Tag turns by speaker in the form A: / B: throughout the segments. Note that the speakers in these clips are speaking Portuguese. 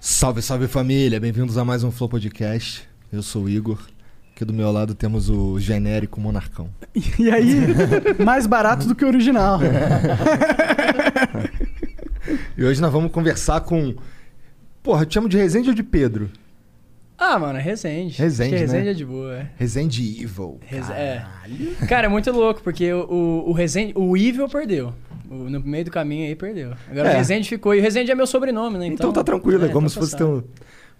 A: Salve, salve família, bem-vindos a mais um Flow Podcast. Eu sou o Igor. Aqui do meu lado temos o genérico Monarcão.
B: E aí, mais barato do que o original.
A: E hoje nós vamos conversar com. Porra, eu te chamo de Resende ou de Pedro?
C: Ah, mano, Resende.
A: Resende,
C: Acho que Resende
A: né?
C: é de boa, é.
A: Resende Evil.
C: Res- é. Cara, é muito louco, porque o, o, o Resende, o Evil perdeu. O- no meio do caminho aí perdeu. Agora
A: É.
C: o Resende ficou. E o Resende é meu sobrenome, né?
A: Então, tá tranquilo, é, como
C: então
A: se
C: tá
A: fosse
C: salvo.
A: teu.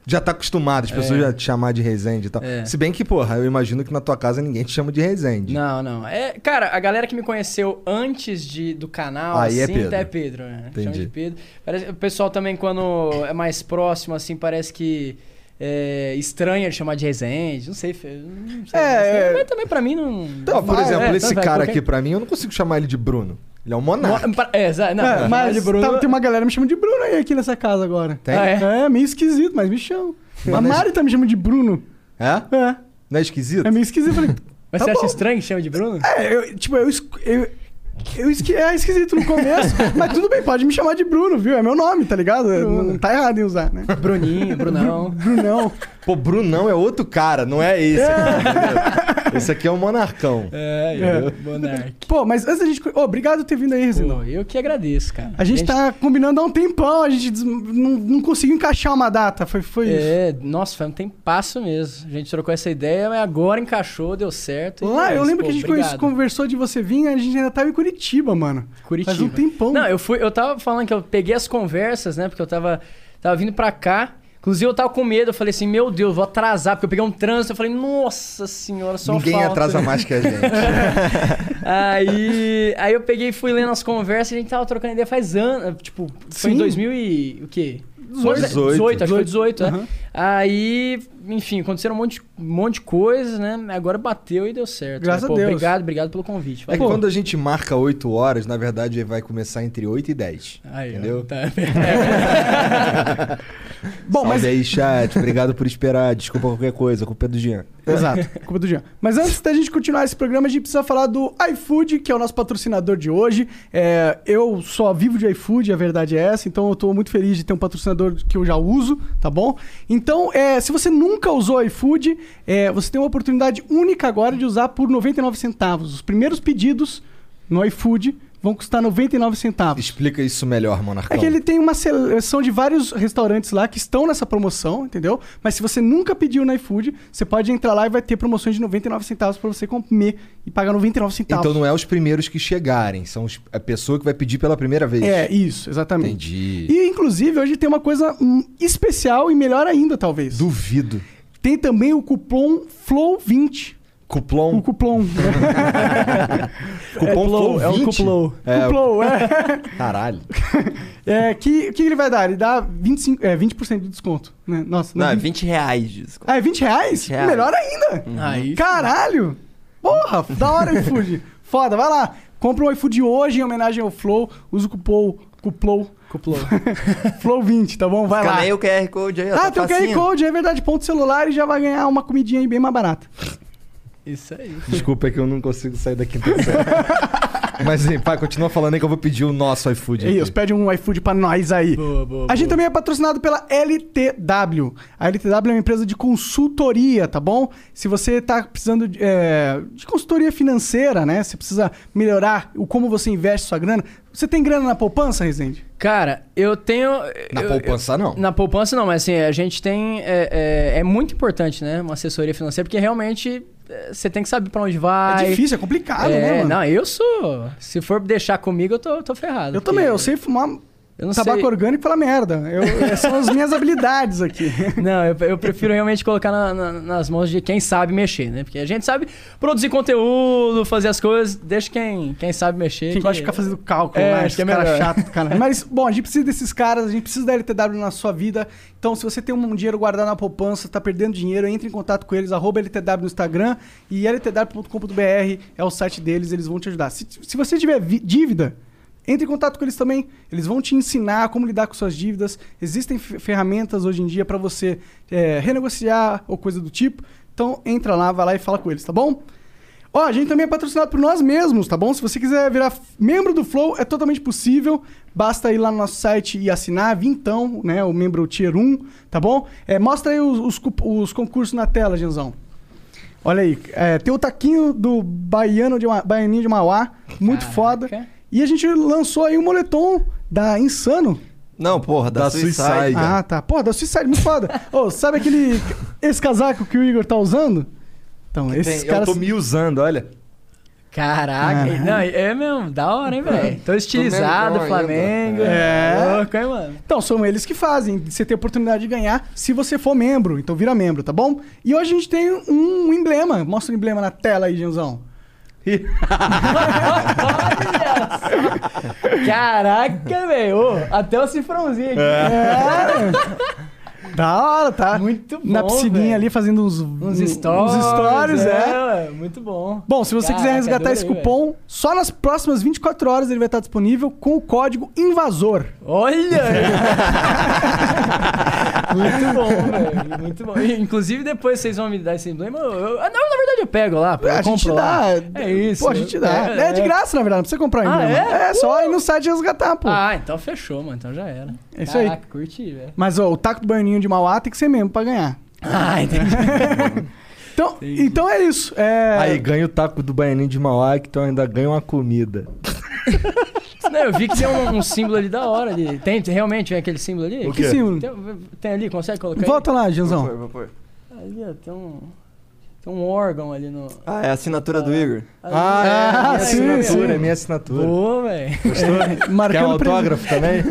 A: Já tá acostumado, as
B: É.
A: pessoas já te chamar de Resende e tal.
C: É.
A: Se bem que, porra, eu imagino que na tua casa ninguém te chama de Resende.
C: Não, não. É, cara, a galera que me conheceu antes de, do canal,
A: Aí é
C: assim,
A: Pedro.
C: tá é Pedro, né? Chama
A: Entendi.
C: de Pedro. Parece- o pessoal também, quando é mais próximo, assim, parece que. É, estranha de chamar de Resende, não sei, fe- não sei mas-
B: É, é.
C: mas também pra mim não.
A: Então, por
C: Ah,
A: exemplo,
C: é,
A: esse
C: tanto faz,
A: cara
C: qualquer-
A: aqui pra mim, eu não consigo chamar ele de Bruno. Ele é um monarca.
C: Mo- pra- É, exa- não,
B: É,
C: mas
B: mas
C: de Bruno.
B: tá- tem uma galera me chamando de Bruno aí aqui nessa casa agora.
A: Tem?
C: Ah, é?
B: É, meio esquisito, mas me chamam.
A: Mas
B: a
A: nós-
B: Mari tá me chamando de Bruno.
A: É?
B: É,
A: Não é esquisito?
B: é meio esquisito. Eu Falei,
C: Mas
B: Tá
C: você
B: bom.
C: acha estranho que chama de Bruno?
B: é, eu, tipo, eu... esco- eu, eu esqui- é esquisito no começo, mas tudo bem, pode me chamar de Bruno, viu? É meu nome, tá ligado? Não, não tá errado em usar, né?
C: Bruninho, Brunão.
B: Brunão.
A: Pô, Brunão é outro cara, não é esse. entendeu? esse aqui é o Monarcão.
C: É,
B: É.
C: Monark.
B: Pô, mas antes da gente... Ô, obrigado por ter vindo aí, Rezinão.
C: Pô, eu que agradeço, cara.
B: A gente tá combinando há um tempão, a gente des- não, não conseguiu encaixar uma data, foi, foi isso.
C: É, nossa, foi um tempasso mesmo. A gente trocou essa ideia, mas agora encaixou, deu certo. e
B: Lá,
C: é
B: eu
C: isso,
B: lembro
C: pô,
B: que a gente
C: obrigado.
B: conhece- conversou de você vir, a gente ainda tava em Curitiba, mano.
C: Curitiba.
B: Faz um tempão.
C: Não, eu fui, eu tava falando que eu peguei as conversas, né? Porque eu tava, tava vindo pra cá. Inclusive, eu tava com medo, eu falei assim, meu Deus, vou atrasar, porque eu peguei um trânsito, eu falei, nossa senhora, só
A: Ninguém
C: falta.
A: atrasa mais que a gente.
C: Aí, aí eu peguei e fui lendo as conversas e a gente tava trocando ideia faz anos. Tipo, foi em
B: Sim.
C: 2000 e... o quê?
A: 18.
C: 18, acho que foi 18,
B: Aham.
C: né? Aí, enfim, aconteceram um monte, um monte de coisas, né? Agora bateu e deu certo.
B: Graças
C: Mas,
B: a Deus.
C: Obrigado, obrigado pelo convite.
A: É que
C: Valeu.
A: quando a gente marca 8 horas, na verdade vai começar entre 8 e 10.
C: Aí, ó,
A: entendeu?
C: tá.
B: Bom,
A: mas
B: mas.
A: aí, chat, obrigado por esperar. Desculpa qualquer coisa, culpa é do Jean.
B: Exato, culpa do Jean. Mas antes da gente continuar esse programa, a gente precisa falar do iFood, que é o nosso patrocinador de hoje. É, eu só vivo de iFood, a verdade é essa, então eu tô muito feliz de ter um patrocinador que eu já uso, tá bom? Então, é, se você nunca usou iFood, é, você tem uma oportunidade única agora de usar por 99 centavos. Os primeiros pedidos no iFood vão custar 99 centavos.
A: Explica isso melhor, Monarcão.
B: É que ele tem uma seleção de vários restaurantes lá que estão nessa promoção, entendeu? Mas se você nunca pediu no iFood, você pode entrar lá e vai ter promoções de 99 centavos pra você comer e pagar 99 centavos.
A: Então não é os primeiros que chegarem, são os- a pessoa que vai pedir pela primeira vez.
B: É, isso, exatamente.
A: Entendi.
B: E inclusive hoje tem uma coisa hum, especial e melhor ainda, talvez.
A: Duvido.
B: Tem também o cupom FLOW20.
A: Cuplom.
B: O cupom. né?
A: Cupom Flow
B: é um
A: 20?
B: cupom.
A: É,
B: Cupom, é.
A: Caralho.
B: é que, que ele vai dar? Ele dá 25, é, 20% de desconto. Né? Nossa,
D: Não,
B: é
D: é 20 reais, desculpa.
B: Ah, é 20 reais?
D: 20 reais.
B: Melhor ainda.
C: Aí,
B: Caralho! Porra, da hora o iFood. Foda, vai lá. Compra o iFood hoje em homenagem ao Flow. Usa o cupom, cupom
C: cuplou.
B: Flow20, tá bom? Vai lá.
D: Escaneia o QR Code aí, ó.
B: Ah,
D: tá
B: tem o QR
D: facinho.
B: Code, é verdade. Ponto celular e já vai ganhar uma comidinha aí bem mais barata.
C: Isso aí.
A: Desculpa, é que eu não consigo sair daqui do céu. Mas hein, pai, continua falando aí que eu vou pedir o nosso iFood.
B: É
A: aqui.
B: isso, pede um iFood pra nós aí. a gente também é patrocinado pela LTW. A LTW é uma empresa de consultoria, tá bom? Se você tá precisando de, é, de consultoria financeira, né? Você precisa melhorar o como você investe sua grana. Você tem grana na poupança, Rezende?
C: Cara, eu tenho.
A: Na
C: eu-
A: poupança, não.
C: eu- na poupança não, mas assim, a gente tem. É, é- é muito importante, né? Uma assessoria financeira, porque realmente é, você tem que saber pra onde vai.
B: é difícil, é complicado,
C: É,
B: né, mano?
C: Não, eu sou. Se for deixar comigo, eu tô, tô ferrado.
B: eu
C: porque
B: também, eu sei fumar
C: Eu não
B: tabaco
C: sei-
B: orgânico pela merda. Eu- essas são as minhas habilidades aqui.
C: Não, eu, eu prefiro realmente colocar na- na- nas mãos de quem sabe mexer, né? Porque a gente sabe produzir conteúdo, fazer as coisas, deixa quem, quem sabe mexer.
B: Quem
C: que-
B: gosta de ficar fazendo cálculo,
C: É,
B: né?
C: acho
B: Esses
C: que é
B: caras
C: melhor.
B: chato, cara. Mas, bom, a gente precisa desses caras, a gente precisa da LTW na sua vida. Então, se você tem um dinheiro guardado na poupança, tá perdendo dinheiro, entre em contato com eles, arroba LTW no Instagram e ltw.com.br é o site deles, eles vão te ajudar. Se, se você tiver vi- dívida, entre em contato com eles também. Eles vão te ensinar como lidar com suas dívidas. Existem fe- ferramentas hoje em dia para você é, renegociar ou coisa do tipo. Então, entra lá, vai lá e fala com eles, tá bom? Ó, a gente também é patrocinado por nós mesmos, tá bom? Se você quiser virar membro do Flow, é totalmente possível. Basta ir lá no nosso site e assinar, vintão, né? O membro Tier 1, tá bom? É, mostra aí os, os cup- os concursos na tela, Genzão. Olha aí, é, tem o taquinho do baiano de, Ma- baianinho de Mauá, muito
C: Caraca.
B: foda. E a gente lançou aí o moletom da Insano.
D: Não, porra, da,
A: Da
D: Suicide.
A: Suicide. Legal.
B: Ah, tá. Pô, da Suicide, muito foda. Ô, sabe aquele... Esse casaco que o Igor tá usando? Então, esses
A: Tem-
B: caras...
A: Eu tô me usando, olha.
C: Caraca,
B: Ah.
C: não, é mesmo, da hora, hein, velho? Tô estilizado,
D: Tô Mengão ainda.
C: Flamengo.
A: Ah,
B: É.
C: Louco, hein, mano?
B: Então, são eles que fazem. Você tem a oportunidade de ganhar se você for membro. Então, vira membro, tá bom? E hoje a gente tem um emblema. Mostra o emblema na tela aí, Janzão.
C: Caraca, velho. ô, Até o cifrãozinho aqui.
B: É. Da hora, tá?
C: É. Muito bom,
B: Na piscininha
C: velho.
B: ali, fazendo uns,
C: Uns stories.
B: uns stories, é.
C: ué, Muito bom.
B: Bom, se você quiser
C: Caraca,
B: resgatar esse
C: adorei,
B: cupom, só nas próximas 24 horas ele vai estar disponível com o código INVASOR.
C: Olha! muito bom, velho. Muito bom. E, Inclusive, depois vocês vão me dar esse emblema. eu- eu- ah, não, na verdade, eu pego lá. pô, eu
B: a
C: compro
B: gente
C: lá.
B: dá.
C: É isso.
B: Pô, a gente dá. É, de graça, na verdade. Não precisa comprar o
C: Ah,
B: emblema.
C: é?
B: só ir no site resgatar, pô.
C: Ah, então fechou, mano. Então já era.
B: É isso aí.
C: Caraca, curti, velho.
B: Mas, ó, o taco do Baianinho de Mauá tem que ser membro pra ganhar.
C: Ah, entendi.
B: Então, então é isso. É...
A: Aí ganha o taco do baianinho de Mauá, que então ainda ganha uma comida.
C: Não, eu vi que tem um, um símbolo ali da hora. Ali. Tem realmente é aquele símbolo ali?
A: O
B: que
A: quê?
B: símbolo?
C: Tem, tem ali, consegue colocar? aí?
B: Volta lá,
D: Vou
B: Janzão.
D: pôr, vou pôr.
C: Ali, ó, tem um, tem um órgão ali no...
D: Ah, é a assinatura do Igor.
A: Ah, é,
C: é,
A: minha
C: sim,
A: assinatura,
C: sim.
A: é minha assinatura.
C: Boa, velho.
A: Quer um
B: Marcando presen-
A: autógrafo também?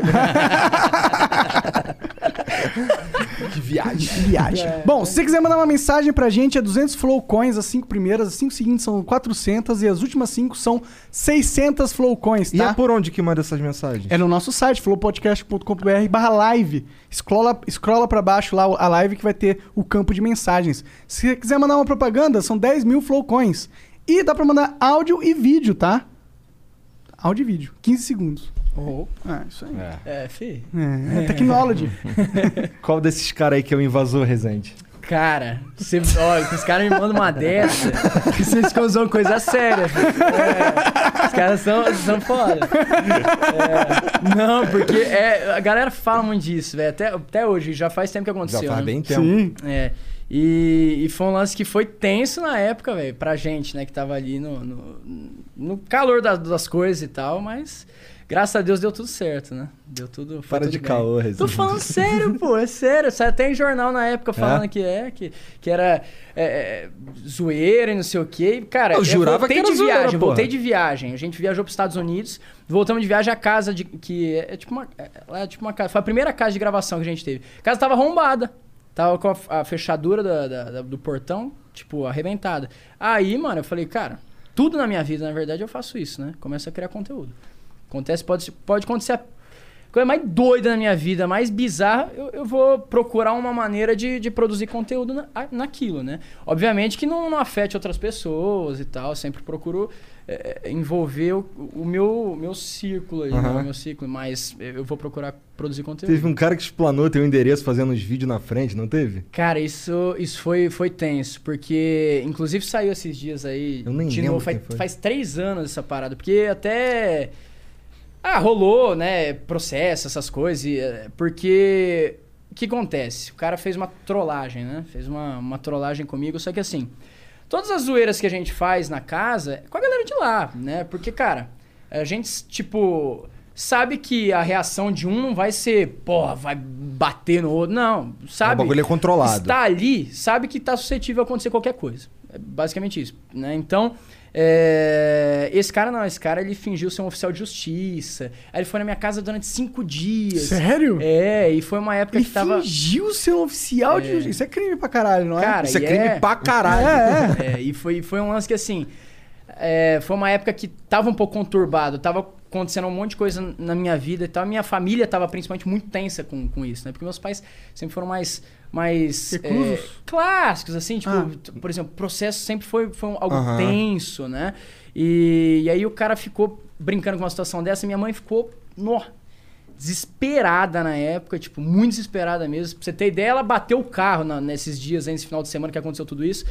A: que viagem.
B: viagem.
C: É.
B: Bom, se você quiser mandar uma mensagem pra gente, é 200 flowcoins, as 5 primeiras, as 5 seguintes são 400 e as últimas 5 são 600 flowcoins,
A: E é
B: tá?
A: por onde que manda essas mensagens?
B: É no nosso site, flowpodcast.com.br barra live. Scrolla, scrolla pra baixo lá a live que vai ter o campo de mensagens. Se você quiser mandar uma propaganda, são 10 mil flowcoins. E dá pra mandar áudio e vídeo, tá? Áudio e vídeo, 15 segundos. Ah, isso aí.
C: É, fi.
B: É, é technology.
A: Qual desses caras aí que é o invasor, Rezende?
C: Cara, você, ó, que os caras me mandam uma dessa, que vocês ficam usando coisa séria. filho. É, os caras são, são foda. É, não, porque é, a galera fala muito disso, velho. Até, até hoje, já faz tempo que
A: Já
C: aconteceu.
A: faz
C: né?
A: bem tempo.
C: É. E, e foi um lance que foi tenso na época, velho, pra gente, né? Que tava ali no, no, no calor da- das coisas e tal, mas graças a Deus deu tudo certo, né? Deu tudo. foi
A: Para
C: tudo
A: de
C: bem.
A: caô,
C: Tô
A: Rezende.
C: falando sério, pô, é sério. Saiu até em jornal na época falando
A: É?
C: que é, que, que era é, é, zoeira e não sei o quê. E, Cara,
A: Eu jurava
C: voltei
A: que era
C: de
A: zoeira,
C: viagem,
A: porra.
C: voltei de viagem. A gente viajou pros Estados Unidos, voltamos de viagem à casa de. que é, é tipo uma. é- lá É, tipo uma casa. Foi a primeira casa de gravação que a gente teve. A casa tava arrombada. Tava com a, f- a fechadura da- da- da- do portão, tipo, arrebentada. Aí, mano, eu falei, cara, tudo na minha vida, na verdade, eu faço isso, né? Começo a criar conteúdo. Acontece, pode, pode acontecer a coisa mais doida na minha vida, mais bizarra, eu, eu vou procurar uma maneira de, de produzir conteúdo na- a- naquilo, né? Obviamente que não, não afete outras pessoas e tal, sempre procuro é, é, envolver o, o meu, meu círculo aí, né?
A: Aham.
C: o meu ciclo, mas eu vou procurar produzir conteúdo.
A: Teve um cara que explanou teu endereço fazendo uns vídeos na frente, não teve?
C: Cara, isso, isso foi, foi tenso, porque inclusive saiu esses dias aí.
A: Eu nem
C: de
A: lembro
C: novo, faz,
A: quem foi.
C: faz três anos essa parada, porque até. Ah, rolou, né? Processo, essas coisas. e, eh, Porque. O que acontece? O cara fez uma trollagem, né? Fez uma, uma trollagem comigo, só que assim. Todas as zoeiras que a gente faz na casa é com a galera de lá, né? Porque, cara, a gente, tipo, sabe que a reação de um não vai ser, porra, vai bater no outro. Não, sabe?
A: O bagulho é controlado.
C: Está tá ali, sabe que está suscetível a acontecer qualquer coisa. É basicamente isso, né? Então, é, esse cara não, esse cara ele fingiu ser um oficial de justiça. Aí ele foi na minha casa durante cinco dias.
B: Sério?
C: É, e foi uma época
B: Ele
C: que tava.
B: fingiu ser um oficial de justiça. Isso é crime pra caralho, não é?
C: Cara,
A: Isso é
C: e
A: crime pra caralho.
B: É, é.
C: É, e foi, foi um lance que, assim, é, foi uma época que tava um pouco conturbado, tava acontecendo um monte de coisa na minha vida e tal. Minha família tava principalmente muito tensa com, com isso, né? Porque meus pais sempre foram mais. mais é,
B: Reclusos?
C: clássicos, assim, tipo,
B: Ah.
C: t- por exemplo, processo sempre foi, foi um- algo
A: Aham.
C: tenso, né? E, e aí o cara ficou brincando com uma situação dessa, e minha mãe ficou. nó, desesperada na época, tipo, muito desesperada mesmo. Pra você ter ideia, ela bateu o carro na- nesses dias, aí, nesse final de semana que aconteceu tudo isso.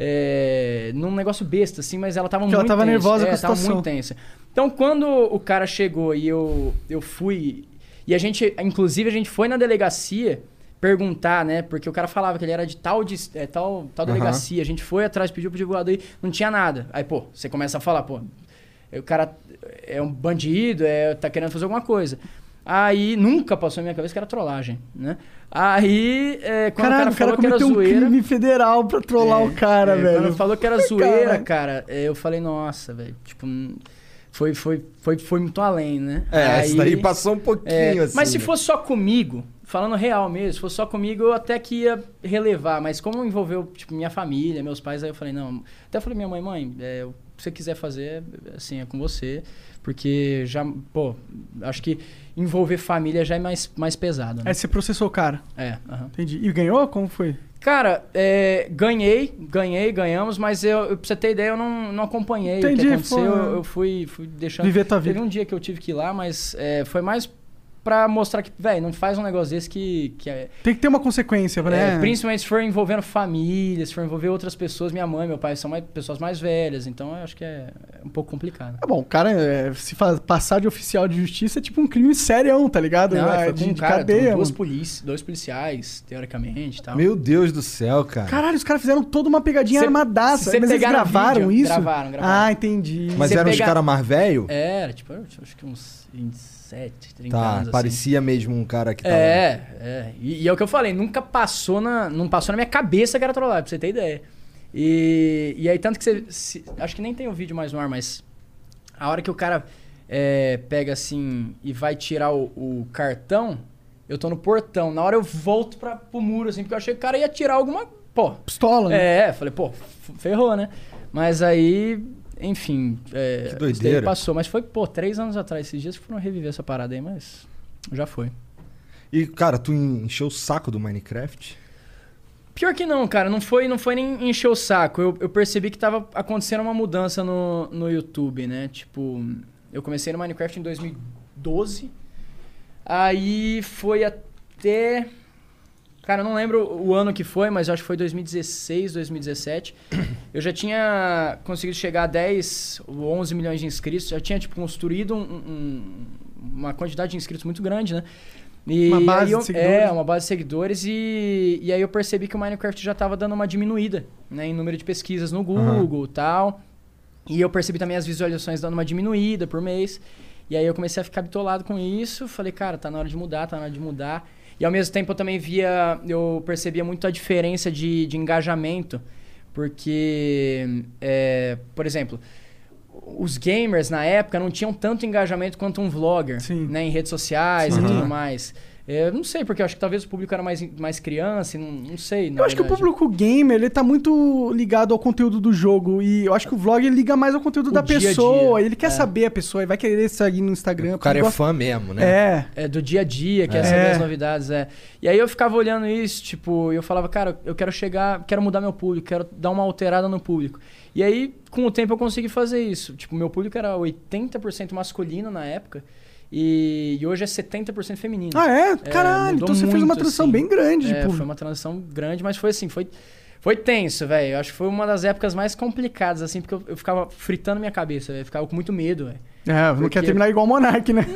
C: é, num negócio besta, assim, mas ela tava
B: Que
C: muito
B: ela tava
C: tensa.
B: nervosa
C: é,
B: com a
C: tava
B: situação.
C: muito tensa. Então, quando o cara chegou e eu, eu fui... E a gente, inclusive, a gente foi na delegacia perguntar, né? Porque o cara falava que ele era de tal, dis- é, tal, tal delegacia. A gente foi atrás, pediu pro divulgador e não tinha nada. Aí, pô, você começa a falar, pô, o cara é um bandido, é, tá querendo fazer alguma coisa. Aí nunca passou na minha cabeça que era trollagem, né? Aí, é, quando
B: Caralho,
C: o cara falou que era
B: cometeu um
C: zoeira.
B: crime federal pra trollar
C: É,
B: o cara,
C: é,
B: velho.
C: Quando falou que era zoeira,
B: Cara.
C: cara, é, eu falei, nossa, velho, tipo, hum, foi, foi, foi, foi muito além, né?
A: É,
C: Aí-
A: isso daí passou um pouquinho,
C: é,
A: assim.
C: Mas se
A: né?
C: fosse só comigo, falando real mesmo, se fosse só comigo, eu até que ia relevar. Mas como envolveu, tipo, minha família, meus pais, aí eu falei, não. Até falei, minha mãe, mãe, é, o que você quiser fazer, assim, é com você. Porque já, pô, acho que envolver família já é mais, mais pesado, né?
B: Aí você processou o cara.
C: É, aham.
B: Entendi. E ganhou? Como foi?
C: Cara, é, ganhei, ganhei, ganhamos, mas eu, eu- pra você ter ideia, eu não, não acompanhei o
B: Entendi,
C: que aconteceu.
B: foi-
C: Eu, eu fui, fui deixando.
B: Viver tua vida.
C: Teve um dia que eu tive que ir lá, mas é, foi mais pra mostrar que, velho, não faz um negócio desse que, que é,
B: Tem que ter uma consequência,
C: é,
B: né?
C: Principalmente se for envolvendo família, se for envolver outras pessoas. Minha mãe, meu pai são mais- pessoas mais velhas, então eu acho que é, é um pouco complicado.
B: É bom, o cara, é, se fa- passar de oficial de justiça é tipo um crime serião, tá ligado?
C: Não,
B: É,
C: foi
B: de,
C: com um
B: de
C: cara,
B: cadeia.
C: duas
B: mano.
C: polícia, dois policiais, teoricamente e tal.
A: Meu Deus do céu, cara.
B: Caralho, os caras fizeram toda uma pegadinha
C: Cê-
B: armadaça.
C: cê
B: Mas eles
C: pegaram
B: gravaram
C: vídeo?
B: isso?
C: Gravaram, gravaram.
B: Ah, entendi.
A: mas
C: você
A: eram os
C: pega-
A: caras mais velhos?
C: Era, tipo, eu acho que uns 27, 30
A: Tá,
C: anos. assim.
A: parecia mesmo um cara que tava...
C: É, é. E, e é o que eu falei, nunca passou na, não passou na minha cabeça que era trollagem, pra você ter ideia. E, e aí, tanto que você. se- acho que nem tem o vídeo mais no ar, mas. A hora que o cara é, pega assim e vai tirar o, o cartão, eu tô no portão. Na hora eu volto pra, pro muro, assim, porque eu achei que o cara ia tirar alguma. Pô,
B: Pistola, né?
C: é, falei, pô, f- ferrou, né? Mas aí, enfim. É, isso daí
A: doideira.
C: Passou, mas foi, pô, três anos atrás, esses dias que foram reviver essa parada aí, mas. Já foi.
A: E, cara, tu encheu o saco do Minecraft?
C: Pior que não, cara, não foi, não foi nem encher o saco. Eu, eu percebi que tava acontecendo uma mudança no, no YouTube, né? Tipo, eu comecei no Minecraft em 2012. Aí foi até. Cara, eu não lembro o ano que foi, mas eu acho que foi 2016, 2017. Eu já tinha conseguido chegar a 10 ou 11 milhões de inscritos. Já tinha, tipo, construído um- um- uma quantidade de inscritos muito grande, né? E
B: Uma base
C: aí eu-
B: de seguidores.
C: É, uma base de seguidores. E, e aí eu percebi que o Minecraft já tava dando uma diminuída né, em número de pesquisas no Google e tal. E eu percebi também as visualizações dando uma diminuída por mês. E aí eu comecei a ficar bitolado com isso. Falei, cara, tá na hora de mudar, tá na hora de mudar. E ao mesmo tempo eu também via, eu percebia muito a diferença de, de engajamento. Porque, é, por exemplo, os gamers na época não tinham tanto engajamento quanto um vlogger
B: Sim.
C: né, em redes sociais e tudo mais. É, não sei, porque eu acho que talvez o público era mais, mais criança, e não, não sei. na
B: Eu acho que o
C: verdade. né?
B: público gamer, ele tá muito ligado ao conteúdo do jogo. E eu acho que o vlog ele liga mais ao conteúdo
C: O
B: da
C: dia a dia. é.
B: pessoa. Ele quer saber a pessoa, ele vai querer seguir no Instagram.
A: O cara é
B: porque
A: fã mesmo,
B: gosta-
A: né?
B: É.
C: É, do dia a dia, quer
B: É.
C: saber as
B: É.
C: novidades, é. E aí eu ficava olhando isso, tipo, e eu falava, cara, eu quero chegar, quero mudar meu público, quero dar uma alterada no público. E aí, com o tempo, eu consegui fazer isso. Tipo, meu público era 80% masculino na época, e, e hoje é 70% feminino.
B: Ah, é?
C: É,
B: Caralho,
C: mudou
B: então você fez uma
C: muito,
B: transição
C: assim.
B: bem grande de
C: É,
B: público.
C: foi uma transição grande, mas foi assim, foi, foi tenso, velho. Eu Acho que foi uma das épocas mais complicadas, assim, porque eu, eu ficava fritando minha cabeça, velho. Eu Ficava com muito medo, velho.
B: É, não
C: Porque-
B: quer terminar igual o Monark, né?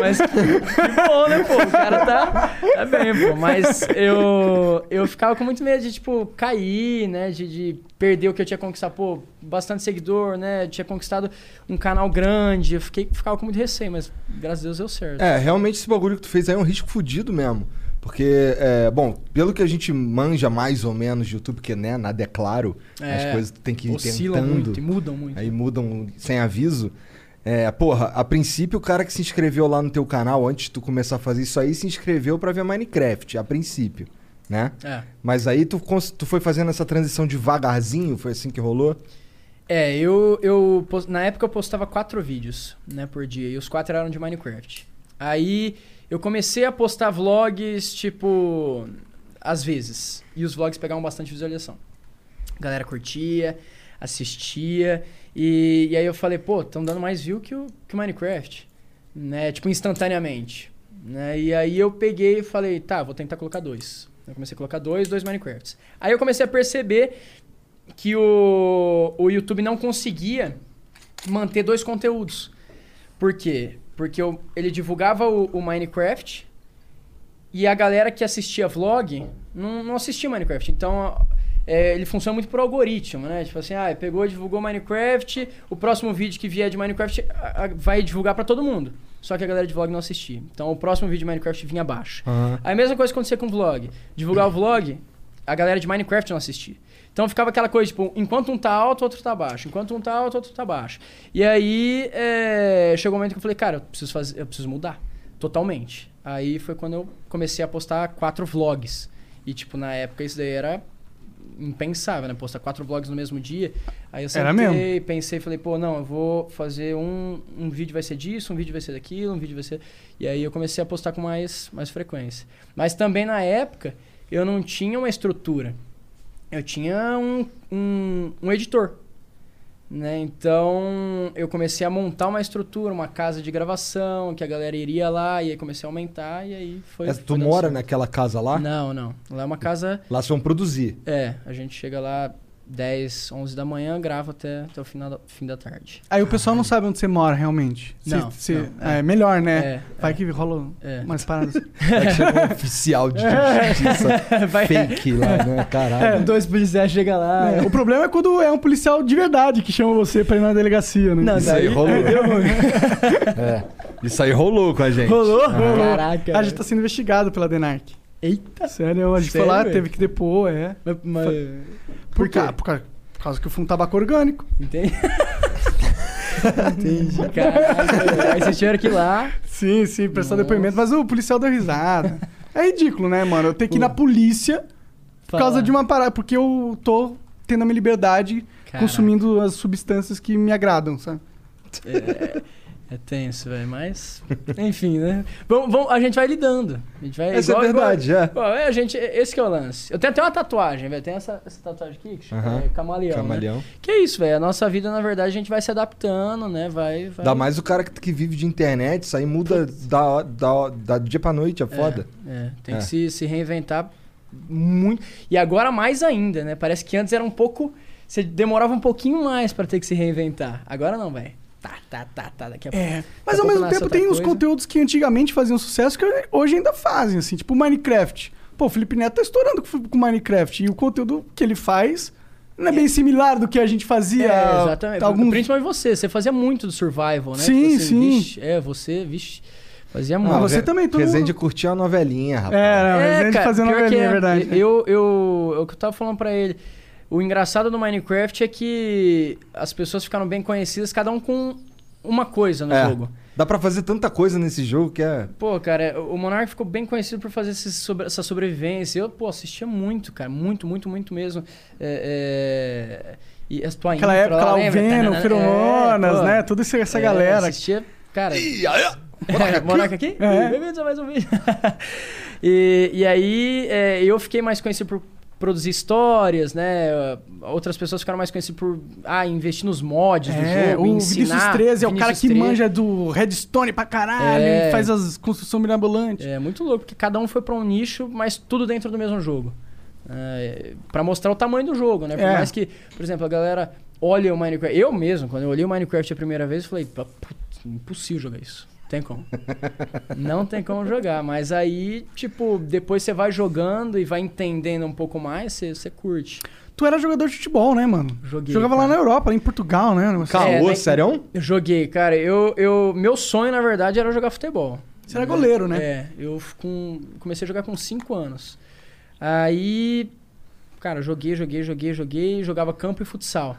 C: Mas que bom, né, pô? O cara tá, tá bem, pô. Mas eu, eu ficava com muito medo de, tipo, cair, né? De, de perder o que eu tinha conquistado. Pô, bastante seguidor, né? Eu tinha conquistado um canal grande. Eu fiquei, ficava com muito receio, mas graças a Deus deu certo.
A: É, realmente esse bagulho que tu fez aí é um risco fudido mesmo. Porque, é, bom, pelo que a gente manja mais ou menos de YouTube, porque né, nada é claro,
C: É,
A: as coisas tu tem que ir
C: Oscilam
A: tentando,
C: muito e mudam muito.
A: aí mudam sem aviso. É, porra, a princípio o cara que se inscreveu lá no teu canal, antes de tu começar a fazer isso aí, se inscreveu pra ver Minecraft, a princípio, né?
C: É.
A: Mas aí tu, cons- tu foi fazendo essa transição devagarzinho, foi assim que rolou?
C: É, eu, eu pos- na época eu postava quatro vídeos, né, por dia, e os quatro eram de Minecraft. Aí eu comecei a postar vlogs, tipo, às vezes, e os vlogs pegavam bastante visualização. A galera curtia, assistia, e, e aí eu falei, pô, estão dando mais view que o, que o Minecraft, né, tipo, instantaneamente. Né? E aí eu peguei e falei, tá, vou tentar colocar dois. Eu comecei a colocar dois, dois Minecrafts. Aí eu comecei a perceber que o, o YouTube não conseguia manter dois conteúdos. Por quê? Porque eu- ele divulgava o, o Minecraft e a galera que assistia vlog não, não assistia Minecraft. Então, é, ele funciona muito por algoritmo, né? Tipo assim, ah, pegou, divulgou Minecraft, o próximo vídeo que vier de Minecraft a- a- vai divulgar pra todo mundo. Só que a galera de vlog não assistia. Então, o próximo vídeo de Minecraft vinha abaixo. Aí A mesma coisa acontecia com o vlog. Divulgar o vlog, a galera de Minecraft não assistia. Então ficava aquela coisa, tipo, enquanto um tá alto, outro tá baixo. Enquanto um tá alto, outro tá baixo. E aí é, chegou um momento que eu falei, cara, eu preciso fazer, eu preciso mudar. Totalmente. Aí foi quando eu comecei a postar quatro vlogs. E, tipo, na época isso daí era impensável, né? Postar quatro vlogs no mesmo dia. Aí eu
B: Era
C: sentei,
B: mesmo.
C: pensei, falei, pô, não, eu vou fazer um. Um vídeo vai ser disso, um vídeo vai ser daquilo, um vídeo vai ser. E aí eu comecei a postar com mais, mais frequência. Mas também na época eu não tinha uma estrutura. Eu tinha um, um, um editor. Né? Então eu comecei a montar uma estrutura, uma casa de gravação, que a galera iria lá, e aí comecei a aumentar, e aí foi.
A: É,
C: foi assim.
A: tu
C: dando
A: mora
C: certo.
A: naquela casa lá?
C: Não, não. Lá é uma casa.
A: Lá se vão produzir.
C: É, a gente chega lá 10, 11 da manhã, grava até, até o final da, fim da tarde.
B: Aí o pessoal não sabe onde você mora, realmente. Se-
C: Não,
B: se-
C: não,
B: é. melhor, né?
C: É,
B: Vai que rola
C: É.
B: umas paradas.
A: É que chegou um oficial de justiça
C: Vai-
A: fake lá, né? Caralho.
C: Dois policiais chegam lá.
B: É, o problema é quando é um policial de verdade que chama você pra ir na delegacia, né?
C: Não,
A: Isso aí
C: daí-
A: rolou. É, isso aí rolou com a gente.
B: Rolou?
C: Ah, Caraca, Tá.
B: A gente tá sendo investigado pela DENARC. Eita. Sério, a gente foi lá,
C: Sério?
B: teve que depor, é.
C: Mas, mas-
B: Por,
C: Por quê?
B: ca- por ca- por causa que eu fumo tabaco orgânico.
C: Entendi. Entendi, caralho. Aí vocês tiveram que ir lá.
B: Sim, sim, prestar
C: Nossa.
B: depoimento. Mas o policial deu risada. é ridículo, né, mano? Eu tenho que ir na polícia por causa
C: falar.
B: de uma parada. Porque eu tô tendo a minha liberdade
C: Caraca.
B: consumindo as substâncias que me agradam, sabe?
C: É, é tenso, velho, mas. Enfim, né? Vamos, vamos- a gente vai lidando. A gente vai,
A: Essa é verdade, é.
C: Pô, é, gente, esse que é o lance. Eu tenho até uma tatuagem, velho. Tem essa, essa tatuagem aqui, que chama
A: Aham.
C: é, camaleão. né?
A: Camaleão.
C: Que é isso, velho. A nossa vida, na verdade, a gente vai se adaptando, né? Vai. vai...
A: Ainda mais o cara que, que vive de internet, isso aí muda da, da, da dia pra noite, é foda.
C: É, tem
A: É.
C: que se, se reinventar muito. E agora mais ainda, né? Parece que antes era um pouco. Você demorava um pouquinho mais pra ter que se reinventar. Agora não, velho. Tá, tá, tá, tá. Daqui a pouco.
B: É.
C: Daqui
B: Mas
C: a
B: ao
C: pouco
B: mesmo
C: nasce
B: tempo
C: outra
B: tem uns
C: coisa.
B: conteúdos que antigamente faziam sucesso que hoje ainda fazem, assim, tipo Minecraft. Pô, o Felipe Neto tá estourando com com Minecraft. E o conteúdo que ele faz não é bem similar do que a gente fazia.
C: É,
B: há
C: exatamente.
B: Alguns...
C: Principalmente você. Você fazia muito do survival, né?
B: tá Sim, sim.
C: Vixe, é, você, vixe. Fazia muito.
B: Ah, você também, todo
A: Resende
B: mundo-
A: curtia a novelinha, rapaz.
B: É, não, mas a gente
C: cara,
B: fazia
C: pior que
B: novelinha, é verdade.
C: Eu, eu, é o que eu tava falando pra ele. O engraçado do Minecraft é que as pessoas ficaram bem conhecidas, cada um com uma coisa no
A: É.
C: jogo.
A: Dá pra fazer tanta coisa nesse jogo que é.
C: Pô, cara, o Monark ficou bem conhecido por fazer esses sobre- essa sobrevivência. Eu, pô, assistia muito, cara. Muito, muito, muito mesmo. É, é, E as tua
B: Aquela
C: intro
B: época lá, o
C: lembra? tá
B: Venom,
C: Tanana-
B: Feromonas,
C: é, pô.
B: né? Toda essa, essa
C: É,
B: galera.
C: Assistia, cara. Monarca aqui?
B: É.
C: Bem-vindos a mais um vídeo. e, e aí é, eu fiquei mais conhecido por produzir histórias, né? Outras pessoas ficaram mais conhecidas por ah, investir nos mods do
B: É,
C: tipo jogo,
B: o
C: ensinar.
B: Vinícius 13 é o cara
C: Vinícius
B: que
C: 13.
B: manja do Redstone pra caralho
C: É.
B: e faz as construções mirabolantes.
C: É muito louco, porque cada um foi pra um nicho, mas tudo dentro do mesmo jogo. É, para mostrar o tamanho do jogo, né? Por
B: É.
C: mais que, por exemplo, a galera olha o Minecraft. Eu mesmo, quando eu olhei o Minecraft a primeira vez, eu falei, "Pá, putz, impossível jogar isso. Tem como. Não tem como jogar. Mas aí, tipo, depois você vai jogando e vai entendendo um pouco mais, você, você curte.
B: Tu era jogador de futebol, né, mano?
C: Joguei,
B: Jogava lá
C: cara.
B: na Europa, lá em Portugal, né? Um negócio
C: Calma.
B: assim.
C: É,
A: Caô,
C: bem-
A: sério?
C: Eu joguei, cara. Eu, eu, meu sonho, na verdade, era jogar futebol.
B: Você era goleiro, né?
C: É, eu f- com- comecei a jogar com 5 anos. Aí, cara, joguei, joguei, joguei, joguei, jogava campo e futsal.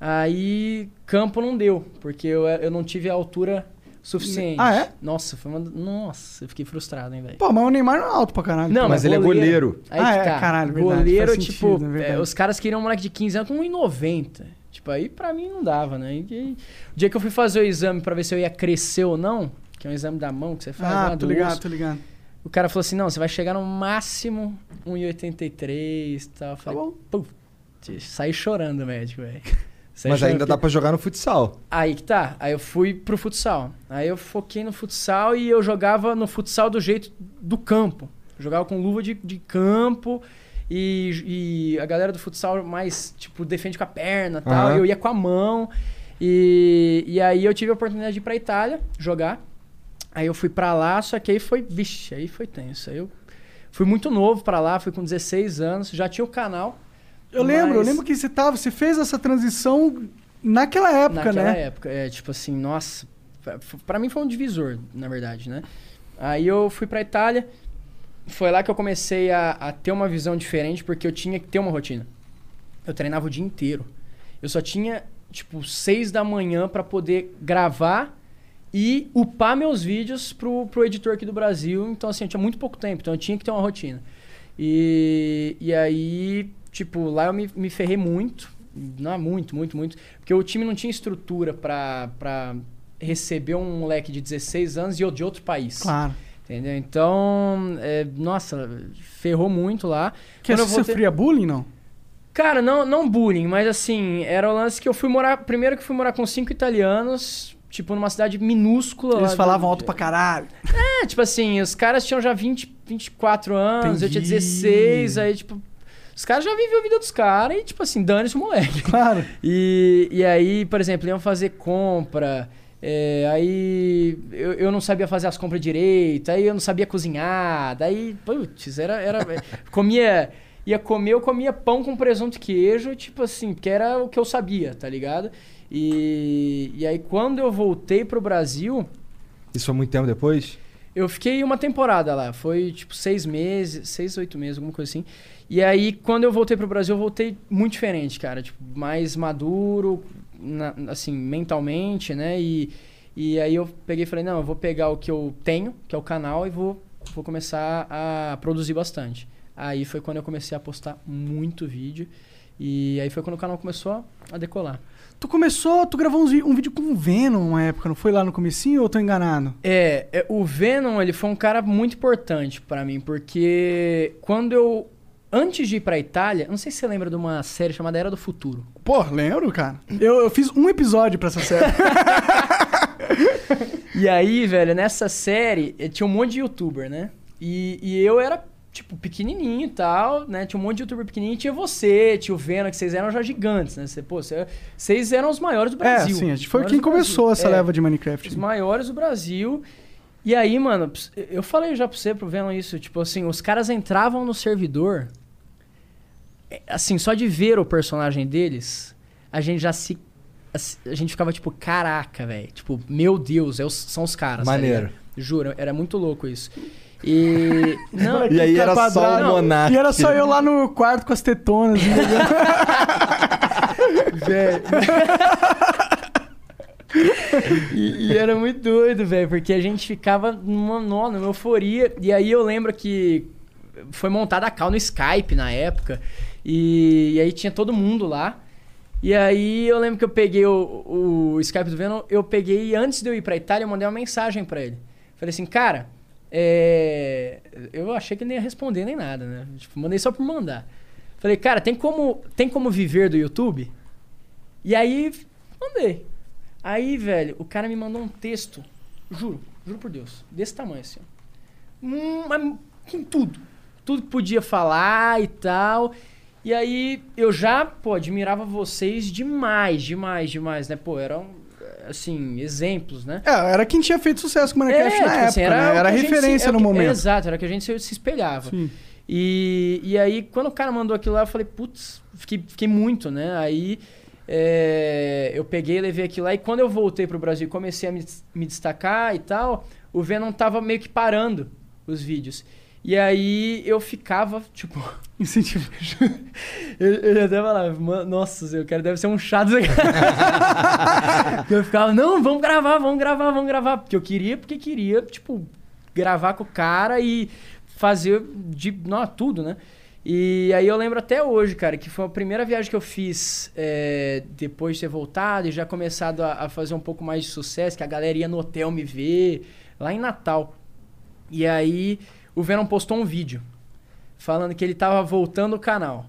C: Aí, campo não deu, porque eu, eu não tive a altura suficiente.
B: Ah, é?
C: Nossa, foi uma, nossa, eu fiquei frustrado, hein, velho.
B: Pô, mas o Neymar não é alto pra caralho.
C: Não,
A: mas ele é goleiro.
C: Aí
B: Ah,
C: que
B: é,
C: tá.
B: caralho, verdade,
C: Goleiro,
B: faz
C: tipo,
B: sentido, é
C: é,
B: verdade.
C: os caras queriam um moleque de 15 anos com 1,90. Tipo, aí pra mim não dava, né? E, aí, o dia que eu fui fazer o exame pra ver se eu ia crescer ou não, que é um exame da mão que você faz,
B: Ah,
C: né, do
B: tô ligado,
C: osso.
B: tô ligado.
C: O cara falou assim: não, você vai chegar no máximo 1,83 e tal. Eu Falei,
B: bom.
C: "Putz", saí chorando, médico, velho. Saí
A: Mas
C: chorando,
A: ainda dá pra jogar no futsal.
C: Aí que tá. Aí eu fui pro futsal. Aí eu foquei no futsal e eu jogava no futsal do jeito do campo. Jogava com luva de, de campo. E, e a galera do futsal mais, tipo, defende com a perna e tal.
A: Aham.
C: e Eu ia com a mão. E, e aí eu tive a oportunidade de ir pra Itália jogar. Aí eu fui pra lá, só que aí foi, vixe, aí foi tenso. Aí eu fui muito novo pra lá, fui com 16 anos, já tinha o canal.
B: Eu lembro, eu
C: mas-
B: lembro que você tava, você fez essa transição naquela época,
C: Naquela
B: né?
C: época, é, tipo assim, nossa, pra- pra mim foi um divisor, na verdade, né? Aí eu fui pra Itália, foi lá que eu comecei a, a ter uma visão diferente, porque eu tinha que ter uma rotina. Eu treinava o dia inteiro. Eu só tinha, tipo, seis da manhã pra poder gravar e upar meus vídeos pro, pro editor aqui do Brasil. Então, assim, eu tinha muito pouco tempo, então eu tinha que ter uma rotina. E, e aí, tipo, lá eu me, me ferrei muito. Não, muito, muito, muito. Porque o time não tinha estrutura pra, pra receber um moleque de 16 anos e ou de outro país.
B: Claro.
C: Entendeu? Então, é, nossa, ferrou muito lá.
B: Que é
C: Quando
B: você
C: eu voltei-
B: sofria bullying, não?
C: Cara, não, não bullying, mas assim, era o lance que eu fui morar. Primeiro que eu fui morar com cinco italianos, tipo, numa cidade minúscula.
B: Eles
C: lá
B: falavam
C: do-
B: alto pra caralho.
C: É, tipo assim, os caras tinham já 20, 24 anos, eu tinha
B: Entendi.
C: 16, aí, tipo. Os caras já viviam a vida dos caras e, tipo assim, dane-se o moleque.
B: Claro.
C: E, e aí, por exemplo, iam fazer compra. é, aí eu, eu não sabia fazer as compras direito, aí eu não sabia cozinhar, daí, putz, era. era comia. Ia comer, eu comia pão com presunto e queijo, tipo assim, que era o que eu sabia, tá ligado? E, e aí quando eu voltei pro Brasil,
A: Isso foi muito tempo depois?
C: eu fiquei uma temporada lá, foi tipo seis meses, seis, oito meses, alguma coisa assim. E aí, quando eu voltei pro Brasil, eu voltei muito diferente, cara. Tipo, mais maduro, na- assim, mentalmente, né? E, e aí eu peguei e falei, não, eu vou pegar o que eu tenho, que é o canal, e vou, vou começar a produzir bastante. Aí foi quando eu comecei a postar muito vídeo. E aí foi quando o canal começou a decolar.
B: Tu começou, tu gravou uns vi- um vídeo com o Venom uma época, não foi lá no comecinho ou eu tô enganado?
C: É, é, o Venom, ele foi um cara muito importante pra mim, porque quando eu. Antes de ir pra Itália, não sei se você lembra de uma série chamada Era do Futuro.
B: Pô, lembro, cara. Eu, eu fiz um episódio pra essa série.
C: E aí, velho, nessa série eh, tinha um monte de youtuber, né? E, e eu era, tipo, pequenininho e tal, né? Tinha um monte de youtuber pequenininho. Tinha você, tinha o Venom, que vocês eram já gigantes, né? Você, pô, você- vocês eram os maiores do
B: é,
C: Brasil.
B: sim, a gente foi
C: Maiores
B: quem
C: do Brasil.
B: começou essa
C: É.
B: leva de Minecraft.
C: os
B: assim.
C: maiores do Brasil. E aí, mano, ps- eu falei já pra você, pro Venom, isso. Tipo assim, os caras entravam no servidor. é, Assim, só de ver o personagem deles, a gente já se. assim, A gente ficava tipo, caraca, velho. Tipo, meu Deus, é os- são os caras. tá
A: Maneiro.
C: ligado? Juro, era muito louco isso. E. Não,
A: E aí era só
B: Quadrado.
A: o Monark.
B: E era só eu lá no quarto com as tetonas. entendeu?
C: E, e era muito doido, velho, porque a gente ficava numa, nó- numa euforia. E aí eu lembro que foi montada a cal no Skype na época. E, e aí tinha todo mundo lá. E aí eu lembro que eu peguei o, o Skype do Venom, eu peguei e antes de eu ir pra Itália, eu mandei uma mensagem pra ele. Falei assim, cara, é, eu achei que ele nem ia responder nem nada, né? Tipo, mandei só por mandar. Falei, cara, tem como, tem como viver do YouTube? E aí, mandei. Aí, velho, o cara me mandou um texto, juro, juro por Deus, desse tamanho assim. ó. Hum, mas com tudo. Tudo que podia falar e tal. E aí, eu já, pô, admirava vocês demais, demais, demais, né? Pô, eram, assim, exemplos, né?
B: É, era quem tinha feito sucesso com o Minecraft na
C: tipo
B: época,
C: assim,
B: né?
C: o
B: Era
C: que a gente se-
B: referência
C: é o
B: no
C: que-
B: momento.
C: Exato, era o que a gente se, se espelhava.
B: Sim.
C: E, e aí, quando o cara mandou aquilo lá, eu falei, putz, fiquei, fiquei muito, né? Aí é, eu peguei, levei aquilo lá, e quando eu voltei pro Brasil e comecei a me, des- me destacar e tal, o Venom tava meio que parando os vídeos. E aí eu ficava, tipo,
B: Incentivo.
C: eu, eu já tava lá, "Ma- nossa, eu quero, deve ser um chato. eu ficava, não, vamos gravar, vamos gravar, vamos gravar. Porque eu queria, porque queria, tipo, gravar com o cara e fazer de não, tudo, né? E aí eu lembro até hoje, cara, que foi a primeira viagem que eu fiz é, depois de ter voltado e já começado a, a fazer um pouco mais de sucesso, que a galera ia no hotel me ver, lá em Natal. E aí o Venom postou um vídeo falando que ele tava voltando o canal.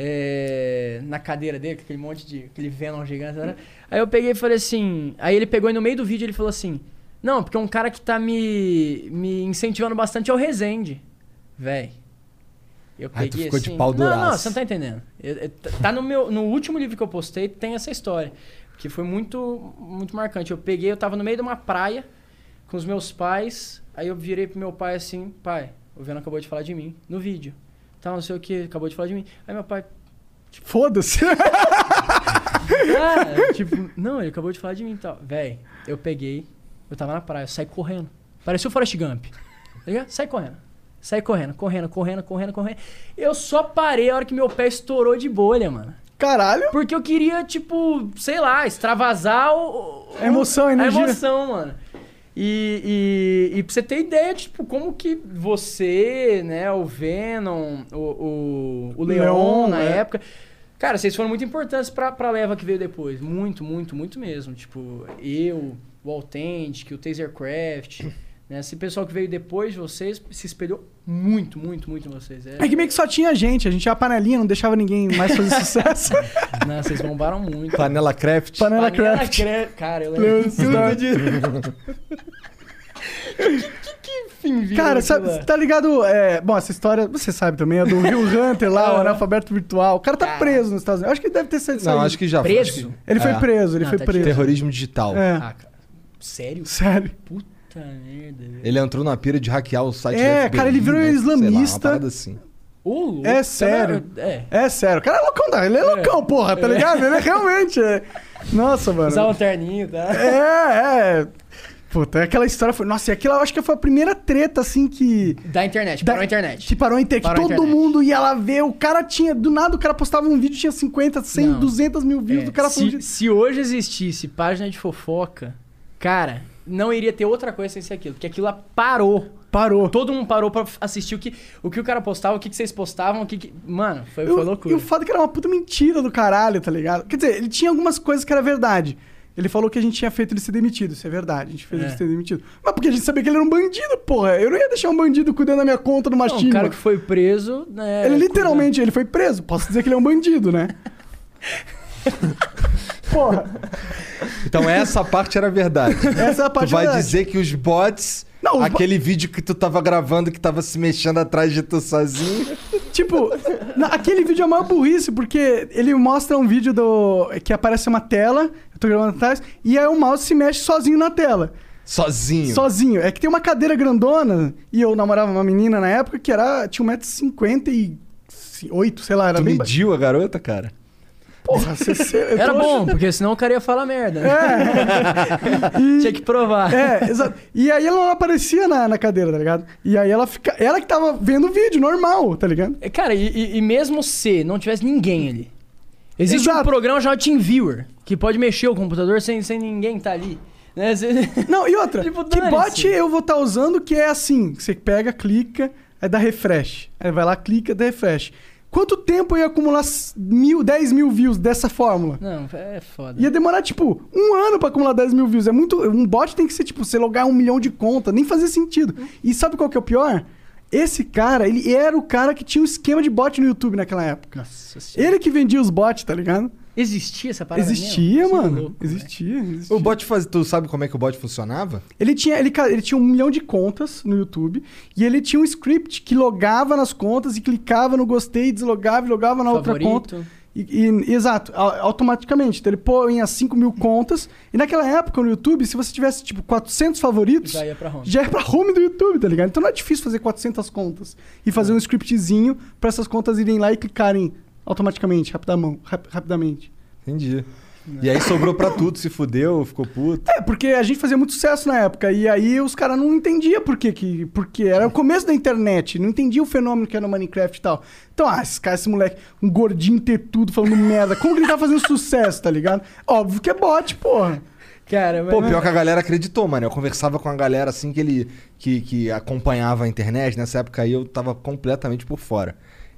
C: É, na cadeira dele, com aquele monte de. aquele Venom gigante. Né? Aí eu peguei e falei assim. Aí ele pegou e no meio do vídeo ele falou assim: Não, porque um cara que tá me, me incentivando bastante é o Rezende. Véi. Eu
A: Ai,
C: peguei
A: tu ficou de
C: assim,
A: pau
C: Não, não,
A: duraço."
C: você não tá entendendo. Eu- eu- tá no, meu, no último livro que eu postei, tem essa história. Que foi muito, muito marcante. Eu peguei, eu tava no meio de uma praia com os meus pais. Aí eu virei pro meu pai assim, pai, o Venom acabou de falar de mim no vídeo. Tal, não sei o que, acabou de falar de mim. Aí meu pai,
B: Foda-se.
C: ah, tipo, não, ele acabou de falar de mim e tal. Véi, eu peguei, eu tava na praia, eu saí correndo. Parecia o Forrest Gump. Tá ligado? Saí correndo. Saí correndo, correndo, correndo, correndo, correndo. Eu só parei a hora que meu pé estourou de bolha, mano.
B: Caralho.
C: Porque eu queria, tipo, sei lá, extravasar o, o-
B: A emoção, a energia.
C: emoção, mano. E, e, e pra você ter ideia, tipo, como que você, né, o Venom, o, o, o Leon,
B: Leon,
C: na
B: é.
C: época. Cara, vocês foram muito importantes pra, pra leva que veio depois. Muito, muito, muito mesmo. Tipo, eu, o Authentic, o Tasercraft. né? Esse pessoal que veio depois de vocês se espelhou muito, muito, muito em vocês. É,
B: É que meio que só tinha a gente, a gente era panelinha, não deixava ninguém mais fazer sucesso.
C: né, vocês bombaram muito.
A: Panela Craft.
B: Panela
C: Panela
B: Craft.
C: Cra- Cara, eu lembro.
B: Lembro tudo Cara, sabe- tá ligado? é, bom, essa história, você sabe também, é do Rio Hunter lá, o analfabeto virtual. O cara tá preso nos Estados Unidos. Acho que deve ter sido
A: Não, acho que já
C: Preso?
B: Ele foi
A: É.
B: preso, ele
C: Não,
B: foi
C: tá de
B: preso.
A: Terrorismo digital.
B: É,
C: Ah, cara. Sério?
B: sério.
C: Puta merda, velho.
A: Ele entrou na pira de hackear o site
B: É,
A: da FBI,
B: cara, ele virou
A: né? Sei lá, uma
B: islamista.
A: parada assim.
C: Ô, louco.
B: É sério.
C: Cara, É.
B: É sério, o cara é loucão, da- ele é loucão, porra, tá ligado? Ele é realmente. é. Nossa, mano.
C: Usar um terninho, tá?
B: É, é. Puta, aquela história foi. Nossa, e aquilo eu acho que foi a primeira treta, assim, que.
C: Da internet,
B: Da-
C: parou a internet.
B: Que Tipo, parou a internet. Que
C: Parou a
B: todo
C: internet.
B: mundo ia lá ver. O cara tinha. Do nada o cara postava um vídeo, tinha 50, 100,
C: Não.
B: 200 mil views
C: É,
B: do cara falando
C: se,
B: de-
C: se hoje existisse página de fofoca, cara, não iria ter outra coisa sem ser aquilo. Porque aquilo lá parou.
B: Parou.
C: Todo mundo parou pra assistir o que o, que o cara postava, o que, que vocês postavam, o que. que... Mano, foi,
B: Eu-
C: foi loucura.
B: E o fato é que era uma puta mentira do caralho, tá ligado? Quer dizer, ele tinha algumas coisas que era verdade. Ele falou que a gente tinha feito ele ser demitido, isso é verdade. A gente fez
C: É.
B: ele ser demitido. Mas porque a gente sabia que ele era um bandido, porra. Eu não ia deixar um bandido cuidando da minha conta numa
C: Não, um
B: China.
C: cara que foi preso, né?
B: Ele literalmente ele foi preso. Posso dizer que ele é um bandido, né? porra,
A: Então essa parte era verdade.
B: essa é a
A: Tu
B: parte
A: vai
B: verdade.
A: dizer que os bots.
B: Não, os bo-
A: aquele vídeo que tu tava gravando que tava se mexendo atrás de tu sozinho.
B: Tipo, na- aquele vídeo é a maior burrice, porque ele mostra um vídeo do que aparece uma tela, eu tô gravando atrás, e aí o mouse se mexe sozinho na tela.
A: Sozinho.
B: Sozinho. É que tem uma cadeira grandona, e eu namorava uma menina na época que era tinha 1,58m, sei lá, era
A: Tu
B: bem... ba-
A: mediu a garota, cara?
B: Porra, você... você- eu
C: Era
B: tô-
C: bom, porque senão o cara ia falar merda. né? Tinha que provar.
B: É, exato. E aí ela não aparecia na, na cadeira, tá ligado? E aí ela fica... Ela que
C: É,
B: tava vendo o vídeo, normal, tá ligado?
C: Cara, e, e- e mesmo se não tivesse ninguém ali, Existe um
B: Exato.
C: programa chamado TeamViewer, que pode mexer o computador sem, sem ninguém estar ali. Né? Você-
B: Não, e outra,
C: Tipo,
B: que
C: dane-se.
B: bot eu vou estar usando que é assim, que você pega, clica, aí dá refresh. Aí vai lá, clica, dá refresh. Quanto tempo eu ia acumular s- mil, 10 mil views dessa fórmula?
C: Não, é foda.
B: Ia demorar, tipo, um ano pra acumular 10 mil views. É muito. Um bot tem que ser, tipo, você logar um milhão de conta. Nem fazia sentido. E sabe qual que é o pior? Esse cara, ele era o cara que tinha um esquema de bot no YouTube naquela época.
C: Nossa senhora.
B: Ele que vendia os bots, tá ligado?
C: Existia essa parada
B: existia,
C: mesmo? Você é
B: mano.
C: louco, né?
B: existia, existia.
A: O bot faz... Tu sabe como é que o bot funcionava?
B: Ele tinha, ele, ca- ele tinha um milhão de contas no YouTube e ele tinha um script que logava nas contas e clicava no gostei, deslogava e logava na
C: né? Favorito.
B: outra conta. E, e- exato, a- automaticamente. Então ele põe as 5 mil contas. E naquela época no YouTube, se você tivesse tipo 400 favoritos,
C: Já ia pra home.
B: já ia pra home do YouTube, tá ligado? Então não é difícil fazer 400 contas e
C: É.
B: fazer um scriptzinho pra essas contas irem lá e clicarem automaticamente, rapidamão, rap- rapidamente.
A: Entendi. E aí sobrou pra tudo, se fudeu, ficou puto.
B: É, porque a gente fazia muito sucesso na época. E aí os caras não entendiam por que que. Porque era o começo da internet. Não entendia o fenômeno que era o Minecraft e tal. Então, ah, esse cara, esse moleque, um gordinho tetudo falando merda. Como que ele tá fazendo sucesso, tá ligado? Óbvio que é bot, porra.
C: Cara,
A: Pô,
C: mas-
A: pior que a galera acreditou, mano. Eu conversava com a galera assim que ele que, que acompanhava a internet. Nessa época aí eu tava completamente por fora.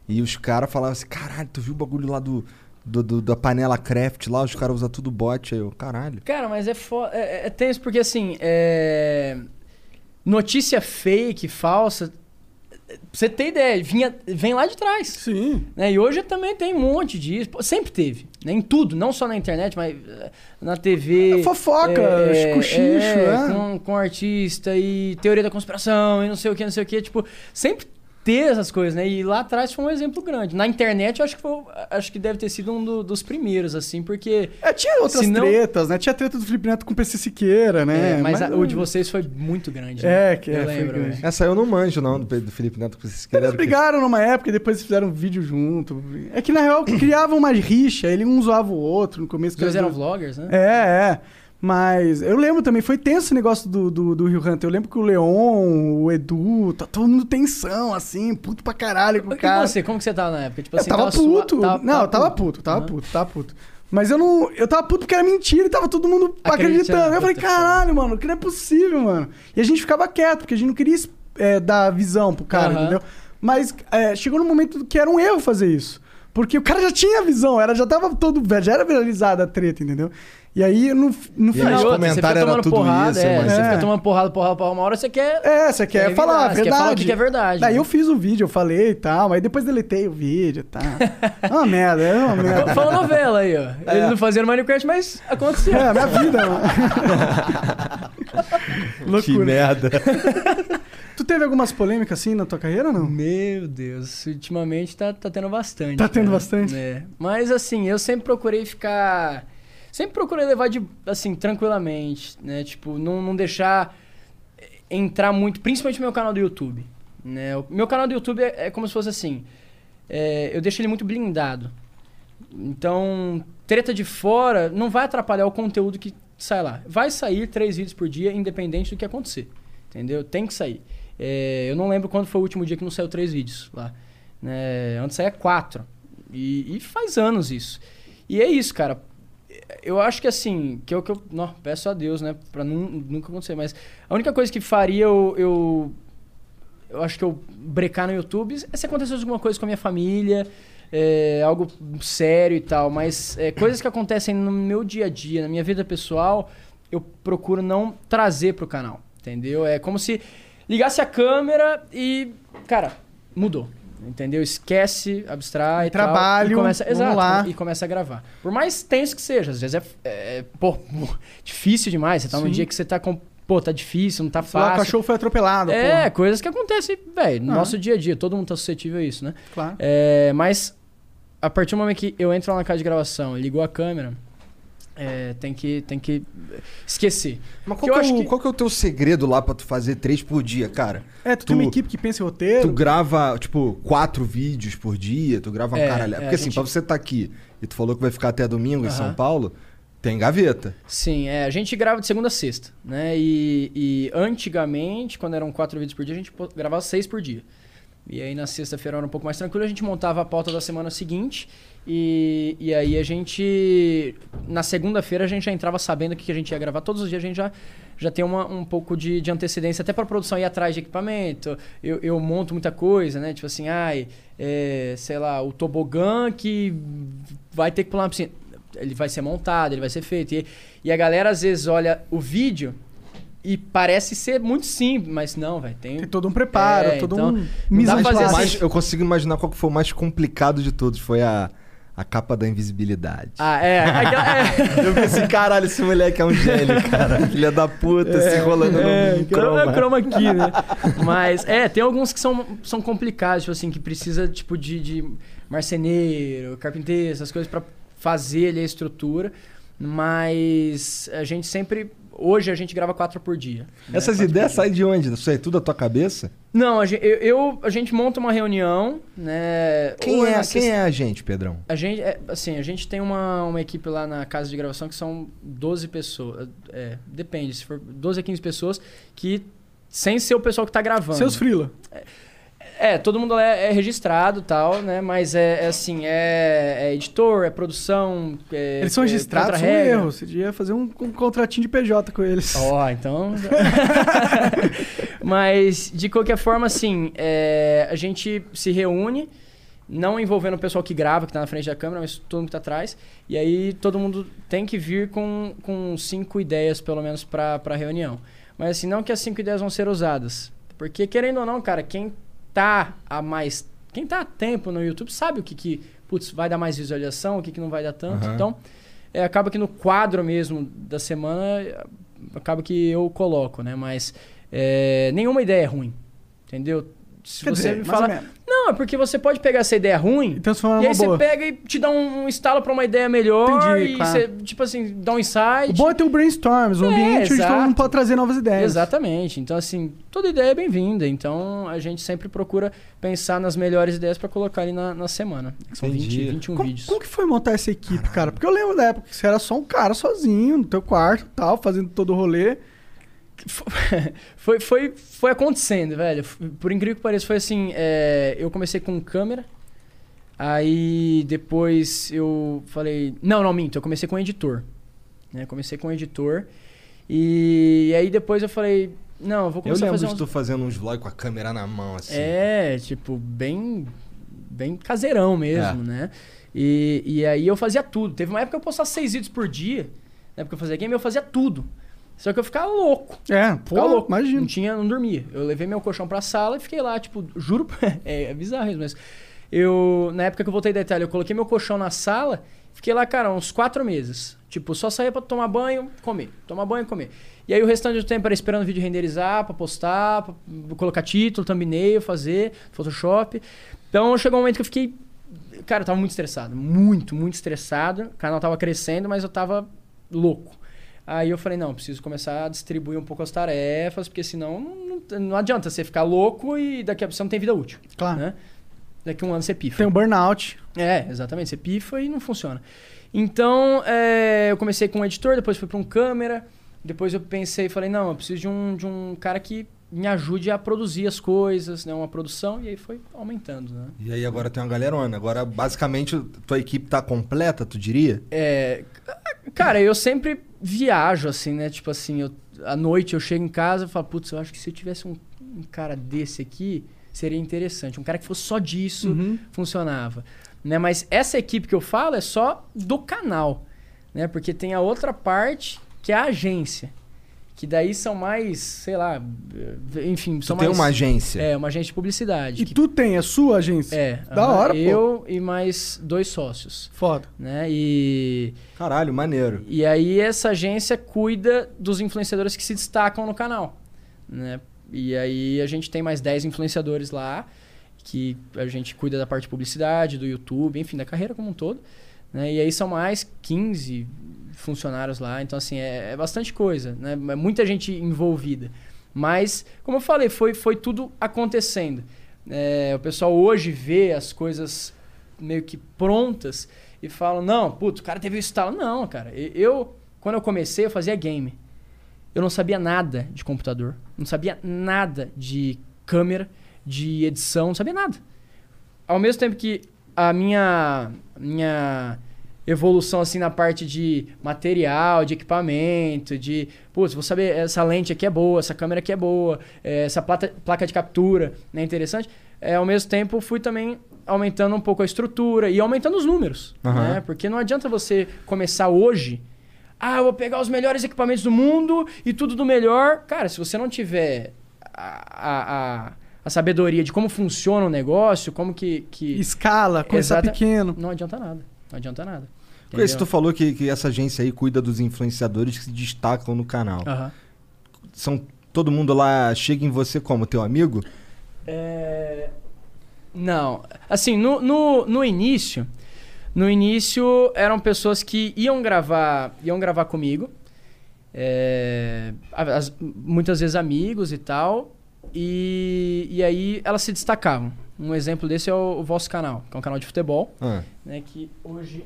A: E os caras falavam assim: caralho, tu viu o bagulho lá do, do- do- da panela craft lá? Os caras usam tudo bot. Aí eu, caralho.
C: Cara, mas é, fo... é, é- é tenso porque assim, é... notícia fake, falsa, pra você ter ideia, vinha... vem lá de trás.
B: Sim.
C: né? E hoje também tem um monte disso. Pô, sempre teve. Né? Em tudo, não só na internet, mas eh, na TV.
B: É fofoca, cochicho, é.
C: Com, com artista e teoria da conspiração e não sei o que, não sei o que. Tipo, sempre ter essas coisas, né? E lá atrás foi um exemplo grande. Na internet, eu acho que, foi- acho que deve ter sido um do- dos primeiros, assim, porque.
B: É, tinha outras
C: Se não-
B: tretas, né? Tinha a treta do Felipe Neto com o PC Siqueira, né?
C: É, mas a- o de vocês foi muito grande. né?
B: É, que é,
C: eu
B: foi
C: lembro.
B: grande.
C: velho.
A: Essa eu não manjo, não, do Pedro- do Felipe Neto. que vocês
B: Eles
A: querem.
B: brigaram numa época e depois eles fizeram um vídeo junto. É que na real criavam uma rixa, ele um zoava o outro no começo.
C: Os dois
B: que
C: eram
B: do-
C: vloggers, né?
B: É, é. Mas eu lembro também, foi tenso esse negócio do, do, do Rio Hunter. Eu lembro que o Leon, o Edu, tá todo mundo tensão, assim, puto pra caralho com o
C: E
B: cara.
C: você, como que você tava na época? Tipo,
B: eu
C: assim,
B: tava
C: sua- Uhum.
B: puto. não, eu tava puto, tava
C: Aham.
B: puto, tava puto. Mas eu não. Eu tava puto porque era mentira e tava todo mundo
C: Acreditando,
B: acreditando. Eu
C: puta
B: falei,
C: que pariu.
B: caralho, mano, que não é possível, mano. E a gente ficava quieto, porque a gente não queria é, dar visão pro cara,
C: Aham.
B: entendeu? Mas é, chegou no momento que era um erro fazer isso. Porque o cara já tinha visão, era, já tava todo. Já era viralizada a treta, entendeu? E aí, no, no
A: E aí,
B: final.
A: os
C: outra,
A: comentários era
C: tomando
A: tudo isso,
C: é,
A: mano.
C: Você fica
B: É.
C: tomando porrada, porrada, porrada. Uma hora você quer.
B: É, você quer
C: quer
B: falar, a
C: virar, você
B: verdade.
C: quer falar o que que é verdade,
B: Daí
C: né?
B: eu fiz um vídeo, eu falei e tal, mas depois deletei o vídeo e tal. É uma merda, é uma merda.
C: Foi uma novela aí, ó. Eles não faziam Minecraft, mas aconteceu.
B: É, minha vida, mano.
A: Que merda.
B: Tu teve algumas polêmicas assim na tua carreira ou não?
C: Meu Deus, ultimamente tá, tá tendo bastante.
B: Tá tendo bastante?
C: É. Mas assim, eu sempre procurei ficar. Sempre procurei levar de, assim, tranquilamente, né? Tipo, não, não deixar entrar muito, principalmente no meu canal do YouTube. Né? O meu canal do YouTube é, é como se fosse assim. é, eu deixo ele muito blindado. Então, treta de fora não vai atrapalhar o conteúdo que sai lá. Vai sair três vídeos por dia, independente do que acontecer. Entendeu? Tem que sair. É, eu não lembro quando foi o último dia que não saiu três vídeos lá. Né? Antes saía quatro. E, e faz anos isso. E é isso, cara. Eu acho que assim, que é o que eu nó, peço a Deus, né? Pra nun- nunca acontecer. Mas a única coisa que faria eu, eu eu acho que eu brecar no YouTube é se acontecesse alguma coisa com a minha família, é, algo sério e tal, mas é, coisas que acontecem no meu dia a dia, na minha vida pessoal, eu procuro não trazer pro canal, entendeu? É como se ligasse a câmera e, cara, mudou. Entendeu? Esquece, abstrai, e tal,
B: Trabalho,
C: e começa,
B: vamos
C: exato,
B: lá.
C: e começa a gravar. Por mais tenso que seja, às vezes é, é, pô, difícil demais. Você tá num dia que você tá com, pô, tá difícil, não tá
B: Sei lá, o
C: fácil.
B: cachorro foi atropelado,
C: É,
B: porra.
C: coisas que acontecem, velho, no
B: Ah.
C: nosso dia a dia. Todo mundo tá suscetível a isso, né?
B: Claro.
C: É, mas, a partir do momento que eu entro lá na casa de gravação e ligou a câmera, é, tem, que, tem que esquecer.
A: Mas
C: Que eu
A: qual, que é,
C: acho
A: o,
C: que-
A: qual que é o teu segredo lá pra tu fazer três por dia, cara?
B: É, tu, tem uma
A: Tu-
B: equipe que pensa em
A: Tu
B: roteiro.
A: grava, tipo, quatro vídeos por dia, tu grava um
C: É,
A: caralho.
C: é,
A: Porque
C: a
A: assim,
C: gente-
A: pra você tá aqui e tu falou que vai ficar até domingo em São
C: Aham.
A: Paulo, tem gaveta.
C: Sim, é, a gente grava de segunda a sexta, né? E, e antigamente, quando eram quatro vídeos por dia, a gente po- gravava seis por dia. E aí na sexta-feira era um pouco mais tranquilo, a gente montava a pauta da semana seguinte. E, e aí a gente. Na segunda-feira a gente já entrava sabendo o que que a gente ia gravar. Todos os dias a gente já, já tem uma, um pouco de, de antecedência, até pra produção ir atrás de equipamento. Eu, eu monto muita coisa, né? Tipo assim, ai, é, sei lá, o tobogã que vai ter que pular na piscina. Ele vai ser montado, ele vai ser feito. E, e a galera às vezes olha o vídeo e parece ser muito simples, mas não, velho. Tem,
B: Tem todo um preparo,
C: É,
B: todo
C: então,
B: um
C: não
B: mise
C: dá
B: en
C: pra fazer
B: place.
C: assim.
A: Mas eu consigo imaginar qual que foi o mais complicado de todos. Foi a, a capa da invisibilidade.
C: Ah, é. Aquela, é.
A: Eu pensei, caralho, esse moleque é um gênio, cara. Filha da puta, se rolando
C: É,
A: no croma.
C: croma. croma aqui, né? Mas, é, tem alguns que são, são complicados, tipo assim, que precisa, tipo, de, de marceneiro, carpinteiro, essas coisas pra fazer ali a estrutura. Mas a gente sempre... Hoje a gente grava quatro por dia. né?
A: Essas
C: Quatro
A: ideias
C: por dia.
A: saem de onde? Não sei, tudo da tua cabeça?
C: Não, a gente, eu, eu- a gente monta uma reunião, né?
A: Quem
C: ou
A: é,
C: na
A: quem é a gente, Pedrão?
C: A gente, é, assim, a gente tem uma, uma equipe lá na casa de gravação que são 12 pessoas. É, depende, se for 12 a 15 pessoas que, sem ser o pessoal que tá gravando.
B: Seus frila.
C: É, todo mundo lá é, é registrado e tal, né? Mas é, é assim, é, é editor, é produção. é-
B: Eles são
C: é
B: registrados, são um
C: contra-regra.
B: erro. Você devia fazer um, um contratinho de PJ com eles.
C: Ó, então. Mas, de qualquer forma, assim, é, a gente se reúne, não envolvendo o pessoal que grava, que tá na frente da câmera, mas todo mundo que tá atrás. E aí todo mundo tem que vir com, com cinco ideias, pelo menos, pra, pra reunião. Mas, assim, não que as cinco ideias vão ser usadas. Porque, querendo ou não, cara, quem tá a mais. Quem tá a tempo no YouTube sabe o que, que putz, vai dar mais visualização, o que, que não vai dar tanto.
A: Aham.
C: Então, é, acaba que no quadro mesmo da semana, acaba que eu coloco, né? Mas é, nenhuma ideia é ruim, entendeu? Se
B: Quer
C: você
B: dizer,
C: me
B: mais ou
C: fala.
B: menos.
C: Não, é porque você pode pegar essa ideia ruim.
B: Então se for
C: e
B: uma
C: aí
B: boa.
C: você pega e te dá um, um instalo pra uma ideia melhor.
B: Entendi,
C: e
B: claro.
C: você, tipo assim, dá um insight.
B: O bom é ter o brainstorms, um
C: É,
B: ambiente onde todo
C: exato.
B: mundo pode trazer novas ideias.
C: Exatamente. Então, assim, toda ideia é bem-vinda. Então, a gente sempre procura pensar nas melhores ideias pra colocar ali na, na semana. São 20,
A: Entendi.
C: 21
B: Como,
C: vídeos.
B: como que foi montar essa equipe, cara? Porque eu lembro da época que você era só um cara sozinho no teu quarto e tal, fazendo todo o rolê.
C: foi, foi, foi acontecendo, velho. F- Por incrível que pareça, foi assim: é, eu comecei com câmera, aí depois eu falei. Não, não, minto, eu comecei com editor. Né? Comecei com editor. E aí depois eu falei: Não, eu vou
A: Eu
C: começar a
A: lembro
C: fazer
A: de
C: uns-
A: tu fazendo uns vlogs com a câmera na mão, assim.
C: é, tipo, bem bem caseirão mesmo,
A: É.
C: né? E, e aí eu fazia tudo. Teve uma época que eu postava seis vídeos por dia, na época que eu fazia game, eu fazia tudo. Só que eu ficava louco.
B: É,
C: Ficava
B: pô,
C: louco.
B: imagina.
C: Não tinha, não dormia. Eu levei meu colchão pra sala e fiquei lá, tipo, juro, é, é bizarro isso, mas eu, na época que eu voltei da Itália, eu coloquei meu colchão na sala, fiquei lá, cara, uns quatro meses. Tipo, só saía pra tomar banho, comer. Tomar banho, comer. E aí o restante do tempo era esperando o vídeo renderizar, pra postar, pra colocar título, thumbnail, fazer, Photoshop. Então chegou um momento que eu fiquei. Cara, eu tava muito estressado. Muito, muito estressado. O canal tava crescendo, mas eu tava louco. Aí eu falei, não, preciso começar a distribuir um pouco as tarefas, porque senão não, não- não adianta você ficar louco e daqui a você não tem vida útil.
B: Claro.
C: Né? Daqui a um ano você pifa.
B: Ah. É. Tem um burnout.
C: É, exatamente. Você pifa e não funciona. Então, é, eu comecei com um editor, depois fui para um câmera, depois eu pensei e falei, não, eu preciso de um, de um cara que me ajude a produzir as coisas, né? Uma produção, e aí foi aumentando, né?
A: E aí agora tem uma galerona. Agora, basicamente, tua equipe tá completa, tu diria?
C: É, c- cara, eu sempre viajo, assim, né? Tipo assim, eu, à noite eu chego em casa e falo, putz, eu acho que se eu tivesse um, um cara desse aqui, seria interessante. Um cara que fosse só disso, funcionava. Né? Mas essa equipe que eu falo é só do canal, né? Porque tem a outra parte que é a agência. Que daí são mais, sei lá, eh, enfim,
A: Tu
C: são
A: tem
C: mais.
A: uma agência.
C: É, uma agência de publicidade.
B: E
C: que-
B: tu tem a sua agência?
C: É,
B: Da
C: aham,
B: hora, pô.
C: Eu e mais dois sócios,
B: Foda.
C: né? E.
A: Caralho, maneiro.
C: E aí essa agência cuida dos influenciadores que se destacam no canal, né? E aí a gente tem mais 10 influenciadores lá que a gente cuida da parte de publicidade, do YouTube, enfim, da carreira como um todo, né? E aí são mais 15 funcionários lá, então assim, é, é bastante coisa, né? É muita gente envolvida. Mas, como eu falei, foi, foi tudo acontecendo. É, o pessoal hoje vê as coisas meio que prontas e falam, não, putz, o cara teve o estalo. Não, cara, e- eu, quando eu comecei, eu fazia game. Eu não sabia nada de computador, não sabia nada de câmera, de edição, não sabia nada. Ao mesmo tempo que a minha, minha evolução, assim, na parte de material, de equipamento, de... Putz, vou saber, essa lente aqui é boa, essa câmera aqui é boa, eh, essa plata, placa de captura né, interessante. Eh, ao mesmo tempo, fui também aumentando um pouco a estrutura e aumentando os números, né? Porque não adianta você começar hoje... Ah, eu vou pegar os melhores equipamentos do mundo e tudo do melhor. Cara, se você não tiver a, a, a, a sabedoria de como funciona o negócio, como que. que...
B: Escala, começar
C: Exata-
B: pequeno.
C: Não adianta nada. Não adianta nada.
A: Porque se tu
C: Entendeu?
A: falou que, que essa agência aí cuida dos influenciadores que se destacam no canal.
C: Aham.
A: São todo mundo lá chega em você como teu amigo?
C: É, Não. Assim, no, no, no início. No início eram pessoas que iam gravar, iam gravar comigo. É, as- muitas vezes amigos e tal. E, e aí elas se destacavam. Um exemplo desse é o, o vosso canal, que é um canal de futebol,
A: Ah,
C: né? Que hoje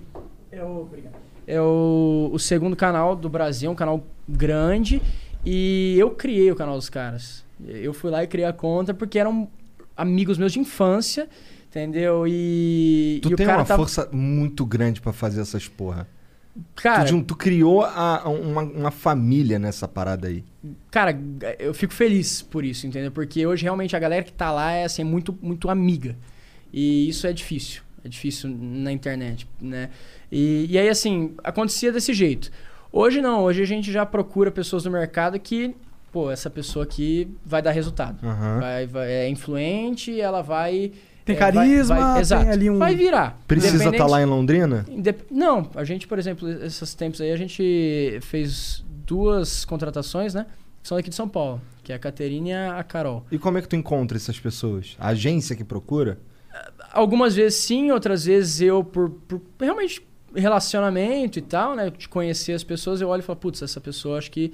C: é o. Obrigado. É o, o segundo canal do Brasil, um canal grande. E eu criei o canal dos caras. Eu fui lá e criei a conta porque eram amigos meus de infância, entendeu? E.
A: tu
C: e
A: tem
C: o cara tá
A: uma
C: tava-
A: força muito grande pra fazer essas porra.
C: Cara,
A: tu, jun- tu criou a- uma, uma família nessa parada aí.
C: cara, eu fico feliz por isso, entendeu? Porque hoje realmente a galera que tá lá é assim, muito, muito amiga. E isso é difícil. É difícil na internet, né? E, e aí, assim, acontecia desse jeito. Hoje não, hoje a gente já procura pessoas do mercado que, pô, essa pessoa aqui vai dar resultado.
A: Aham.
C: Vai, vai- é influente, ela vai.
B: Tem
C: é,
B: carisma, tem
C: exato,
B: ali um- tá
C: Vai virar.
A: Precisa estar
C: Independente-
A: lá em Londrina?
C: Indep- Não, a gente, por exemplo, esses tempos aí, a gente fez duas contratações, né? Que são daqui de São Paulo, que é a Caterina e a a Carol.
A: E como é que tu encontra essas pessoas? A agência que procura?
C: Algumas vezes sim, outras vezes eu, por, por realmente relacionamento e tal, né? De conhecer as pessoas, eu olho e falo, putz, essa pessoa acho que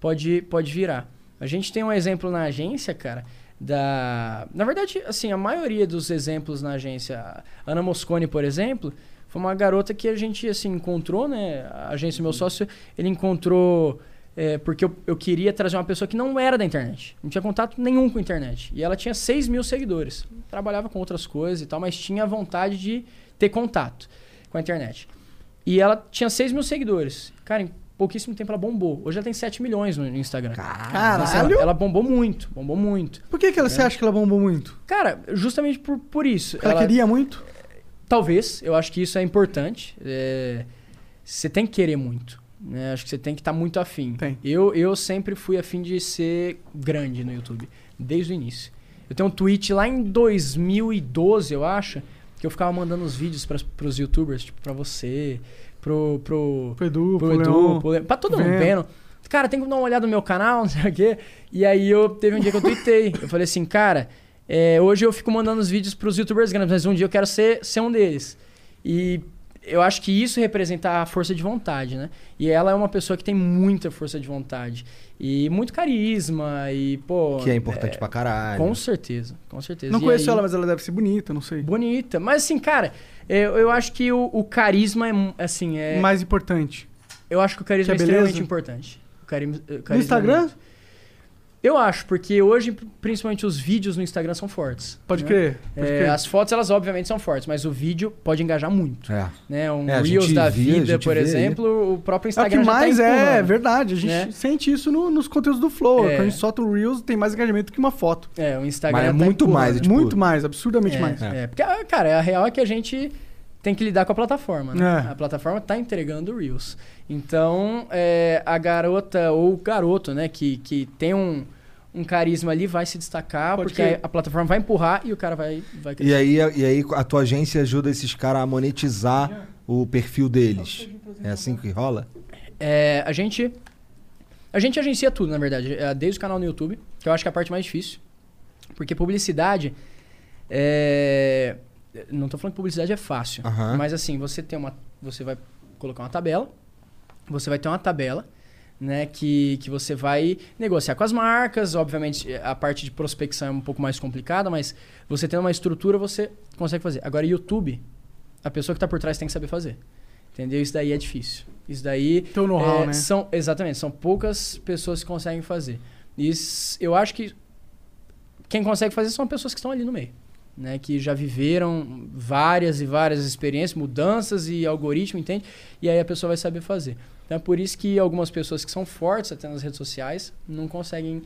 C: pode, pode virar. A gente tem um exemplo na agência, cara, da... Na verdade, assim, a maioria dos exemplos na agência, a Ana Moscone, por exemplo, foi uma garota que a gente, assim, encontrou, né? A agência, meu sócio, ele encontrou... é, porque eu, eu queria trazer uma pessoa que não era da internet. Não tinha contato nenhum com a internet. E ela tinha 6 mil seguidores. Trabalhava com outras coisas e tal, mas tinha vontade de ter contato com a internet. E ela tinha 6 mil seguidores. Cara, em pouquíssimo tempo ela bombou. Hoje ela tem 7 milhões no no Instagram. Assim,
B: Caralho!
C: ela, ela bombou muito, bombou muito.
B: Por que, que
C: É.
B: ela, você acha que ela bombou muito?
C: Cara, justamente por, por isso.
B: Ela, queria muito?
C: Talvez, eu acho que isso é importante. É, Você tem que querer muito. Né? Acho que você tem que estar muito afim.
B: Tem.
C: Eu, eu sempre fui afim de ser grande no YouTube, desde o início. Eu tenho um tweet lá em 2012, eu acho, que eu ficava mandando os vídeos para os youtubers, tipo, pra você, pro, pro,
B: Pro Edu,
C: pro
B: pro
C: Edu,
B: Leon.
C: pro Le- pra todo mundo
B: Vendo.
C: vendo. Cara, tem que dar uma olhada no meu canal, não sei o quê. E aí eu teve um dia que eu tuitei. Eu falei assim, cara, é, hoje eu fico mandando os vídeos pros youtubers grandes, mas um dia eu quero ser, ser um deles. E eu acho que isso representa a força de vontade, né? E ela é uma pessoa que tem muita força de vontade. E muito carisma, e, pô.
A: Que é importante né? pra caralho.
C: Com certeza, com certeza.
B: Não
C: E
B: conheço
C: aí-
B: ela, mas ela deve ser bonita, não sei.
C: Bonita. Mas assim, cara, eu, eu acho que o, o carisma é. mu- Assim, é.
B: Mais importante.
C: Eu acho que o carisma
B: Que
C: é
B: é beleza?
C: extremamente importante. O carim- o carisma
B: No Instagram?
C: é muito- Eu acho, porque hoje, principalmente, os vídeos no Instagram são fortes.
B: Pode
C: né?
B: crer. Pode
C: É,
B: crer.
C: as fotos, elas obviamente são fortes, mas o vídeo pode engajar muito.
A: É.
C: Né? Um
A: É, a
C: Reels
A: gente
C: da
A: vê, a
C: vida,
A: gente
C: por
A: vê aí.
C: exemplo, o próprio
B: É o que
C: Instagram já tá
B: mais é, é
C: empurrando.
B: verdade. A gente
C: né?
B: sente isso no- nos conteúdos do Flow.
C: É.
B: Quando a gente solta o Reels, tem mais engajamento que uma foto. né?
C: É, o Instagram
A: Mas é
C: tá
A: muito
C: empurrando.
A: mais, é tipo-
B: Muito mais, absurdamente
C: é,
B: mais.
C: É. porque, ah, cara, a real é que a gente tem que lidar com a plataforma, né?
B: É.
C: A plataforma tá entregando o Reels. Então, é, a garota ou o garoto, né, que, que tem um, um carisma ali vai se destacar,
B: Pode
C: porque
B: crer.
C: a, a plataforma vai empurrar e o cara vai, vai
A: E
C: crescer.
A: aí, e aí a tua agência ajuda esses caras a monetizar o perfil deles. É assim que rola?
C: É, a gente. A gente agencia tudo, na verdade. É, Desde o canal no YouTube, que eu acho que é a parte mais difícil. Porque publicidade. é, Não tô falando que publicidade é fácil.
A: Aham.
C: Mas assim, você tem uma. Você vai colocar uma tabela. Você vai ter uma tabela, né? Que, que você vai negociar com as marcas. Obviamente, a parte de prospecção é um pouco mais complicada, mas você tendo uma estrutura, você consegue fazer. Agora, YouTube, a pessoa que tá por trás tem que saber fazer. Entendeu? Isso daí é difícil. Isso daí.
B: Tem o know-how,
C: é,
B: né?
C: São, exatamente, são poucas pessoas que conseguem fazer. E s- eu acho que quem consegue fazer são pessoas que estão ali no meio. Né, que já viveram várias e várias experiências, mudanças e algoritmo, entende? E aí a pessoa vai saber fazer. Então é por isso que algumas pessoas que são fortes até nas redes sociais não conseguem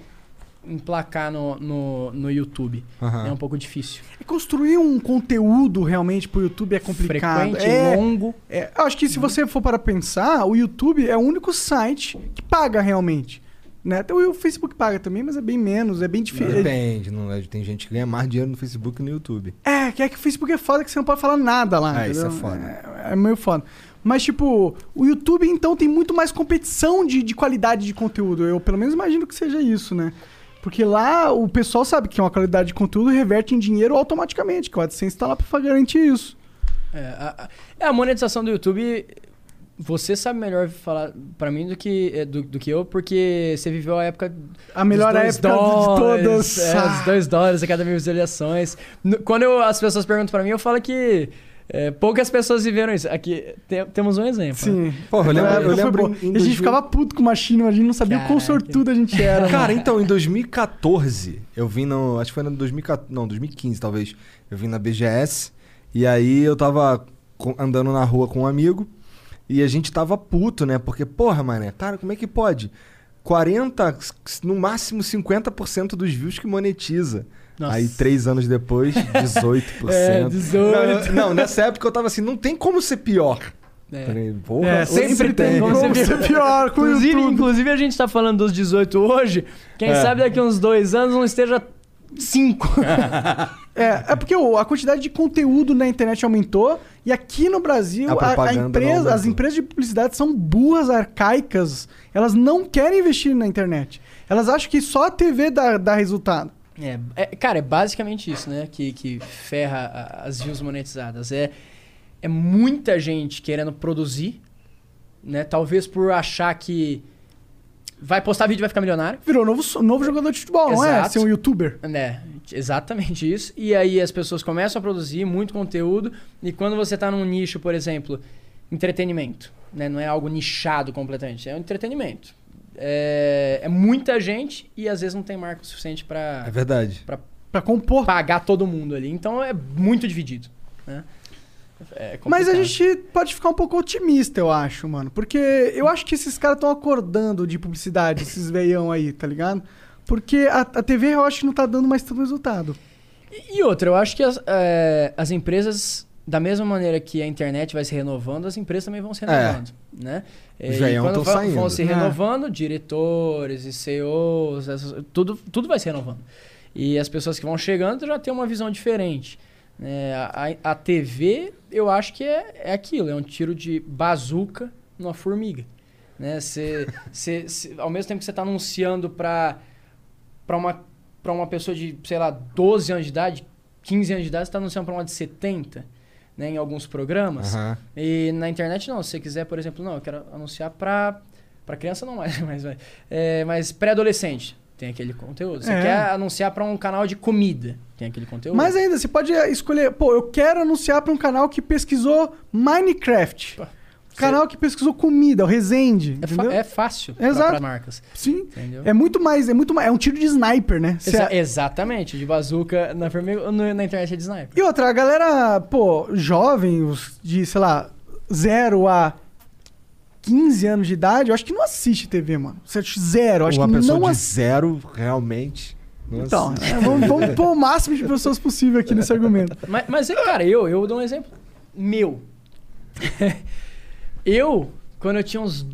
C: emplacar no, no, no YouTube.
A: Aham.
C: É um pouco difícil.
B: E Construir um conteúdo realmente pro YouTube é complicado.
C: Frequente, né?
B: é,
C: longo.
B: É, eu acho que se você for para pensar, o YouTube é o único site que paga realmente. Né? Até O Facebook paga também, mas é bem menos, é bem diferente.
A: Depende, não é? tem gente que ganha mais dinheiro no Facebook que no YouTube.
B: É, que é que o Facebook é foda que você não pode falar nada lá.
A: É, isso
B: entendeu?
A: é foda.
B: É, é meio foda. Mas, tipo, o YouTube, então, tem muito mais competição de, de qualidade de conteúdo. Eu, pelo menos, imagino que seja isso, né? Porque lá o pessoal sabe que uma qualidade de conteúdo reverte em dinheiro automaticamente, que o AdSense tá lá pra garantir isso.
C: É, a, a- é, a monetização do YouTube, você sabe melhor falar pra mim do que, é, do, do que eu, porque você viveu a época.
B: A melhor
C: dos dois
B: época de todas.
C: É,
B: Ah.
C: os dois dólares a cada mil visualizações. No- Quando eu- as pessoas perguntam pra mim, eu falo que. é, poucas pessoas viveram isso. Aqui te- temos um exemplo. né?
B: Sim.
A: Porra, eu lembro-
B: Ela-
A: eu
B: ela Então, é, foi
A: lembro
B: boa.
A: em- em
B: E a
A: 2000
B: gente ficava puto com o Machino, a gente não sabia o quão
C: Caraca.
B: sortudo a gente era. né?
A: Cara, então, em 2014, eu vim no. Acho que foi no 2014. Não, 2015, talvez. Eu vim na BGS. E aí eu tava co- andando na rua com um amigo. E a gente tava puto, né? Porque, porra, mané, cara, como é que pode? 40, no máximo 50% dos views que monetiza.
C: Nossa.
A: Aí, três anos depois, 18%.
C: É, 18.
A: Não, não, nessa época eu tava assim, não tem como ser pior.
C: É.
A: Falei, Porra,
C: É, sempre tem.
B: como
C: Você
A: é
B: ser
C: viu?
B: pior com o
C: Inclusive,
B: YouTube.
C: inclusive, a gente tá falando dos 18 hoje. Quem
A: É.
C: sabe daqui uns dois anos não esteja 5.
B: É, é porque o- a quantidade de conteúdo na internet aumentou e aqui no Brasil
A: A
B: a- a
A: propaganda não
B: empresa-
A: aumentou.
B: as empresas de publicidade são burras, arcaicas. Elas não querem investir na internet. Elas acham que só a TV dá, dá resultado.
C: É, é, cara, é basicamente isso, né? Que, que ferra a- as views monetizadas. É, é muita gente querendo produzir, né? Talvez por achar que vai postar vídeo e vai ficar milionário.
B: Virou novo, so- novo jogador de futebol, não é?
C: Exato.
B: Ser um youtuber.
C: Né, exatamente isso. E aí as pessoas começam a produzir muito conteúdo. E quando você tá num nicho, por exemplo, entretenimento, né? Não é algo nichado completamente, é um entretenimento. É, é muita gente e às vezes não tem marca o suficiente pra
A: É verdade.
B: Pra compor.
C: pagar todo mundo ali. Então é muito dividido. né? É
B: Mas a
C: complicado.
B: gente pode ficar um pouco otimista, eu acho, mano. Porque eu acho que esses caras estão acordando de publicidade, esses veião aí, tá ligado? Porque a, a TV eu acho que não tá dando mais tanto resultado.
C: E- E outra, eu acho que as, é, as empresas, da mesma maneira que a internet vai se renovando, as empresas também vão se renovando. Né?
A: Os
C: e
A: veião
C: quando
A: tão
C: vão-
A: saindo.
C: Vão se
B: É.
C: renovando, diretores e CEOs, essas- tudo, tudo vai se renovando. E as pessoas que vão chegando já têm uma visão diferente. né? A, a- a TV, eu acho que é, é aquilo, é um tiro de bazuca numa formiga. Né? Cê, cê- cê- ao mesmo tempo que você está anunciando para uma, pra uma pessoa de, sei lá, 12 anos de idade, 15 anos de idade, você está anunciando para uma de 70, né, em alguns programas.
A: Aham.
C: E na internet não, se você quiser, por exemplo, não, eu quero anunciar pra. Pra criança não mais, mas, vai. É, mas pré-adolescente tem aquele conteúdo. Você
B: É.
C: quer anunciar pra um canal de comida, tem aquele conteúdo.
B: Mas é, ainda, você pode escolher, pô, eu quero anunciar pra um canal que pesquisou Minecraft. Um
C: Pô,
B: Canal que pesquisou comida, o Resende.
C: é, fa-
B: entendeu?
C: é fácil
B: Exato.
C: para marcas.
B: Sim.
C: Entendeu?
B: É muito mais, é muito mais. É um tiro de sniper, né? Você-
C: Exa- Exatamente, de bazuca na, formiga- no- na internet é de sniper.
B: E outra, a galera, pô, jovem, os de, sei lá, 0 a 15 anos de idade, eu acho que não assiste TV, mano. Você acha Zero, eu acho
A: Uma
B: que
A: pessoa
B: não
A: de
B: assiste.
A: zero, realmente. não
B: Então,
A: assiste.
B: é, vamos, vamos pôr o máximo de pessoas possível aqui nesse argumento.
C: Mas, mas, cara, eu, eu dou um exemplo meu. eu, quando eu tinha uns,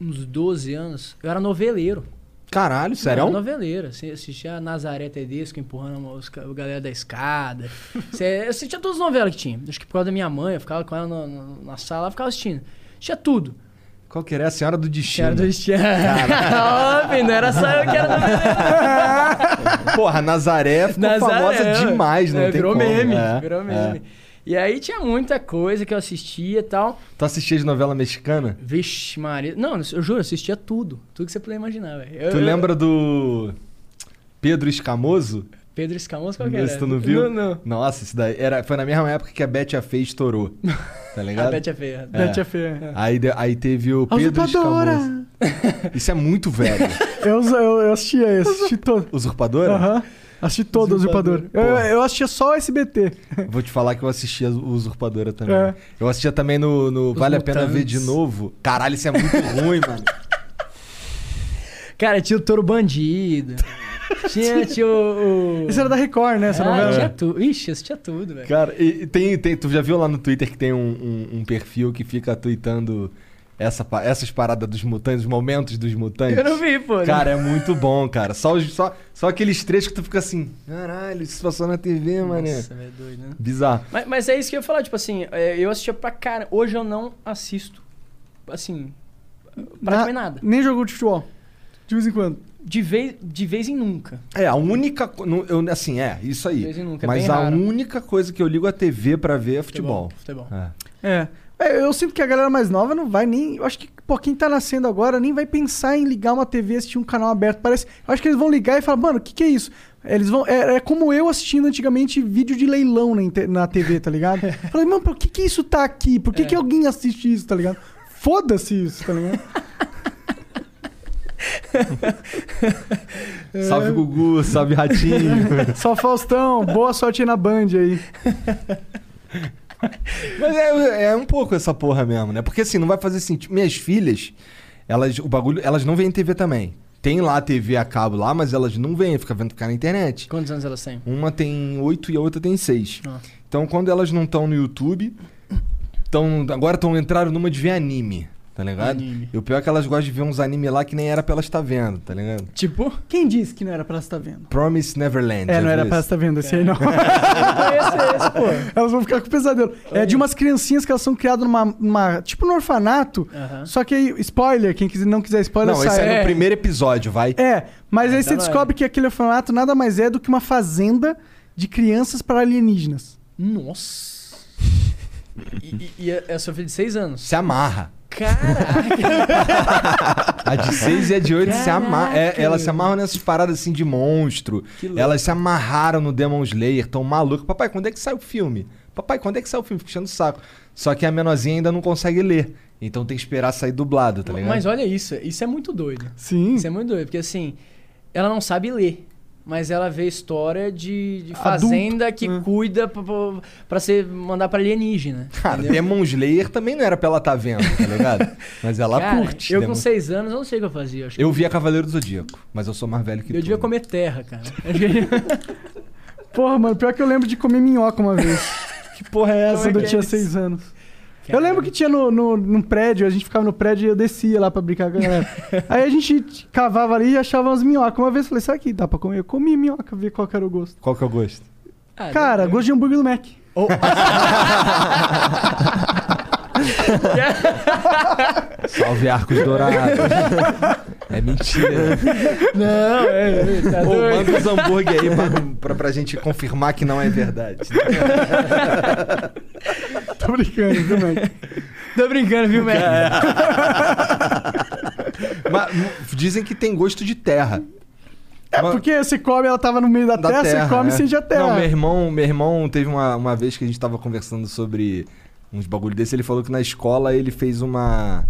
C: uns 12 anos, eu era noveleiro.
A: Caralho, sério?
C: Não, noveleira. Assim, eu assistia Nazaré Tedesco empurrando a mosca- a galera da escada. Cê- eu assistia todas as novelas que tinha. Acho que por causa da minha mãe, eu ficava com ela no- no- na sala, eu ficava assistindo. Tinha tudo.
A: Qual que era? A Senhora do Destino.
C: Era do Cristiano. Óbvio, não era só eu que era noveleiro.
A: Porra, Nazaré ficou famosa demais, não
C: né?
A: tem
C: Virou
A: como.
C: meme.
A: É,
C: Virou
A: é.
C: meme. E aí tinha muita coisa que eu assistia e tal.
A: Tu assistia de novela mexicana?
C: Vixe, Maria. Não, eu juro, eu assistia tudo. Tudo que você puder imaginar, velho. Eu-
A: Tu
C: eu-
A: lembra do Pedro Escamoso?
C: Pedro Escamoso, qual que era?
A: Esse tu não viu?
C: Não, não.
A: Nossa, isso daí era, foi na mesma época que a Bete a Feia estourou. Tá
C: A
A: ligado?
C: Bete é feia.
B: É. Tia Fê.
A: aí, de- aí teve o
B: A
A: Pedro Escamoso.
B: usurpadora!
A: Isso é muito velho.
B: Eu, eu, eu assistia esse, assisti todo.
A: Usurpadora?
B: Aham. Assisti todo o Usurpador. Eu,
A: Porra.
B: eu assistia só o SBT.
A: Vou te falar que eu assisti a Usurpadora também.
B: É.
A: Eu assistia também no, no Vale a Pena Ver de
C: Mutantes.
A: Novo. Caralho, isso é muito ruim, mano.
C: Cara, tinha o Touro Bandido. tinha, tinha o. o-
B: Isso era da Record, né? Essa
C: ah,
B: novela.
C: tinha tudo. Ixi, assistia tudo, velho.
A: Cara, e, e tem, tem- tu já viu lá no Twitter que tem um, um- um perfil que fica tweetando essa, pa- essas paradas dos mutantes, os momentos dos mutantes?
C: Eu não vi, pô. né?
A: Cara, é muito bom, cara. Só, os- só, só aqueles trechos que tu fica assim, caralho, isso passou na TV, mané.
C: Nossa, velho, doido, né?
A: Bizarro.
C: Mas, mas é isso que eu ia falar, tipo assim, é, eu assistia pra cara. Hoje eu não assisto, assim, praticamente nada.
B: Nem jogou de futebol. De vez em quando.
C: De vez, de vez em nunca.
A: É, a única. co- não, eu- assim, é, isso aí.
C: De vez em nunca, é
A: Mas
C: bem
A: a
C: raro.
A: única coisa que eu ligo a TV pra ver é futebol.
C: Futebol.
A: É.
B: É. É, Eu sinto que a galera mais nova não vai nem. Eu acho que, pô, quem tá nascendo agora nem vai pensar em ligar uma TV e assistir um canal aberto. Parece. Eu acho que eles vão ligar e falar, mano, o que, que é isso? Eles vão. É, é como eu assistindo antigamente vídeo de leilão na, inte- na TV, tá ligado? Falei, mano, por que, que isso tá aqui? Por que, que alguém assiste isso, tá ligado? Foda-se isso, tá ligado?
A: Salve Gugu, salve Ratinho.
B: Só Faustão, boa sorte aí na Band aí.
A: Mas é, é um pouco essa porra mesmo, né? Porque assim, não vai fazer sentido. Minhas filhas, elas, o bagulho, elas não veem TV também. Tem lá a TV a cabo lá, mas elas não veem, fica vendo ficar na internet.
C: Quantos anos elas têm?
A: Uma tem oito e a outra tem seis.
C: Ah.
A: Então quando elas não estão no YouTube, tão, agora estão entraram numa de ver anime, tá ligado?
C: Anime.
A: E o pior é que elas gostam de ver uns anime lá que nem era pra elas estar vendo, tá ligado?
C: Tipo,
B: Quem disse que não era pra estar vendo?
A: Promise Neverland.
B: É,
A: já
B: não
A: viu
B: era pra
A: isso?
B: estar vendo esse aí, não.
C: É. esse, esse, pô.
B: Elas vão ficar com pesadelo. É de umas criancinhas que elas são criadas numa. numa- tipo num orfanato.
C: Aham.
B: Só que aí, spoiler, quem quiser, não quiser spoiler,
A: Não, esse
B: sai.
A: é,
C: É.
A: no primeiro episódio, vai.
B: É, mas aí
C: então
B: você
C: não é.
B: descobre que aquele orfanato nada mais é do que uma fazenda de crianças para alienígenas.
C: Nossa. E, e- e a, a sua filha de 6 anos.
A: Se amarra.
C: Caraca.
A: A de 6 e a de 8 se amarram.
C: Caraca.
A: elas se amarram nessas paradas assim de monstro.
C: Que louco.
A: Elas se amarraram no Demon Slayer, tão maluco. Papai, quando é que sai o filme? Papai, quando é que sai o filme? Fica enchendo o saco. Só que a menorzinha ainda não consegue ler. Então tem que esperar sair dublado, tá ligado?
C: Mas olha isso, isso é muito doido.
B: Sim.
C: Isso é muito doido, porque assim, ela não sabe ler. Mas ela vê história de, de fazenda que
A: Hum.
C: cuida pra- pra- pra ser mandar pra alienígena.
A: Cara,
C: entendeu?
A: Demon Slayer também não era pra ela tá vendo, tá ligado? Mas ela
C: Cara,
A: curte.
C: Eu
A: Demon-
C: com seis anos, eu não sei o que eu fazia. Acho que
A: eu via Cavaleiro do Zodíaco, mas eu sou mais velho que
C: eu
A: tu.
C: devia comer terra, cara. Acho que-
B: Porra, mano, pior que eu lembro de comer minhoca uma vez.
A: Que porra é essa?
B: quando eu
C: que é
B: tinha
C: isso?
B: seis anos. Eu lembro que tinha no, no, num prédio, a gente ficava no prédio e eu descia lá pra brincar com a galera. Aí a gente cavava ali e achava umas minhocas. Uma vez eu falei, será que dá pra comer? Eu comi minhoca, ver qual que era o gosto.
A: Qual que eu gosto?
C: Ah,
B: Cara,
C: deve-
B: gosto de hambúrguer do Mac.
A: Salve Arcos Dourados. é mentira.
C: Não, é, é, tá
A: Ô,
C: doido.
A: manda os hambúrguer aí pra, pra, pra gente confirmar que não é verdade.
B: Tô brincando, do Mac.
C: Tô brincando, viu, Mac?
A: Mas m- dizem que tem gosto de terra.
B: É porque você come, ela tava no meio da, terra, você come e
A: é.
B: sente a terra.
A: Não, meu irmão, meu irmão teve uma, uma vez que a gente tava conversando sobre uns bagulho desse, ele falou que na escola ele fez uma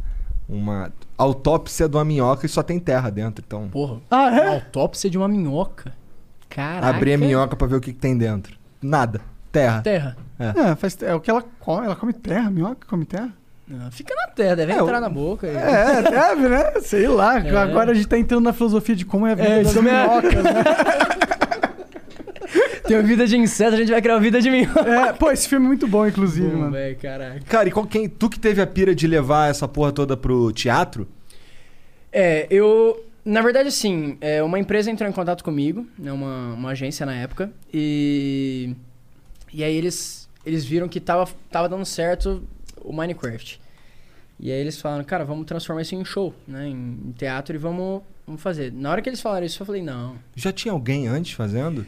A: uma autópsia de uma minhoca e só tem terra dentro, então
C: Porra,
B: Ah,
C: uma
B: é?
C: autópsia de uma minhoca. Caraca.
A: abri a minhoca pra ver o que, que tem dentro. Nada. Terra.
C: Terra.
B: É, faz- é o que ela come. Ela come terra, minhoca come terra?
C: Não, fica na terra, deve
A: É,
C: entrar
A: o-
C: na boca. aí.
B: É, deve, né? Sei lá. Agora a gente tá entrando na filosofia de como é a vida
C: É,
B: das
C: isso mesmo.
B: minhocas, né?
C: Tem vida de inseto, a gente vai criar vida de minhoca.
B: É, pô, esse filme é muito bom, inclusive,
C: Bom,
B: mano.
C: velho, caraca.
A: Cara, e qual quem, tu que teve a pira de levar essa porra toda pro teatro?
C: É, eu. Na verdade, assim, é, uma empresa entrou em contato comigo, né, uma, uma agência na época, e. E aí eles, eles viram que tava, tava dando certo o Minecraft. E aí eles falaram, cara, vamos transformar isso em show, né? Em, em teatro e vamos, vamos fazer. Na hora que eles falaram isso, eu falei, não.
A: Já tinha alguém antes fazendo?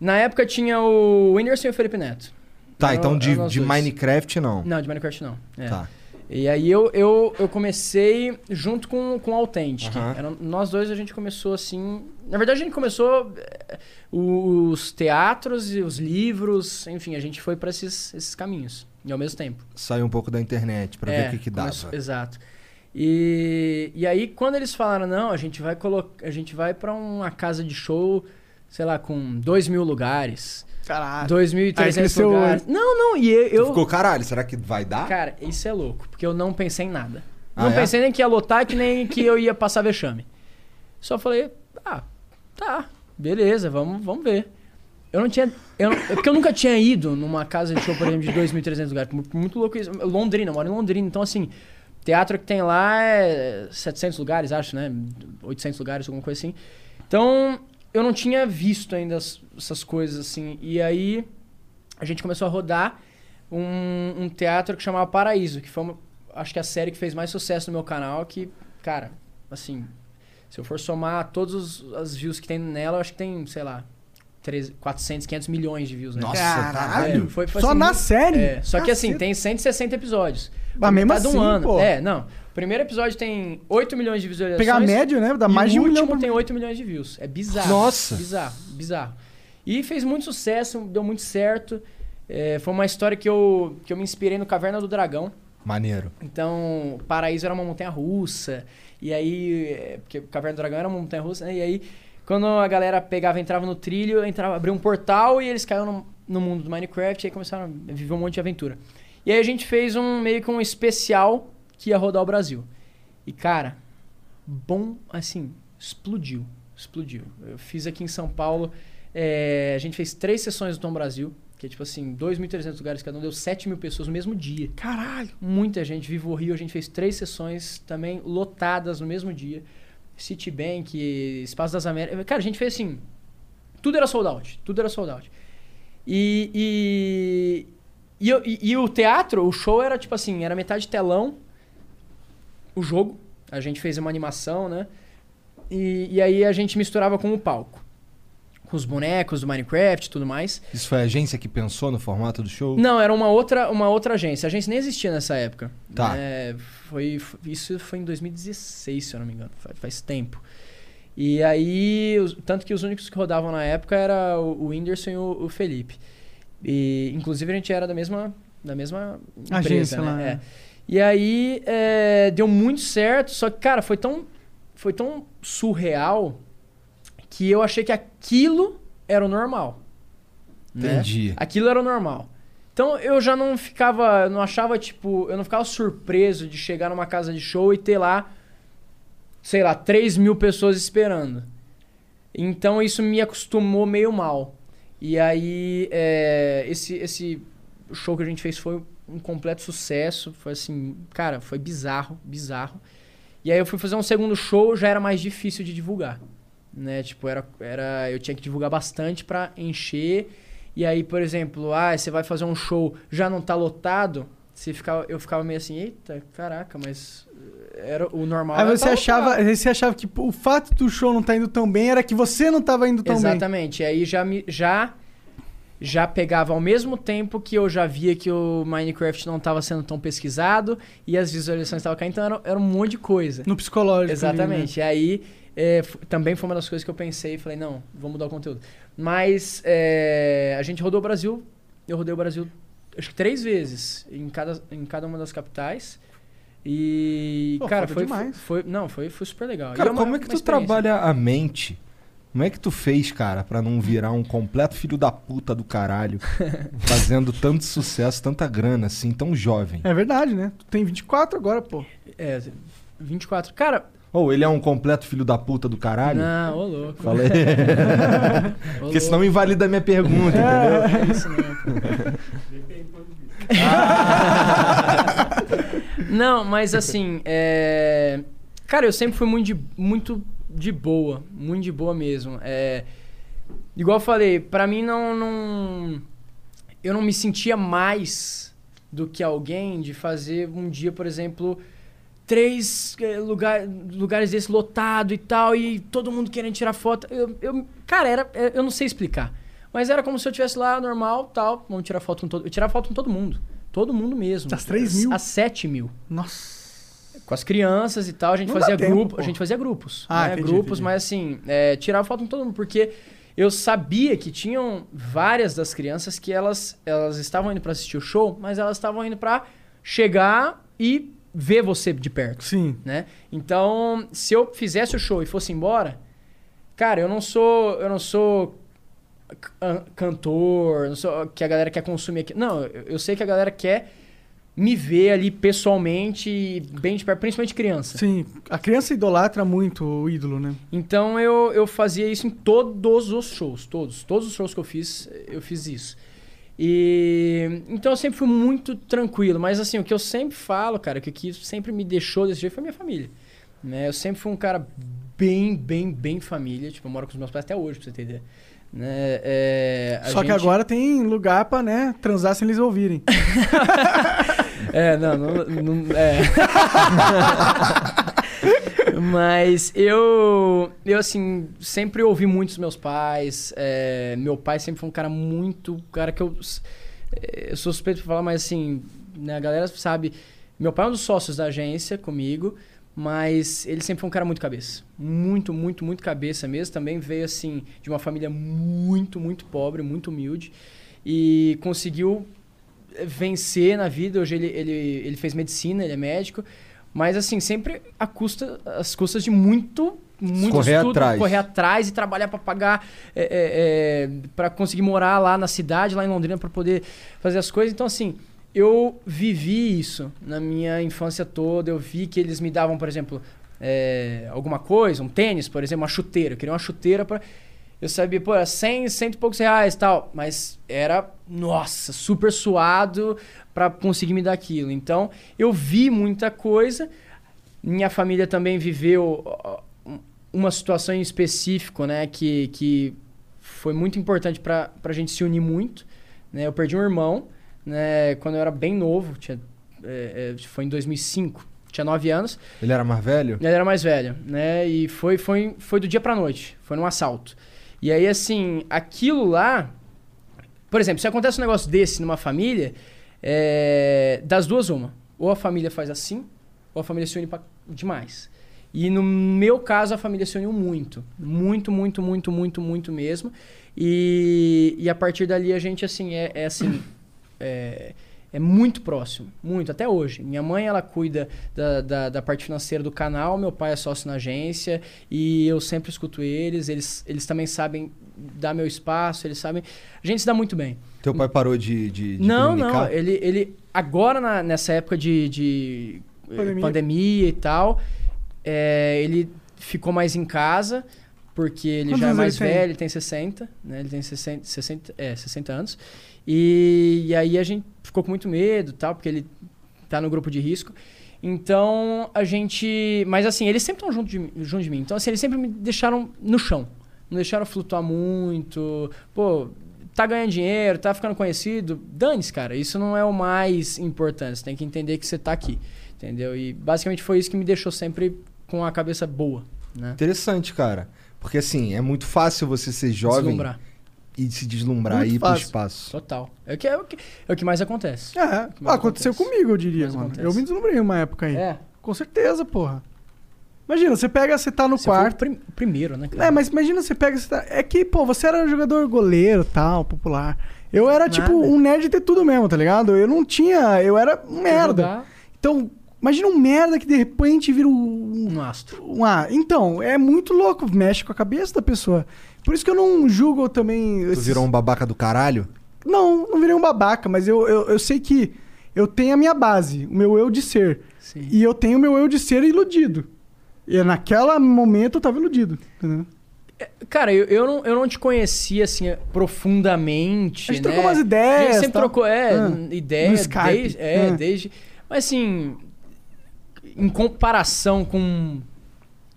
C: Na época tinha o Whindersson e o Felipe Neto.
A: Tá,
C: Eram-
A: então de,
C: eram é nós
A: de
C: dois.
A: Minecraft não.
C: Não, de Minecraft não. É.
A: Tá.
C: E aí eu, eu, eu comecei junto com, com o Authentic.
A: Aham.
C: Era- Nós dois a gente começou assim. Na verdade, a gente começou eh, os teatros e os livros, enfim, a gente foi pra esses, esses caminhos. E ao mesmo tempo. É,
A: Saiu um pouco da internet pra ver o que, que dava.
C: começou- exato. E, e aí, quando eles falaram, não, a gente vai colocar. A gente vai pra uma casa de show sei lá, com 2 mil lugares,
B: Caralho.
C: 2.300
B: cresceu,
A: um
C: lugares. Não, não, e eu...
A: Tu
C: eu-
A: ficou, caralho, será que vai dar?
C: Cara, isso é louco, porque eu não pensei em nada.
A: Ah,
C: não
A: é?
C: pensei nem que ia lotar, que nem que eu ia passar vexame. Só falei, ah, tá, beleza, vamos, vamos ver. Eu não tinha. Eu não- é porque eu nunca tinha ido numa casa de show, por exemplo, de 2.300 lugares. Mu- Muito louco isso. Londrina, eu moro em Londrina. Então, assim, teatro que tem lá é 700 lugares, acho, né? 800 lugares, alguma coisa assim. Então, eu não tinha visto ainda as- essas coisas, assim. E aí, a gente começou a rodar um, um teatro que chamava Paraíso, que foi, uma- acho que a série que fez mais sucesso no meu canal, que, cara, assim, se eu for somar todas as views que tem nela, eu acho que tem, sei lá, 13, 400, 500 milhões de views, né?
A: Nossa,
C: É,
A: caralho.
C: foi- foi
B: Só
C: assim,
B: na
C: muito-
B: série?
C: É, só que assim,
B: Caceta.
C: tem 160 episódios.
B: Mas mesmo
C: Metade de
B: assim, pô.
C: É, não. O primeiro episódio tem 8 milhões de visualizações.
B: Pegar a média, né? Dá
C: E
B: mais de
C: o
B: um milhão
C: último
B: por...
C: tem 8 milhões de views. É bizarro.
A: Nossa!
C: Bizarro, bizarro. E fez muito sucesso, deu muito certo. É, foi uma história que eu, que eu me inspirei no Caverna do Dragão.
A: Maneiro.
C: Então, Paraíso era uma montanha russa. E aí. é, Porque Caverna do Dragão era uma montanha russa, né? E aí, quando a galera pegava, entrava no trilho, entrava, abria um portal e eles caíam no, no mundo do Minecraft e aí começaram a viver um monte de aventura. E aí a gente fez um meio que um especial que ia rodar o Brasil. E, cara, bom, assim, explodiu. Explodiu. Eu fiz aqui em São Paulo. é, a gente fez três sessões do Tom Brasil, que é tipo assim, 2.300 lugares cada um, deu 7 mil pessoas no mesmo dia.
B: Caralho.
C: Muita gente. Vivo Rio, a gente fez três sessões também lotadas no mesmo dia. Citibank, Espaço das Américas. Cara, a gente fez assim. Tudo era sold out. Tudo era sold out. E, e, e, eu- e- e o teatro, o show era tipo assim: era metade telão, o jogo. A gente fez uma animação, né? E, e aí a gente misturava com o palco. Com os bonecos do Minecraft e tudo mais.
A: Isso foi a agência que pensou no formato do show?
C: Não, era uma outra, uma outra agência. A agência nem existia nessa época.
A: Tá.
C: É, foi, f- isso foi em 2016, se eu não me engano. Faz, faz tempo. E aí, os- tanto que os únicos que rodavam na época era o, o Whindersson e o, o Felipe. E, inclusive, a gente era da mesma, da mesma empresa,
B: Agência
C: né?
B: lá,
C: É.
B: né?
C: E aí, é, deu muito certo. Só que, cara, foi tão, foi tão surreal que eu achei que aquilo era o normal. né?
A: Entendi.
C: Aquilo era o normal. Então eu já não ficava, não achava tipo, eu não ficava surpreso de chegar numa casa de show e ter lá, sei lá, 3 mil pessoas esperando. Então isso me acostumou meio mal. E aí, é, esse, esse show que a gente fez foi um completo sucesso. Foi assim, cara, foi bizarro, bizarro. E aí eu fui fazer um segundo show, já era mais difícil de divulgar. Né? Tipo, era, era, eu tinha que divulgar bastante pra encher. E aí, por exemplo, ah, você vai fazer um show, já não tá lotado. Você ficava, eu ficava meio assim, eita, caraca, mas eh, era o normal.
B: Aí
C: era
B: você
C: tá
B: achava,
C: lotado."
B: aí você achava que pô, o fato do show não tá indo tão bem era que você não tava indo tão bem.
C: Exatamente. E aí já me já já pegava ao mesmo tempo que eu já via que o Minecraft não estava sendo tão pesquisado e as visualizações estavam caindo, então era, era um monte de coisa.
B: No
A: né?
B: psicológico. né?
C: Exatamente. E aí é, f- também foi uma das coisas que eu pensei e falei, não, vou mudar o conteúdo. Mas é, a gente rodou o Brasil, eu rodei o Brasil acho que três vezes em cada, em cada uma das capitais. E,
B: Pô,
C: cara,
B: foda
C: foi,
B: demais.
C: foi. Não, foi, foi super legal. E
A: Cara,
C: uma-
A: como é que
C: uma
A: tu
C: experiência. né?
A: trabalha a mente? Como é que tu fez, cara, pra não virar um completo filho da puta do caralho, fazendo tanto sucesso, tanta grana, assim, tão jovem?
B: Né? É verdade, né? Tu tem 24 agora, pô.
C: É, 24. Cara,
A: Ou ele é um completo filho da puta do caralho?
C: Não, ô louco.
A: Falei.
C: ô
A: Porque
C: louco.
A: senão invalida a minha pergunta, entendeu?
C: É isso mesmo. Não, mas assim, é... cara, eu sempre fui muito de, muito de boa, muito de boa mesmo. É... Igual eu falei, pra mim não, não. Eu não me sentia mais do que alguém de fazer um dia, por exemplo, três eh, lugar, lugares desse lotado e tal, e todo mundo querendo tirar foto. Eu, eu- cara, era, eh, eu não sei explicar. Mas era como se eu estivesse lá, normal, tal, vamos tirar foto com todo Eu tirava foto com todo mundo. Todo mundo mesmo.
B: Das três mil?
C: As 7 mil.
B: Nossa.
C: Com as crianças e tal, a gente
B: Não dá
C: fazia
B: tempo,
C: grupo,
B: pô.
C: a gente fazia grupos.
B: Ah,
C: né?
B: entendi,
C: grupos,
B: entendi.
C: mas assim, é, tirava foto com todo mundo, porque eu sabia que tinham várias das crianças que elas, elas estavam indo pra assistir o show, mas elas estavam indo pra chegar e ver você de perto
B: Sim.
C: né? Então, se eu fizesse o show e fosse embora, cara, eu não sou, eu não sou can- cantor, não sei, o que a galera quer consumir aqui. Não, eu eu sei que a galera quer me ver ali pessoalmente, e bem de perto, principalmente criança.
B: Sim, a criança idolatra muito o ídolo, né?
C: Então eu, eu fazia isso em todos os shows, todos. Todos os shows que eu fiz, eu fiz isso. E então eu sempre fui muito tranquilo, mas assim, o que eu sempre falo, cara, que o que sempre me deixou desse jeito foi minha família. Né? Eu sempre fui um cara bem, bem, bem família. Tipo, eu moro com os meus pais até hoje, pra você ter ideia. Né? É, a
B: Só que
C: gente-
B: agora tem lugar pra, né, transar sem eles ouvirem.
C: É, não, não. não- é. Mas eu, eu, assim, sempre ouvi muito dos meus pais. é, meu pai sempre foi um cara muito. cara que eu. é, Eu sou suspeito pra falar, mas assim, né, a galera sabe. Meu pai é um dos sócios da agência comigo, mas ele sempre foi um cara muito cabeça. Muito, muito, muito cabeça mesmo. Também veio, assim, de uma família muito, muito pobre, muito humilde. E conseguiu eh, vencer na vida. Hoje ele, ele, ele fez medicina, ele é médico. Mas, assim, sempre a custa, as custas de muito, muito
A: Correr
C: estudo,
A: atrás.
C: correr atrás e trabalhar para pagar, é, para conseguir morar lá na cidade, lá em Londrina, para poder fazer as coisas. Então, assim, eu vivi isso na minha infância toda. Eu vi que eles me davam, por exemplo, é, alguma coisa, um tênis, por exemplo, uma chuteira. Eu queria uma chuteira para. Eu sabia, pô, era 100, cento e poucos reais e tal. Mas era, nossa, super suado pra conseguir me dar aquilo. Então, eu vi muita coisa. Minha família também viveu ó, um- uma situação em específico, né? Que, que foi muito importante pra, pra gente se unir muito. Né? Eu perdi um irmão, né? Quando eu era bem novo, tinha, é, é, foi em 2005, tinha 9 anos.
A: Ele era mais velho?
C: Ele era mais velho, né? E foi, foi, foi do dia pra noite. Foi num assalto. E aí, assim, aquilo lá. Por exemplo, se acontece um negócio desse numa família, é, das duas, uma. Ou a família faz assim, ou a família se une pra- demais. E no meu caso, a família se uniu muito. Muito, muito, muito, muito, muito mesmo. E, e a partir dali a gente, assim, é, é assim. é, é muito próximo, muito, até hoje. Minha mãe, ela cuida da, da, da parte financeira do canal, meu pai é sócio na agência e eu sempre escuto eles, eles, eles também sabem dar meu espaço, eles sabem... A gente se dá muito bem.
A: Teu pai parou de, de, de
C: não, não,
A: comunicar?
C: ele, ele agora na- nessa época de, de, eh,
B: Pandemia.
C: pandemia. e tal, é, ele ficou mais em casa, porque ele
B: Quantos
C: já é
B: anos
C: mais
B: ele tem?
C: velho, ele tem 60, né? Ele tem 60, 60, é, 60 anos. E, e aí a gente ficou com muito medo e tal, porque ele tá no grupo de risco. Então a gente. Mas assim, eles sempre estão junto de, mim- junto de mim. Então, assim, eles sempre me deixaram no chão. Não deixaram flutuar muito. Pô, tá ganhando dinheiro, tá ficando conhecido. Dane-se, cara. Isso não é o mais importante. Você tem que entender que você tá aqui. Entendeu? E basicamente foi isso que me deixou sempre com a cabeça boa, né?
A: Interessante, cara. Porque assim, é muito fácil você ser jovem
C: Deslumbrar.
A: e se deslumbrar
B: Muito
A: e ir pro
B: fácil.
A: espaço.
C: Total. É o que, é o que, é o que mais acontece.
B: É,
C: Mas
B: aconteceu
C: acontece.
B: comigo, eu diria,
C: Mas
B: mano.
C: acontece.
B: Eu me deslumbrei uma época aí.
C: É.
B: Com certeza, porra. Imagina, você pega, você tá no
C: Você foi o
B: quarto.
C: prim- primeiro, né, cara?
B: É, mas imagina, você pega. Você tá... É que, pô, você era jogador goleiro tal, popular. Eu era, tipo, um nerd de tudo mesmo, tá ligado? Eu não tinha. Eu era um merda.
C: Jogar
B: Então, imagina um merda que de repente vira um
C: Um astro.
B: ah, então, é muito louco, mexe com a cabeça da pessoa. Por isso que eu não julgo também.
A: Tu
B: esses-
A: virou um babaca do caralho?
B: Não, não virei um babaca, mas eu, eu, eu sei que eu tenho a minha base, o meu eu de ser.
C: Sim.
B: E eu tenho o meu eu de ser iludido. E é naquela momento eu tava iludido. entendeu?
C: Cara, eu, eu, não, eu não te conhecia assim profundamente.
B: A gente
C: né?
B: trocou umas
C: A
B: ideias,
C: gente sempre
B: tá?
C: trocou, é,
B: Ah, no
C: ideias.
B: Skype,
C: Desde, é,
B: ah.
C: desde. Mas assim, em comparação com um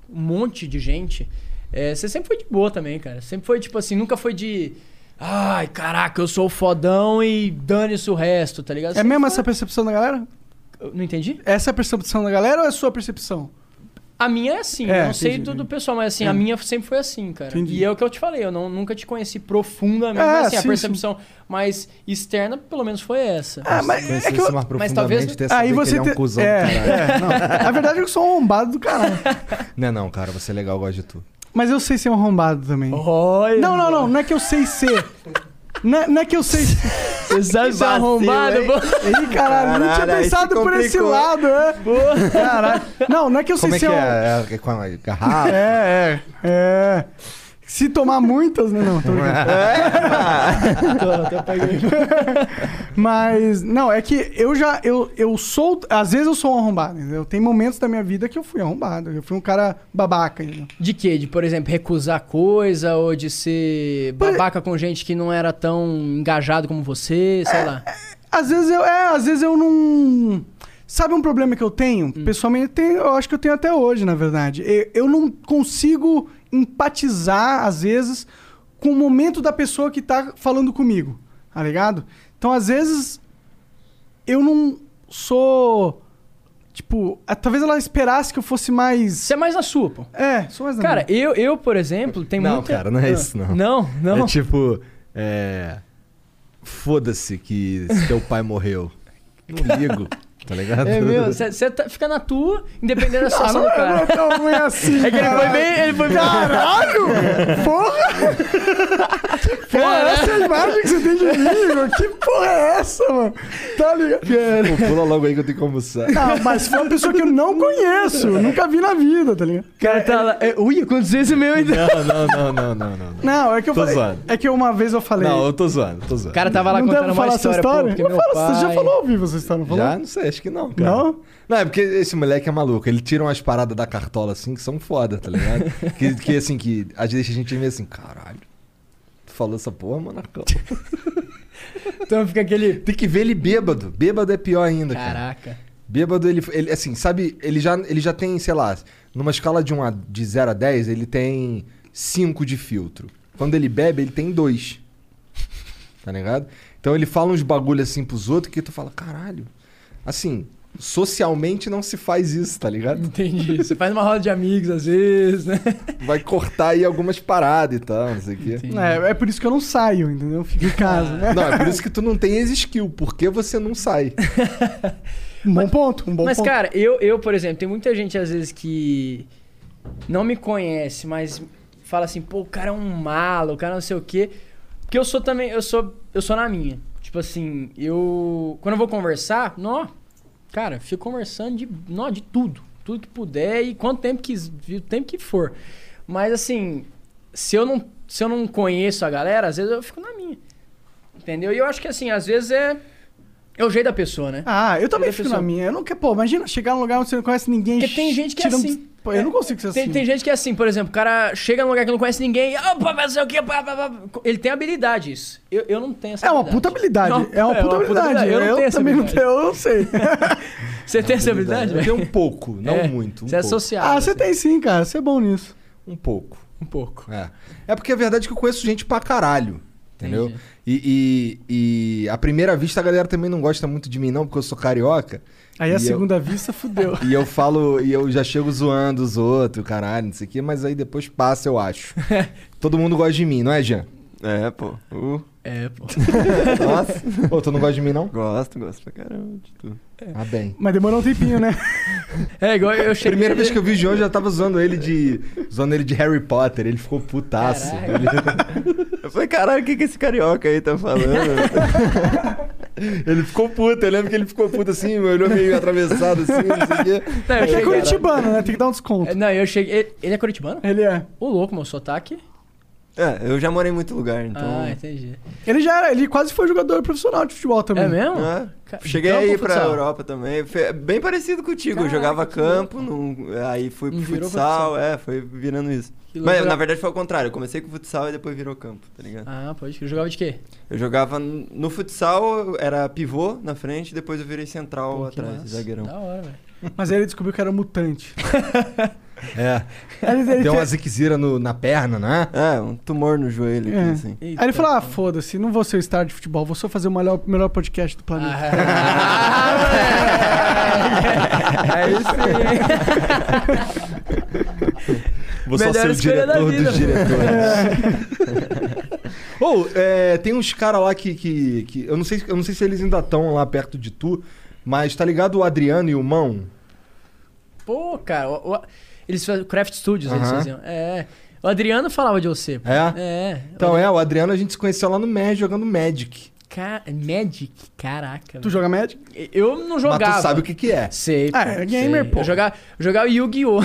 C: monte de gente, é, você sempre foi de boa também, cara. Sempre foi tipo assim, nunca foi de. Ai, caraca, eu sou o fodão e dane-se o resto, tá ligado?
B: É
C: Sempre
B: mesmo
C: foi-
B: essa percepção da galera?
C: Eu Não entendi?
B: Essa é a percepção da galera ou é a sua percepção?
C: A minha é assim,
B: É,
C: eu não sei
B: entendi.
C: do, do pessoal, mas assim,
B: É.
C: a minha sempre foi assim, cara.
B: Entendi.
C: E é o que eu te falei, eu não, nunca te conheci profundamente,
B: É,
C: mas assim,
B: sim,
C: a percepção mais externa, pelo menos, foi essa.
B: Ah, mas
A: Conhecer
B: é que eu...
A: isso mais
C: mas
A: profundamente,
C: talvez-
A: ter
B: Aí
A: saber
B: você
A: que ele é
B: te-
A: um cuzão
B: é.
A: do caralho.
B: A verdade é que eu sou um arrombado do caralho.
A: Não é não, cara. Você é legal, eu gosto de tu.
B: Mas eu sei ser um arrombado também.
C: Olha,
B: Não, não, não. Não é que eu sei ser. Não é, não é que eu sei.
C: Você
D: vacilo,
C: arrombado,
D: hein?
C: bom.
B: Ih, caralho, não tinha
D: Caralho, aí se
B: pensado por esse
D: complicou.
B: lado, é. Caralho. Não, não é que eu
A: Como
B: sei
A: é que
B: ser um.
A: é? é? é Com a garrafa?
B: É, é, é. Se tomar muitas, né? Não, tô brincando.
C: Até peguei.
B: Mas, não, é que eu já. Eu, eu sou. Às vezes eu sou um arrombado, entendeu? Tem momentos da minha vida que eu fui arrombado. Eu fui um cara babaca, entendeu?
C: De quê? De, por exemplo, recusar coisa ou de ser
B: Por-
C: babaca com gente que não era tão engajado como você, sei lá.
B: Às vezes eu. É, às vezes eu não. Sabe um problema que eu tenho? Pessoalmente, tem- eu acho que eu tenho até hoje, na verdade. Eu, eu não consigo empatizar, às vezes, com o momento da pessoa que tá falando comigo. Tá ligado? Então, às vezes, eu não sou. Tipo, ah, talvez ela esperasse que eu fosse mais.
C: Você é mais na sua, pô.
B: É, sou mais da
C: Cara,
B: minha.
C: eu, eu por exemplo, tem
A: Não,
C: muita...
A: cara, não é isso, não.
C: Não, não.
A: É tipo, é. Foda-se que teu pai morreu. Não ligo, tá ligado?
C: É meu, você tá- fica na tua, independente da situação do
B: Não é
C: cara.
B: tão ruim assim.
C: É que ele foi
B: cara.
C: bem. Ele foi bem.
B: Caralho! Porra! Porra,
C: né?
B: essa é a imagem que você tem de mim, meu? Que porra é essa, mano? Tá ligado?
A: Pô, pula logo aí que eu tenho que almoçar.
B: Não, mas foi uma pessoa que eu não conheço, nunca vi na vida, tá ligado?
C: O cara tá lá. é, Ui, aconteceu esse meu ainda.
A: Não, não, não, não, não, não. não.
B: Não, é que eu
A: Tô
B: falei.
A: zoando.
B: É que uma vez eu falei.
A: Não, eu tô zoando, tô zoando.
C: O cara tava lá
B: não
C: contando
B: devo
C: uma
B: falar essa
C: história, pô,
B: história?
C: porque
B: Eu
C: meu
B: falo,
C: pai...
B: Você já falou ao vivo essa história, não falou?
A: Já? Não sei, acho que não, cara.
B: Não?
A: Não, é porque esse moleque é maluco. Ele tira umas paradas da cartola assim que são foda, tá ligado? que, que assim, que às vezes a gente vê assim, caralho. Tu falou essa porra, Monarcão.
C: Então fica aquele.
A: Tem que ver ele bêbado. Bêbado é pior ainda, cara.
C: Caraca.
A: Bêbado, ele, ele, assim, sabe, ele já, ele já tem, sei lá, numa escala de, uma, de 0 a 10, ele tem 5 de filtro. Quando ele bebe, ele tem 2. Tá ligado? Então ele fala uns bagulho assim pros outros que tu fala, caralho. Assim, socialmente não se faz isso, tá ligado?
C: Entendi. Você faz uma roda de amigos às vezes, né?
A: Vai cortar aí algumas paradas e tal, não sei o quê.
B: É, é por isso que eu não saio, entendeu? Eu Fico em casa, né?
A: Não, é por isso que tu não tem esse skill, porque você não sai.
B: Um bom ponto, um bom
C: Mas,
B: ponto.
C: cara, eu, eu, por exemplo, tem muita gente às vezes que não me conhece, mas fala assim, pô, o cara é um malo, o cara não sei o quê. Porque eu sou também, eu sou, eu sou na minha. Tipo assim, eu. Quando eu vou conversar, nó, cara, fico conversando de, nó, de tudo. Tudo que puder e quanto tempo quis, o tempo que for. Mas assim, se eu não, se eu não conheço a galera, às vezes eu fico na minha. Entendeu? E eu acho que assim, às vezes é. É o jeito da pessoa, né?
B: Ah, eu também
C: Entendeu,
B: fico na
C: pessoal?
B: minha. Eu não quero, pô, imagina chegar num lugar onde você não conhece ninguém.
C: Porque tem gente que é assim.
B: Pô, eu não consigo ser
C: Tem,
B: assim.
C: tem gente que é assim, por exemplo, o cara chega num lugar que não conhece ninguém, opa, mas sei o quê, pá, pá, pá. ele tem habilidade isso. Eu, eu não tenho essa
B: É uma puta habilidade.
C: assim. Não,
B: é uma puta habilidade.
C: Eu,
B: Eu,
C: não tenho essa
B: também não
C: habilidade. Tá,
B: tenho, eu não sei.
C: Você tem essa habilidade?
A: Eu
C: velho?
A: tenho um pouco, não
C: É,
A: muito. Um
C: Você é
A: pouco.
C: social.
B: ah, você tem sim, cara. Você é bom nisso.
A: Um pouco.
C: Um pouco.
A: É. é porque a verdade é que eu conheço gente pra caralho. Entendeu?
C: Entendi.
A: E, e, e à primeira vista a galera também não gosta muito de mim, não, porque eu sou carioca.
B: Aí
A: E
B: a
A: eu-
B: segunda vista fudeu.
A: E eu falo, e eu já chego zoando os outros, caralho, não sei o quê, mas aí depois passa, eu acho. Todo mundo gosta de mim, não é, Jean?
D: É, pô. Uh,
C: É, pô.
D: nossa.
A: Ô, tu não gosta de mim, não?
D: gosto, gosto pra caramba de tudo.
A: Ah, bem.
B: Mas demorou um tempinho, né?
C: É igual eu cheguei.
A: Primeira vez que eu vi o João, eu já tava zoando ele de. zoando ele de Harry Potter, ele ficou putaço.
D: Eu falei, caralho, o que, que esse carioca aí tá falando?
A: Ele ficou puto, eu lembro que ele ficou puto assim, me olhou meio atravessado assim, não sei o quê.
C: Não, eu
B: Ele é
C: cheguei...
B: curitibano, né? Tem que dar um desconto.
C: É, Não, eu cheguei. Ele, ele é curitibano?
B: Ele é.
C: Ô, louco, meu sotaque.
D: é, eu já morei em muito lugar, então.
C: Ah, entendi.
B: Ele já era, ele quase foi jogador profissional de futebol também.
C: É mesmo?
D: É.
C: Ca- então,
D: Cheguei
C: campo
D: aí
C: ou
D: pra
C: futsal?
D: Europa também. Foi bem parecido contigo.
C: Caraca,
D: eu jogava
C: que
D: campo, num- aí fui pro
C: Hum, virou
D: futsal,
C: futsal.
D: é, foi virando isso.
C: Que
D: Mas
C: loucura.
D: na verdade foi ao contrário. Eu comecei com futsal e depois virou campo, tá ligado?
C: Ah, pode crer. Jogava de quê?
D: Eu jogava n- no futsal, eu era pivô na frente, depois eu virei central
C: Pô, que
D: atrás,
C: massa.
D: zagueirão.
C: Da hora, velho.
B: Mas aí ele descobriu que era mutante.
A: É.
B: Aí ele, ele
A: Deu uma
B: te-
A: ziquezira no- na perna, né?
D: É, um tumor no joelho,
B: É.
D: assim.
B: Aí ele falou: ah, foda-se, não vou ser star de futebol, vou só fazer o melhor, melhor podcast do planeta.
C: Ah, é isso aí.
A: Vou
C: Melhor escolha da vida, pô.
A: diretores. Ou, é, tem uns caras lá que. que, que- eu, não sei, eu não sei se eles ainda estão lá perto de tu, mas tá ligado o Adriano e o Mão?
C: Pô, cara, o- o- eles faziam Craft Studios, eles
A: Aham.
C: faziam. É. O Adriano falava de você. pô.
A: É?
C: É.
A: Então é, o Adriano a gente se conheceu lá no Magic jogando Magic.
C: Ca... Magic? Caraca.
B: Tu
C: velho.
B: joga Magic?
C: Eu não jogava.
A: Mas tu sabe o que que é.
C: Sei.
B: Ah, é gamer,
C: sei.
B: pô.
C: Eu jogava, eu jogava Yu-Gi-Oh!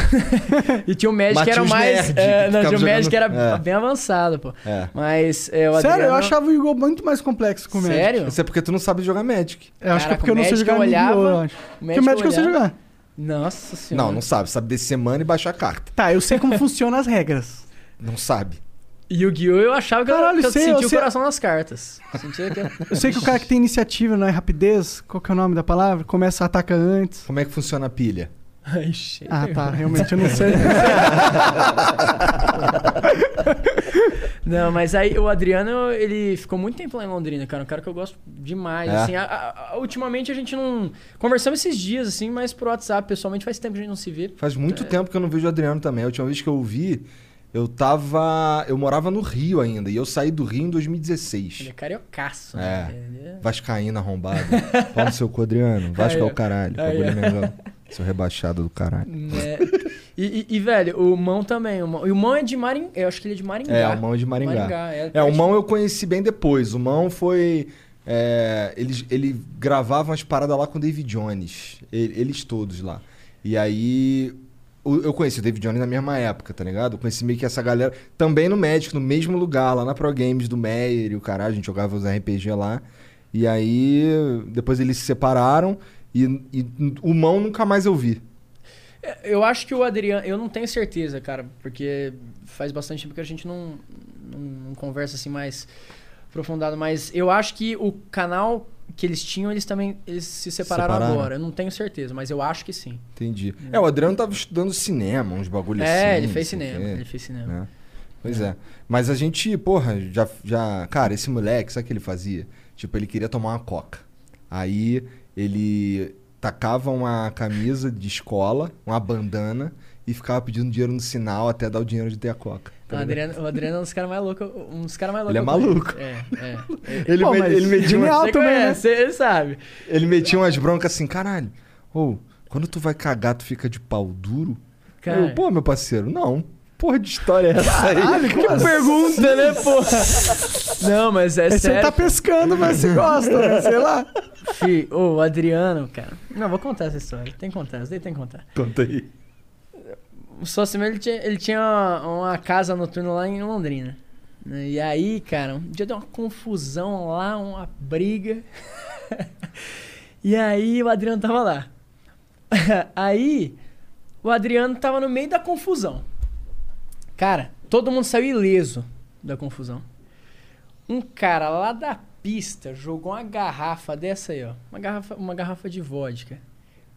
C: e tinha o Magic
A: Mas
C: que era
A: tinha os
C: mais.
A: nerd
C: é,
A: que
C: não, tinha o
A: ficava
C: Magic que
A: jogando-
C: era
A: É.
C: bem avançado, pô.
A: É.
C: Mas. É, o
B: Sério, eu
C: Adriano-
B: achava o Yu-Gi-Oh! muito mais complexo que o Magic.
C: Sério?
A: Isso é porque tu não sabe jogar Magic.
B: Eu acho
C: Caraca,
B: que é porque eu não sei
C: Magic eu
B: jogar Yu-Gi-Oh!
C: olhava,
B: eu acho. Porque o
C: Magic
B: Magic eu sei
C: olhava.
B: jogar.
C: Nossa senhora.
A: Não, não sabe. Sabe descer mana e baixar carta.
B: Tá, eu sei como funcionam as regras.
A: Não sabe.
C: Yu-Gi-Oh! eu achava que eu-
B: Caralho,
C: que eu
B: sei,
C: sentia
B: eu
C: o
B: sei-
C: coração nas cartas. Sentia que.
B: Eu sei que o cara que tem iniciativa, não é rapidez, qual que é o nome da palavra? Começa a atacar antes.
A: Como é que funciona a pilha?
C: Ai, cheio.
B: Ah, tá, realmente eu não sei.
C: Não, mas aí o Adriano, ele ficou muito tempo lá em Londrina, cara. Um cara que eu gosto demais,
A: É.
C: assim. A- a- a- ultimamente a gente não... Conversamos esses dias, assim, mas pro WhatsApp, pessoalmente, faz tempo que a gente não se vê.
A: Faz muito tempo que eu não vejo o Adriano também. A última vez que eu o vi, eu tava. Eu morava no Rio ainda. E eu saí do Rio em
C: Ele é
A: 2016.
C: cariocaço,
A: É.
C: né? Ele é-
A: Vascaína arrombado. Pau no seu cu, Adriano. Vasco é
C: Aí,
A: o
C: ó.
A: caralho.
C: Aí,
A: Bagulho
C: ó.
A: Mengão. Seu rebaixado do caralho.
C: né? E, e- e, velho, o Mão também. O Mão, e o Mão é de Maringá. Eu acho que ele é de Maringá.
A: É, o Mão é de Maringá.
C: é,
A: É, o Mão eu conheci bem depois. O Mão foi. é, eles, ele gravava umas paradas lá com o David Jones. E- Eles todos lá. E aí. o- Eu conheci o David Jones na mesma época, tá ligado? Eu conheci meio que essa galera. Também no Magic, no mesmo lugar, lá na Pro Games do Meyer e o caralho. A gente jogava os RPG lá. E aí. Depois eles se separaram. E, e o Mão nunca mais eu vi.
C: É, Eu acho que o Adriano. Eu não tenho certeza, cara, porque faz bastante tempo que a gente não, não, não conversa assim mais aprofundado. Mas eu acho que o canal que eles tinham, eles também eles se separaram,
A: Separaram?
C: agora. Eu não tenho certeza, mas eu acho que sim.
A: Entendi. É, o Adriano tava estudando cinema, uns bagulho assim.
C: Hum. é, ele
A: não
C: fez
A: sei o
C: cinema.
A: quê.
C: Ele fez cinema.
A: né? Pois é. Mas a gente, porra, já, já. Cara, esse moleque, sabe o que ele fazia? Tipo, ele queria tomar uma coca. Aí ele tacava uma camisa de escola, uma bandana, e ficava pedindo dinheiro no sinal até dar o dinheiro de ter a coca.
C: O Adriano, o Adriano é um dos caras mais loucos. Um dos caras mais
A: Ele é
C: loucos. que eu
A: maluco.
C: conheço. É, é.
A: Ele,
B: Pô,
A: me-
B: mas
A: ele, metia uma-
B: genial.
C: Você
B: também, né?
C: conhece, ele sabe.
A: tipo, ele metia umas broncas assim, caralho. Ou, quando tu vai cagar, tu fica de pau duro?
C: Cara.
A: Eu, pô, meu parceiro, não. Porra de história é essa aí?
C: Que pergunta, né, pô? Não, mas é
B: Aí você
A: um
C: sério.
B: tá pescando, mas você gosta, né? Sei lá.
C: Fi, ô, o Adriano, cara. Não, vou contar essa história. Tem que contar, essa daí tem que contar.
A: Conta aí.
C: O sócio meu, ele tinha, ele tinha uma, uma casa noturna lá em Londrina. né? E aí, cara, um dia deu uma confusão lá, uma briga. e aí o Adriano tava lá. aí o Adriano tava no meio da confusão. Cara, todo mundo saiu ileso da confusão. Um cara lá da pista jogou uma garrafa dessa aí, ó. Uma garrafa, uma garrafa de vodka.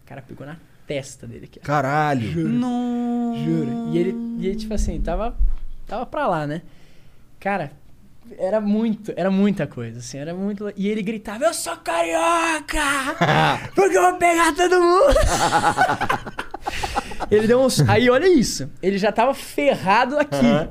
C: O cara pegou na testa dele aqui. ó.
A: Caralho.
E: Não.
C: Juro. E ele, e ele, tipo assim, tava, tava pra lá, né? Cara, era muito, era muita coisa, assim, era muito. E ele gritava: Eu sou carioca! Porque eu vou pegar todo mundo! ele deu uns. Aí olha isso, ele já tava ferrado aqui.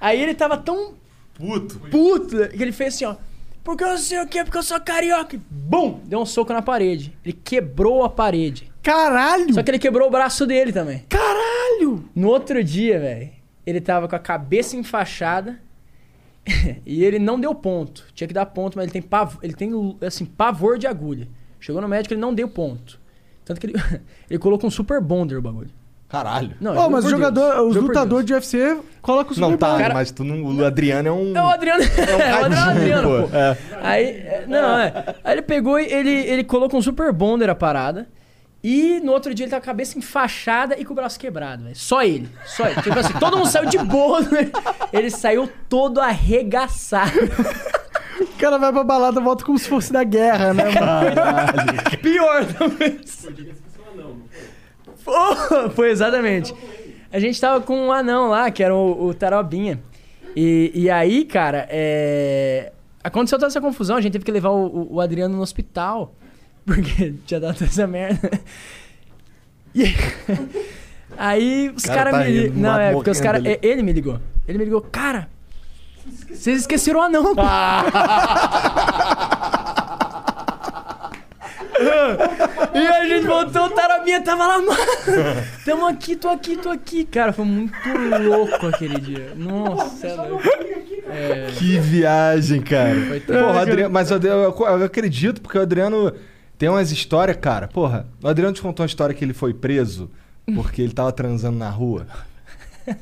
C: Aí ele tava tão
D: Puto.
C: puto que ele fez assim, ó. Porque eu não sei o quê, porque eu sou carioca. E Bum! Deu um soco na parede. Ele quebrou a parede.
B: Caralho!
C: Só que ele quebrou o braço dele também.
B: Caralho!
C: No outro dia, velho, ele tava com a cabeça enfaixada e ele não deu ponto. Tinha que dar ponto, mas ele tem pavor, ele tem assim, pavor de agulha. Chegou no médico, ele não deu ponto. Tanto que ele, ele colocou um super bonder o bagulho.
A: Caralho.
C: Não,
B: Pô,
C: juro
B: mas
C: por
B: o
C: Deus,
B: jogador, os
C: juro por
B: lutadores
C: Deus.
B: de UFC colocam o
A: Não,
B: Super
A: tá,
B: Bowl.
C: Cara-
A: mas tu não, o Adriano é um.
C: É o Adriano. É o Adriano,
A: tadinho,
C: Adriano,
A: pô.
C: pô. Aí, é, não, é. Aí ele pegou e ele, ele colocou um super bonder a parada. E no outro dia ele tava com a cabeça enfaixada e com o braço quebrado, velho. Só ele. Só ele. Tipo assim, todo mundo saiu de boa. né? Ele saiu todo arregaçado.
B: O cara vai pra balada, volta como se fosse da guerra, né, mano?
C: Pior, talvez. um Foi, foi exatamente. A gente tava com um anão lá, que era o, o Tarobinha. E, e aí, cara, é... aconteceu toda essa confusão. A gente teve que levar o, o- o Adriano no hospital. Porque tinha dado toda essa merda. E aí os
A: Cara,
C: caras
A: tá
C: me
A: rindo,
C: ligam. Não, é, porque os
A: morrendo
C: caras.
A: ali.
C: Ele me ligou. Ele me ligou, cara. Vocês esqueceram o anão, pô. E a gente voltou, o Tarabinha tava lá, mano. Tamo aqui, tô aqui, tô aqui. Cara, foi muito louco aquele dia. Nossa, é louco.
A: Que viagem, cara.
C: Coitado.
A: Porra, o Adriano, mas o Adriano- eu, eu acredito, porque o Adriano tem umas histórias, cara. Porra, o Adriano te contou uma história que ele foi preso porque ele tava transando na rua. ele,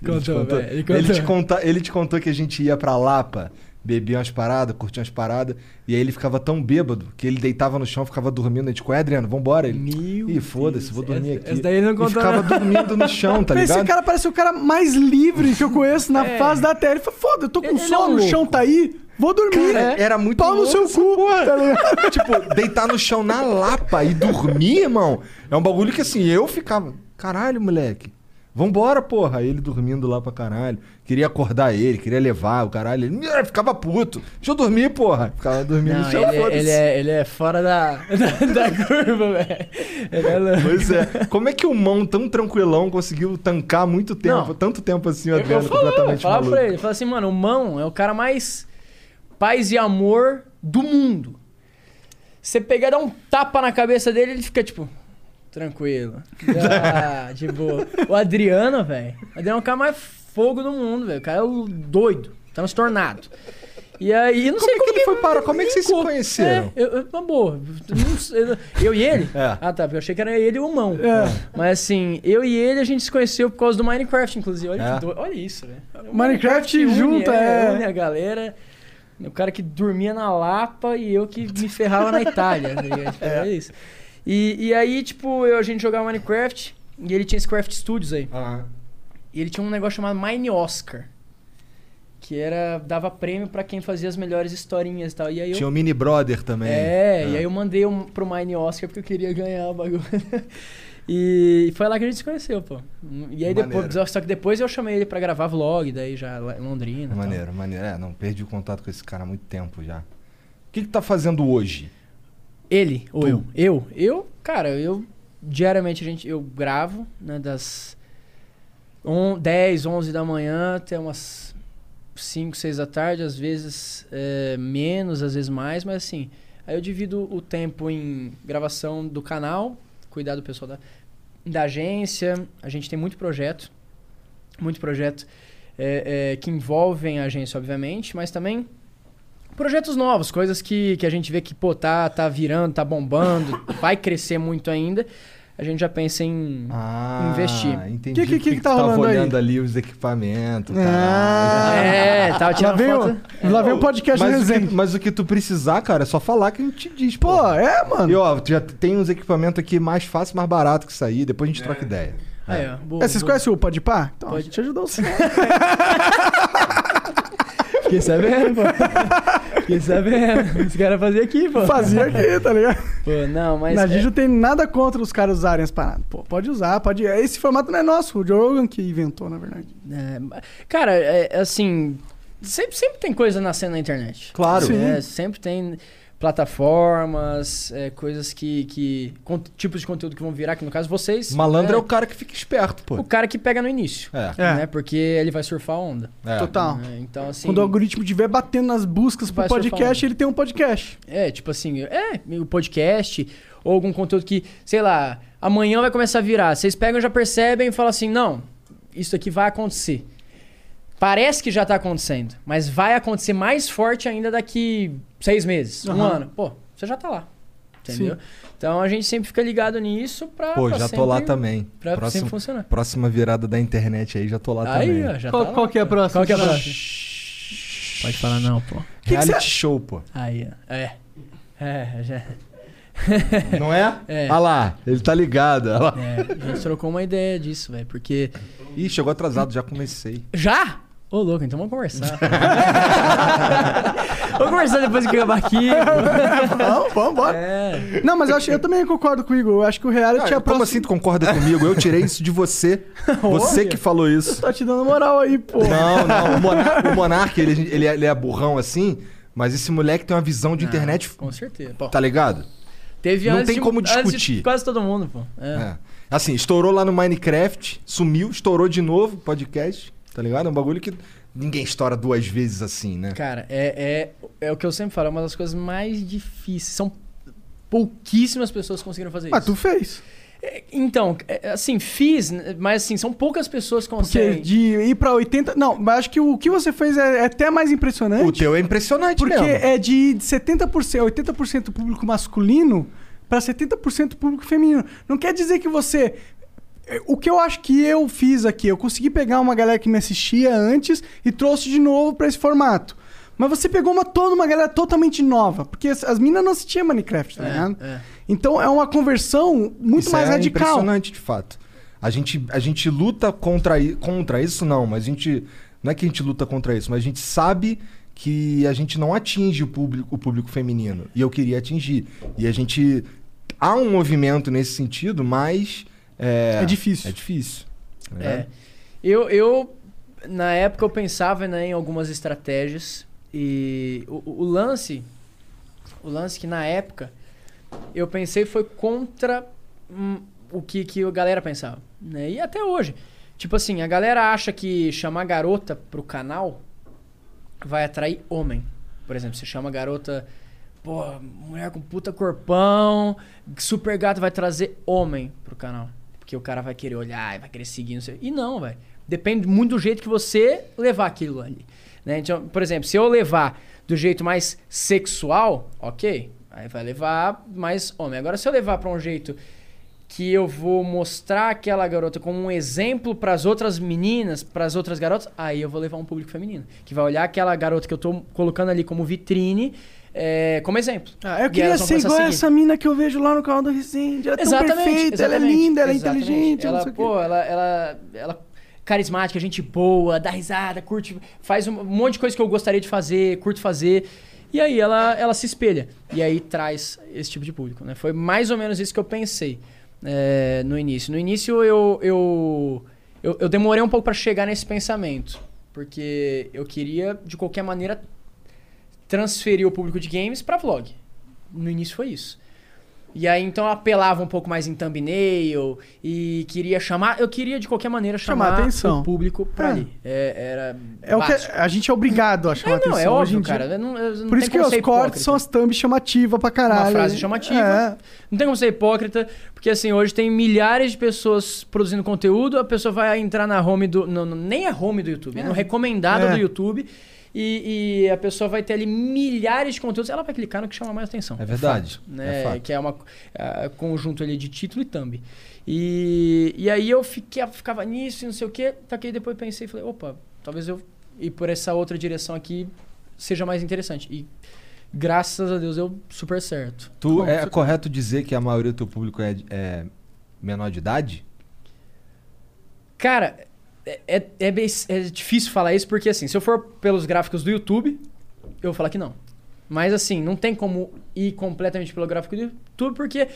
A: te
C: Contou,
A: contou,
C: velho, ele
A: ele, te
C: contou.
A: conta- ele te contou que a gente ia pra Lapa, bebia umas paradas, curtia umas paradas, e aí ele ficava tão bêbado que ele deitava no chão, ficava dormindo. A gente, qual é, Adriano? Vambora. Ele,
C: Meu
A: Ih, foda-se, vou
C: Deus,
A: dormir
C: essa-
A: aqui.
C: essa daí ele não
A: e
C: contou,
A: ficava dormindo no chão, tá
B: Esse
A: ligado?
B: cara parece o cara mais livre que eu conheço na
C: É.
B: face da terra. Ele fala, foda, eu tô com
C: Ele- ele é um
B: sono, o chão
C: louco.
B: tá aí, vou dormir.
A: Cara, era muito
B: Pau no
A: louco
B: seu
A: essa
B: cu, tá ligado?
A: tipo, deitar no chão na lapa e dormir, irmão, é um bagulho que assim, eu ficava. Caralho, moleque. Vambora, porra. Ele dormindo lá pra caralho. Queria acordar ele, queria levar o caralho. Ele "Ah", ficava puto. Deixa eu dormir, porra. Ficava dormindo no
C: Não,
A: chão,
C: ele, é-
A: foda-se.
C: ele é, ele é fora da, da, da curva, velho. Ele é louco.
A: Pois é. Como é que o mão tão tranquilão conseguiu tancar muito tempo,
C: Não.
A: tanto tempo assim, o
C: Eu, eu
A: Adriano,
C: falava, eu
A: completamente
C: falava
A: maluco?
C: pra ele, eu falava assim, mano, o Mão é o cara mais paz e amor do mundo. Você pegar, dar um tapa na cabeça dele, ele fica tipo, tranquilo. Ah, de boa. O Adriano, velho, o Adriano é o cara mais fogo do mundo, velho. O cara é o doido, transtornado. E aí, eu não
A: Como
C: sei
A: é que ele foi parar? Como é que vocês se
C: linkou.
A: conheceram?
C: É, eu, eu, uma boa. Não sei, eu- Eu e ele?
A: É.
C: Ah, tá. Porque eu achei que era ele e o mão.
B: é,
C: Mas assim, eu e ele a gente se conheceu por causa do Minecraft, inclusive. Olha,
A: É.
C: que doido. Olha isso, velho. O
B: Minecraft
C: une,
B: junto, é.
C: Une a galera. O cara que dormia na Lapa e eu que me ferrava na Itália. Tá ligado? Tipo, é. isso. E, e aí, tipo, eu, a gente jogava Minecraft e ele tinha esse Craft Studios aí.
A: Ah,
C: E ele tinha um negócio chamado Mine Oscar. Que era. dava prêmio pra quem fazia as melhores historinhas e tal. E aí eu
A: tinha o Mini Brother também. Ah,
C: é, e aí eu mandei um pro Mine Oscar porque eu queria ganhar o bagulho. e foi lá que a gente se conheceu, pô. E aí depois,
A: Maneiro.
C: só que depois eu chamei ele pra gravar vlog, daí já lá em Londrina. e tal.
A: Maneiro, maneiro. É, não, perdi o contato com esse cara há muito tempo já. O que que tá fazendo hoje?
C: Ele ou
A: Tu.
C: eu? Eu, eu, cara, eu diariamente a gente eu gravo, né, das on, 10, 11 da manhã até umas 5, 6 da tarde, às vezes é, menos, às vezes mais, mas assim, aí eu divido o tempo em gravação do canal, cuidar do pessoal da, da agência, a gente tem muito projeto, muito projeto é, é, que envolvem a agência, obviamente, mas também Projetos novos, coisas que, que a gente vê que, pô, tá, tá virando, tá bombando, vai crescer muito ainda. A gente já pensa em.
A: Ah,
C: Investir.
A: Entendi.
B: Que- que-
A: Por
B: que tá
A: tu tava
B: rolando aí?
A: olhando ali os equipamentos,
B: Ah,
A: caralho.
C: É, tava
B: Lá
C: tirando
B: vem, o,
C: foto.
B: lá vem o podcast
A: mas, o
B: resenha.
A: que, mas o que tu precisar, cara, é só falar que a gente diz, pô.
B: Pô, é, mano.
A: E ó, já tem uns equipamentos aqui mais fácil, mais barato que sair, depois a gente troca ideia.
C: Aí, ó, boa,
B: É, vocês
C: boa.
B: conhecem o Podpah? Então, a
C: Pode.
B: gente ajudou você.
C: Fiquei sabendo, pô. Fiquei sabendo. Os caras faziam aqui, pô.
B: Fazia aqui, tá ligado?
C: Pô, não, mas.
B: Mas a
C: é-
B: gente não tem nada contra os caras usarem as paradas. Pô, pode usar, pode. Esse formato não é nosso, o Joe Rogan que inventou, na verdade.
C: é, ma- cara, é, assim. Sempre, sempre tem coisa nascendo na internet.
A: Claro.
B: Sim.
C: É, sempre tem plataformas, é, coisas que. que con- tipos de conteúdo que vão virar, que no caso vocês.
A: Malandro é.
C: é
A: o cara que fica esperto, pô.
C: o cara que pega no início.
A: É,
B: É.
C: né? Porque ele vai surfar a onda.
A: é.
B: Total.
C: né? Então, assim.
B: Quando o algoritmo estiver batendo nas buscas pro
C: Vai surfar
B: podcast,
C: um.
B: ele tem um podcast.
C: É, tipo assim, é, o podcast, ou algum conteúdo que, sei lá, amanhã vai começar a virar. Vocês pegam, já percebem e falam assim: não, isso aqui vai acontecer. Parece que já tá acontecendo, mas vai acontecer mais forte ainda daqui seis meses, um
B: Aham.
C: ano. Pô, você já tá lá. Entendeu? Então a gente sempre fica ligado nisso pra.
A: Pô,
C: pra
A: já
C: sempre,
A: tô lá também.
C: Pra sempre
A: Próximo-
C: funcionar.
A: próxima virada da internet aí, já tô lá
C: Aí,
A: também.
C: ó, já tá.
B: Qual-
C: lá.
B: qual que é a próxima?
C: Qual que é a próxima? Pode falar, não, pô.
B: que
A: Reality
B: cê-
A: show, pô.
C: Aí, ó. É. É, já.
A: Não é?
C: É.
A: Ah lá, ele tá ligado. olha lá.
C: É, a gente trocou uma ideia disso, velho, porque.
A: Ih, chegou atrasado, já comecei.
C: Já? Ô, louco, então vamos conversar. vamos conversar depois que acabar aqui. Ah,
B: Vamos, vamos, bora.
C: É.
B: Não, mas eu, acho, eu também concordo com o Igor. Eu acho que o reality é
A: Ah,
B: a
A: como
B: próxima.
A: assim tu concorda comigo? Eu tirei isso de você. Você que falou isso.
B: Tá te dando moral aí, pô.
A: Não, não. O Monark, o Monark, ele, ele é- ele é burrão assim, mas esse moleque tem uma visão de internet,
C: Com certeza. Pô,
A: tá ligado?
C: teve
A: não
C: antes
A: tem
C: de- um-
A: como
C: antes de
A: discutir.
C: quase todo mundo, pô. É.
A: É. Assim, estourou lá no Minecraft, sumiu, estourou de novo, podcast, tá ligado? É um bagulho que ninguém estoura duas vezes assim, né?
C: Cara, é, é, é o que eu sempre falo, é uma das coisas mais difíceis. São pouquíssimas pessoas que conseguiram fazer
B: Mas
C: isso.
B: Ah, tu fez.
C: É, Então, é, assim, fiz, né, mas assim, são poucas pessoas que
B: Porque
C: conseguem.
B: de ir pra 80. Não, mas acho que o que você fez é, é até mais impressionante.
A: O teu é impressionante
B: Porque
A: mesmo.
B: é de 70%, 80% público masculino pra 70% público feminino. Não quer dizer que você. é, O que eu acho que eu fiz aqui, eu consegui pegar uma galera que me assistia antes e trouxe de novo pra esse formato. Mas você pegou uma toda uma galera totalmente nova, porque as, as minas não assistiam Minecraft, tá ligado?
C: é.
B: Então é uma conversão muito
A: Isso
B: mais
A: é
B: radical.
A: impressionante, de fato. A gente, a gente luta contra, i- contra isso, não, mas a gente. Não é que a gente luta contra isso, mas a gente sabe que a gente não atinge o público, o público feminino. E eu queria atingir. E a gente. Há um movimento nesse sentido, mas. É,
B: É difícil.
A: É difícil. né?
C: É. Eu, eu, na época, eu pensava né, em algumas estratégias. E o, o- o lance, o lance que na época eu pensei foi contra hum, o que, que a galera pensava. Né? E até hoje. Tipo assim, a galera acha que chamar garota pro canal vai atrair homem. Por exemplo, você chama a garota, pô, mulher com puta corpão, super gato vai trazer homem pro canal. Porque o cara vai querer olhar e vai querer seguir, não sei. E não, velho. Depende muito do jeito que você levar aquilo ali. Né? Então, por exemplo, se eu levar do jeito mais sexual, ok. Aí vai levar mais homem. Agora, se eu levar pra um jeito que eu vou mostrar aquela garota como um exemplo pras outras meninas, pras outras garotas, aí eu vou levar um público feminino, que vai olhar aquela garota que eu tô colocando ali como vitrine, é, como exemplo.
B: Ah, eu
C: E
B: queria
C: elas vão
B: ser
C: começar a
B: igual a
C: seguir.
B: essa mina que eu vejo lá no canal do Resende. Ela é tão perfeita, ela é
C: exatamente,
B: linda, ela é
C: exatamente.
B: inteligente,
C: Ela,
B: ela, não sei o quê.
C: pô, ela, ela, ela carismática, gente boa, dá risada, curte, faz um monte de coisa que eu gostaria de fazer, curto fazer. E aí ela, ela se espelha. E aí traz esse tipo de público, né? Foi mais ou menos isso que eu pensei é, no início. No início eu, eu, eu, eu demorei um pouco pra chegar nesse pensamento. Porque eu queria, de qualquer maneira, transferir o público de games pra vlog. No início foi isso. E aí então eu apelava um pouco mais em thumbnail e queria chamar, eu queria de qualquer maneira
B: Chamar
C: chamar,
B: atenção.
C: o público pra
B: É.
C: ali. É, era
B: É o que
C: básico.
B: a gente é obrigado a chamar
C: É, não,
B: atenção
C: é
B: hoje em
C: óbvio,
B: dia.
C: cara. Eu não- eu não
B: Por
C: tem
B: isso que
C: como
B: os
C: ser
B: cortes
C: hipócrita.
B: são as thumbs chamativa pra caralho.
C: Uma frase chamativa.
B: É.
C: Não tem como ser hipócrita, porque assim, hoje tem milhares de pessoas produzindo conteúdo, a pessoa vai entrar na home do. no- no- nem é home do YouTube, é, no recomendado
B: É.
C: do YouTube. E, e a pessoa vai ter ali milhares de conteúdos, ela vai clicar no que chama mais atenção.
A: É verdade.
C: né?
A: É fato.
C: que é uma ah, conjunto ali de título e thumb. E, e aí eu fiquei, ficava nisso e não sei o quê. Taquei depois pensei e falei, opa, talvez eu ir por essa outra direção aqui seja mais interessante. E graças a Deus deu super certo.
B: Tá
A: Tu, é correto dizer que a maioria do teu público é, é menor de idade?
C: Cara, é, é, é bem- é difícil falar isso porque assim, se eu for pelos gráficos do YouTube, eu vou falar que não. Mas assim, não tem como ir completamente pelo gráfico do YouTube porque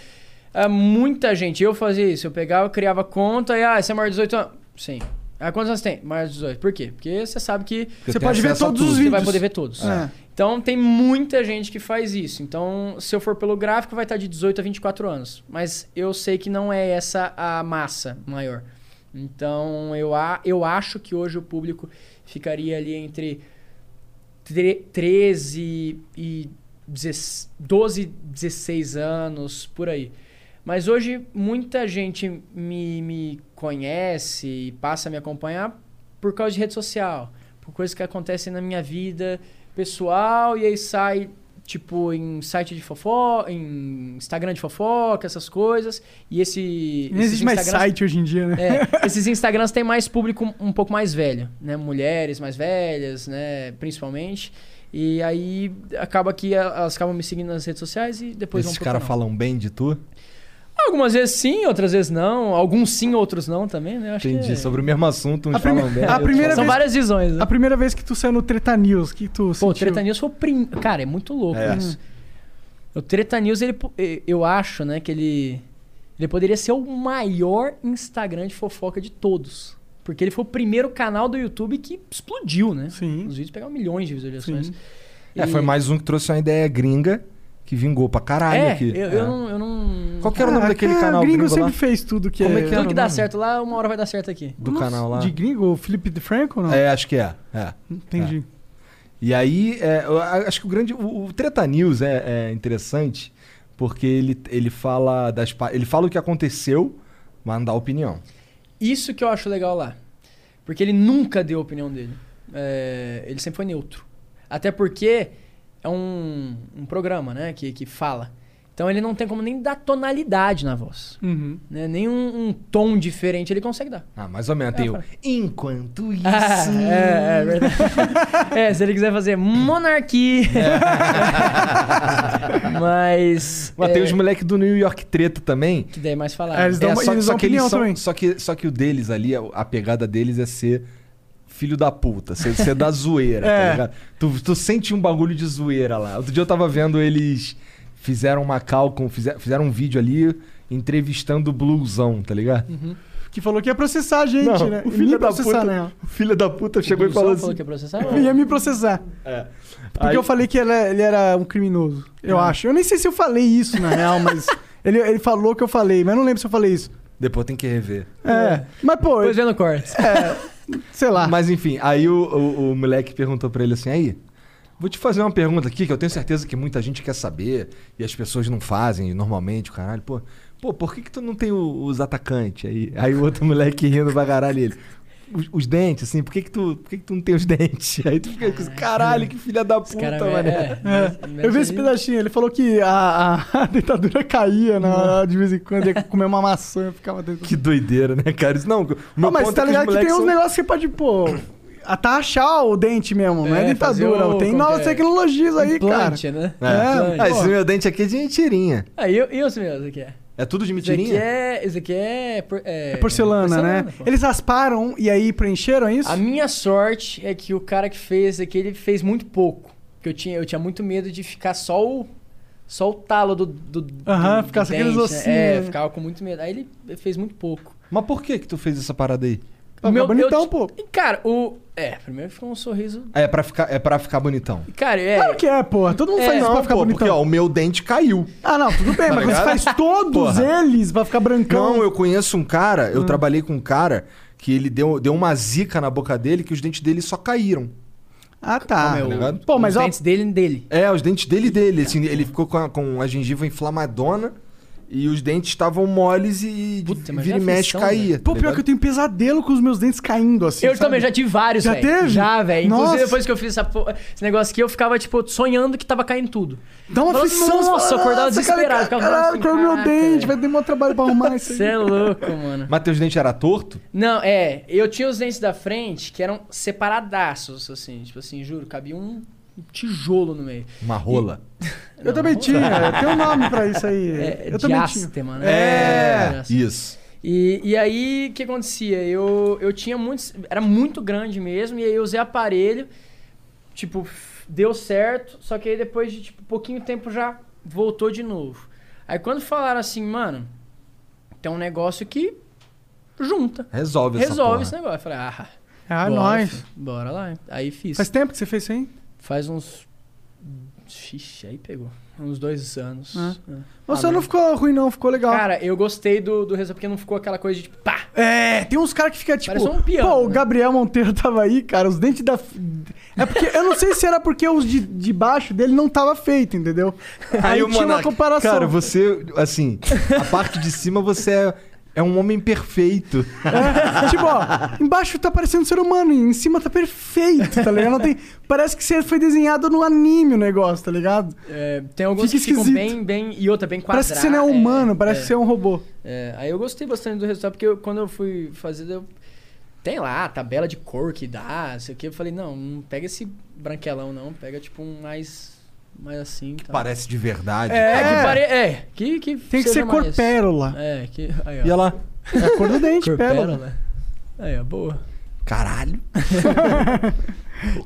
C: ah, muita gente, eu fazia isso, eu pegava, eu criava conta e ah, você é maior de 18 anos? Sim. Ah, quantos anos você tem? Maior de 18. Por quê? Porque você sabe que
A: Porque
B: Você
A: tem
B: pode ver
A: acesso a
B: todos os
A: tudo.
C: você
B: vídeos.
C: vai poder ver todos.
B: É.
C: Então tem muita gente que faz isso. Então, se eu for pelo gráfico, vai estar de 18 a 24 anos. Mas eu sei que não é essa a massa maior. Então, eu, a, eu acho que hoje o público ficaria ali entre tre- 13 e 10 12, 16 anos, por aí. Mas hoje muita gente me, me conhece e passa a me acompanhar por causa de rede social, por coisas que acontecem na minha vida pessoal e aí sai tipo em site de fofoca, em Instagram de fofoca, essas coisas. E esse
B: Não existe mais site hoje em dia, né?
C: é, esses Instagrams têm mais público um pouco mais velho, né? Mulheres mais velhas, né? Principalmente. E aí acaba que a- elas acabam me seguindo nas redes sociais e depois um
A: Esses
C: vão pro
A: caras
C: canal.
A: falam bem de tu?
C: Algumas vezes sim, outras vezes não. Alguns sim, outros não também, né? Eu Acho
A: Entendi.
C: que é-
A: Sobre o mesmo assunto, então, né? uns
B: A prime-
A: falam bem.
B: a
A: outros
B: primeira
C: São
B: vez-
C: várias visões, né?
B: A primeira vez que tu saiu no Treta News, que tu
C: Pô,
B: sentiu?
C: o Treta News foi o prim... Cara, é muito louco
A: É.
C: isso. O Treta News, ele, po- eh, eu acho, né, que ele... Ele poderia ser o maior Instagram de fofoca de todos. Porque ele foi o primeiro canal do YouTube que explodiu, né?
B: Sim.
C: Os vídeos pegaram milhões de visualizações.
B: Sim.
A: É, foi mais um que trouxe uma ideia gringa que vingou pra caralho
C: É,
A: aqui.
C: eu,
A: É.
C: eu não... Eu não...
A: Qual que era o nome
B: Ah,
A: daquele
B: cara,
A: canal
B: O gringo
A: gringo,
B: sempre
A: lá?
B: fez tudo que
A: Como
B: é...
A: é que era
C: Tudo
A: o
C: que dá
A: nome?
C: certo lá, uma hora vai dar certo aqui.
A: Do
B: Nossa,
A: canal lá?
B: De gringo? O Felipe de Franco, não?
A: É, acho que é. é.
B: Entendi.
A: E aí, é, eu a- acho que o grande... O, o Treta News é, é interessante porque ele, ele fala das pa- ele fala o que aconteceu, mas não dá opinião.
C: Isso que eu acho legal lá. Porque ele nunca deu a opinião dele. É, ele sempre foi neutro. Até porque é um, um programa, né? Que, que fala. Então ele não tem como nem dar tonalidade na voz.
B: Uhum.
C: Né? Nem um, um tom diferente ele consegue dar.
A: Ah, mais ou menos.
B: É,
A: Tem o, enquanto isso.
C: é, é verdade. é, se ele quiser fazer monarquia. Mas.
A: Mas
C: é,
A: tem os moleques do New York Treta também.
C: Que daí mais falar. né?
B: É, eles dão-
A: É, só,
B: eles
A: só
B: dão
A: que eles
B: opinião
A: são,
B: também.
A: só, que, só que o deles ali, a- a pegada deles é ser filho da puta, ser, ser da zoeira, tá
B: É.
A: ligado? Tu, tu sente um bagulho de zoeira lá. Outro dia eu tava vendo eles fizeram uma cal com, fizer- fizeram um vídeo ali entrevistando o bluesão, tá ligado?
B: Uhum. Que falou que ia processar a gente,
A: Não,
B: né?
A: o
B: E
A: filho
B: me
A: da
B: processar,
A: puta-
B: né?
A: O filho da puta chegou e
C: Blusão
A: falou
C: falou,
A: assim.
C: que ia processar.
B: Ia me processar. Porque
A: Aí-
B: eu falei que ele, ele era um criminoso, eu acho. Eu nem sei se eu falei isso, na real, mas... Ele, ele falou que eu falei, mas eu não lembro se eu falei isso.
A: Depois tem que rever.
B: É. Mas, pô,
C: Depois vendo cortes.
B: É, sei lá.
A: Mas enfim, aí o, o, o moleque perguntou pra ele assim: aí, vou te fazer uma pergunta aqui que eu tenho certeza que muita gente quer saber e as pessoas não fazem normalmente, o caralho. Pô, pô por que, que tu não tem o- os atacantes? Aí, aí o outro moleque rindo pra caralho ele. Os, os dentes, assim, por que que, tu, por que que tu não tem os dentes? Aí tu fica com isso, caralho, que filha da
C: Os
A: puta,
C: caras.
B: é
A: mané.
C: É,
B: Eu vi esse pedacinho, ele falou que a, a- a dentadura caía na, de vez em quando, ia comer uma maçã e ficava dentro.
A: Que doideira, né, cara? Isso, não, o meu
B: Ah, mas
A: ponto
B: tá
A: é que os
B: ligado que, tem
A: moleques
B: uns
A: são-
B: negócios que pode, pô, atachar o dente mesmo, não é
C: É,
B: dentadura.
C: fazer o-
B: Tem
C: como
B: novas
C: que é?
B: tecnologias aí,
C: Implante,
B: cara.
C: né?
A: É.
C: Implante.
A: Ah, esse meu dente aqui é de mentirinha.
C: Aí eu, eu sei mesmo, isso aqui é.
A: É tudo de
C: Isso aqui
A: mentirinha?
C: é. Isso aqui é. por- É,
B: Porcelana, né?
C: pô.
B: Eles rasparam e aí preencheram é isso?
C: A minha sorte é que o cara que fez isso aqui, ele fez muito pouco. Porque eu tinha, eu tinha muito medo de ficar só o. Só o talo do. do do-
B: Aham,
C: do
B: ficar só aqueles
C: dente, né?
B: ossinhos,
C: É,
B: né?
C: ficava com muito medo. Aí ele fez muito pouco.
A: Mas por que que tu fez essa parada aí?
B: Tá bonitão, pô.
C: E, Cara, o. É, primeiro ficou um sorriso.
A: É pra ficar, é pra ficar bonitão.
C: Cara, é.
B: Claro que é, porra. Todo mundo
C: É,
B: faz isso
A: Não,
B: pra ficar
A: pô,
B: bonitão.
A: porque ó, o meu dente caiu.
B: Ah, não, tudo bem, mas você
A: ligado?
B: faz todos
A: Porra.
B: eles pra ficar brancão.
A: Não, eu conheço um cara, eu trabalhei com um cara que ele deu, deu uma zica na boca dele que os dentes dele só caíram.
B: Ah, tá.
A: Tá ligado?
B: Pô, mas
C: os
B: ó,
C: dentes dele dele.
A: É, os dentes dele dele, assim, ele ficou com a, com a gengiva inflamadona e os dentes estavam moles e
C: Puta, mas
A: vira e
C: é
A: mexe
C: aflição,
A: caía.
B: Pô, pior que eu tenho pesadelo com os meus dentes caindo, assim.
C: Eu
B: sabe?
C: também já tive vários,
B: Já
C: velho.
B: teve?
C: Já, velho. Inclusive,
B: Nossa.
C: depois que eu fiz essa po- esse negócio aqui, eu ficava, tipo, sonhando que tava caindo tudo.
B: Dá uma
C: Fala,
B: aflição. você
C: nossa,
B: fala,
C: acordava
B: "Nossa, cara,
C: desesperado, ficava
B: Caralho,
C: assim,
B: caiu meu
C: caraca,
B: dente,
C: velho."
B: vai demorar trabalho pra arrumar isso.
C: Você
B: aí.
C: é louco, mano.
A: Mas teus dentes era torto?
C: Não, é, eu tinha os dentes da frente que eram separadaços, assim, tipo assim, juro, cabia um tijolo no meio.
A: Uma rola.
B: Eu também tinha, tem um nome pra isso aí.
C: É,
B: eu também tinha.
C: diástema, né?
A: É,
C: diástema.
A: isso.
C: E, e aí, o que acontecia? Eu, eu tinha muitos. Era muito grande mesmo, e aí eu usei aparelho. Tipo, f- deu certo, só que aí depois de tipo, pouquinho tempo já voltou de novo. Aí quando falaram assim, mano, tem um negócio que junta,
A: Resolve essa
C: resolve
A: porra.
C: esse negócio. Eu falei, ah,
B: Ah,
C: bora,
B: nós.
C: filho, Bora lá. Aí fiz.
B: Faz tempo que você fez isso aí?
C: Faz uns. Xixi, aí pegou. Uns dois anos.
B: Ah.
C: É.
B: Nossa,
C: Ah,
B: não ficou ruim, não, ficou legal.
C: Cara, eu gostei do, do resultado, porque não ficou aquela coisa de tipo, pá!
B: É, tem uns caras que ficam tipo.
C: Parece um piano,
B: Pô, o
C: né?
B: Gabriel Monteiro tava aí, cara, os dentes da. É porque. Eu não sei se era porque os de, de baixo dele não tava feito, entendeu? Aí, tinha uma
A: Monark,
B: comparação.
A: Cara, você, assim, a parte de cima você é, é um homem perfeito.
B: É, tipo, ó, embaixo tá parecendo um ser humano, e em cima tá perfeito, tá ligado? Não tem, parece que você foi desenhado no anime o negócio, tá ligado?
C: É, tem alguns
B: Fica
C: que ficam
B: esquisito.
C: bem, bem. E outra, bem quadrada.
B: parece que você não é humano, parece que você é um robô.
C: aí eu gostei bastante do resultado, porque eu- quando eu fui fazer, eu. Tem lá a tabela de cor que dá, sei o que. Eu falei, não, não pega esse branquelão, não. Pega tipo um mais. Mais assim. Tá.
A: Parece de verdade.
C: É,
A: cara.
C: que pare... é, que, que
B: Tem que
C: seja
B: ser cor
C: mais.
B: pérola.
C: É, que. Aí, ó.
A: E olha lá.
B: É a cor do dente,
C: Cor
B: pérola.
C: pérola. Aí, ó, boa.
A: Caralho.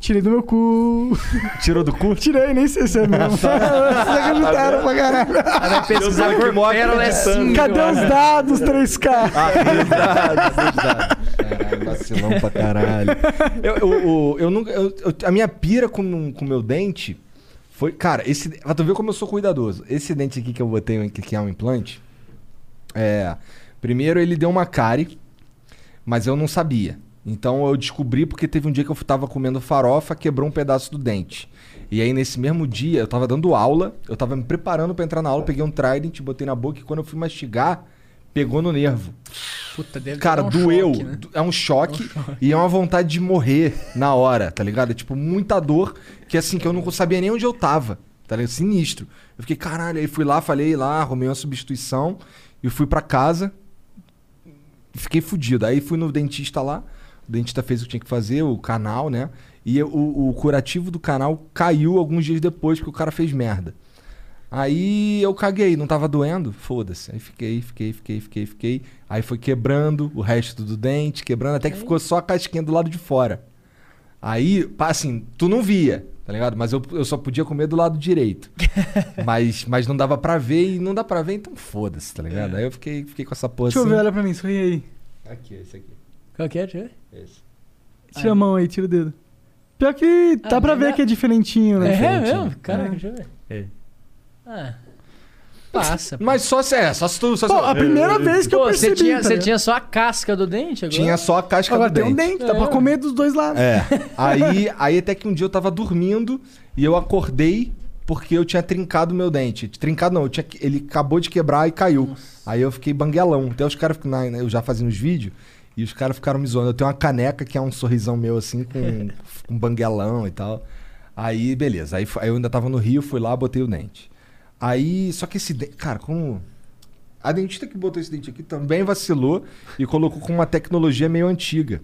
B: Tirei do meu cu.
A: Tirou do cu?
B: Tirei, nem sei se é mesmo. Vocês acreditaram pra caralho.
C: Aí vai pesquisar
A: Deus,
C: cor
A: que mó
C: pérola é assim.
B: Cadê os dados, 3K?
A: Ah, verdade, verdade. Caralho, vacilão pra caralho. Eu, eu, eu, eu nunca, eu- eu- a minha pira com o meu dente foi. Cara, esse. Pra tu ver como eu sou cuidadoso. Esse dente aqui que eu botei, que, que é um implante. É. Primeiro ele deu uma cárie, mas eu não sabia. Então eu descobri porque teve um dia que eu tava comendo farofa, quebrou um pedaço do dente. E aí, nesse mesmo dia, eu tava dando aula, eu tava me preparando pra entrar na aula, peguei um trident, botei na boca e quando eu fui mastigar, pegou no nervo.
C: Puta, deve
A: Cara,
C: dar um
A: doeu.
C: choque, né?
A: do- É um choque e é uma vontade de morrer na hora, tá ligado? É tipo muita dor que assim, que eu não sabia nem onde eu tava, tá ligado? Sinistro. Eu fiquei, caralho, aí fui lá, falei lá, arrumei uma substituição e fui pra casa. Fiquei fudido. Aí fui no dentista lá, o dentista fez o que tinha que fazer, o canal, né? E eu- o, o curativo do canal caiu alguns dias depois que o cara fez merda. Aí eu caguei, não tava doendo? Foda-se. Aí fiquei, fiquei, fiquei, fiquei, fiquei. Aí foi quebrando o resto do dente, quebrando, até que ficou só a casquinha do lado de fora. Aí, pá, assim, tu não via, tá ligado? Mas eu, eu só podia comer do lado direito. mas, mas não dava pra ver e não dá pra ver, então foda-se, tá ligado? Aí eu fiquei, fiquei com essa porra
B: É. Deixa eu
A: assim.
B: ver, olha pra mim, sorri aí.
A: Aqui, esse aqui.
C: Qual que é, deixa eu ver?
A: Esse.
B: Tira
C: Ah.
B: a mão aí, tira o dedo. Pior que dá
C: Ah,
B: pra
C: mas
B: ver
C: é-
B: que é diferentinho,
C: É,
B: né?
C: é
A: diferente,
C: mesmo?
A: né?
C: Caraca,
B: É.
C: deixa eu ver.
A: É.
C: Ah. Passa. pô.
A: Mas só se é, só se tu. Só se-
B: Pô, a primeira vez que eu
C: É. Pô, você
B: percebi,
C: tinha,
B: tá
C: você
B: ligado?
C: tinha só a casca do dente agora?
A: Tinha só a casca
B: Agora
A: do
B: tem
A: dente.
B: um dente,
C: É.
B: dá pra comer dos dois lados.
A: É. Aí, aí até que um dia eu tava dormindo e eu acordei porque eu tinha trincado meu dente. Trincado não, eu tinha, que- ele acabou de quebrar e caiu. Aí eu fiquei banguelão. Até os caras, ficam na- eu já fazia uns vídeos e os caras ficaram me zoando. Eu tenho uma caneca que é um sorrisão meu assim, com um banguelão e tal. Aí, beleza. Aí, fu- aí eu ainda tava no Rio, fui lá, botei o dente. Aí, só que esse dente. Cara, como. A dentista que botou esse dente aqui também vacilou e colocou com uma tecnologia meio antiga.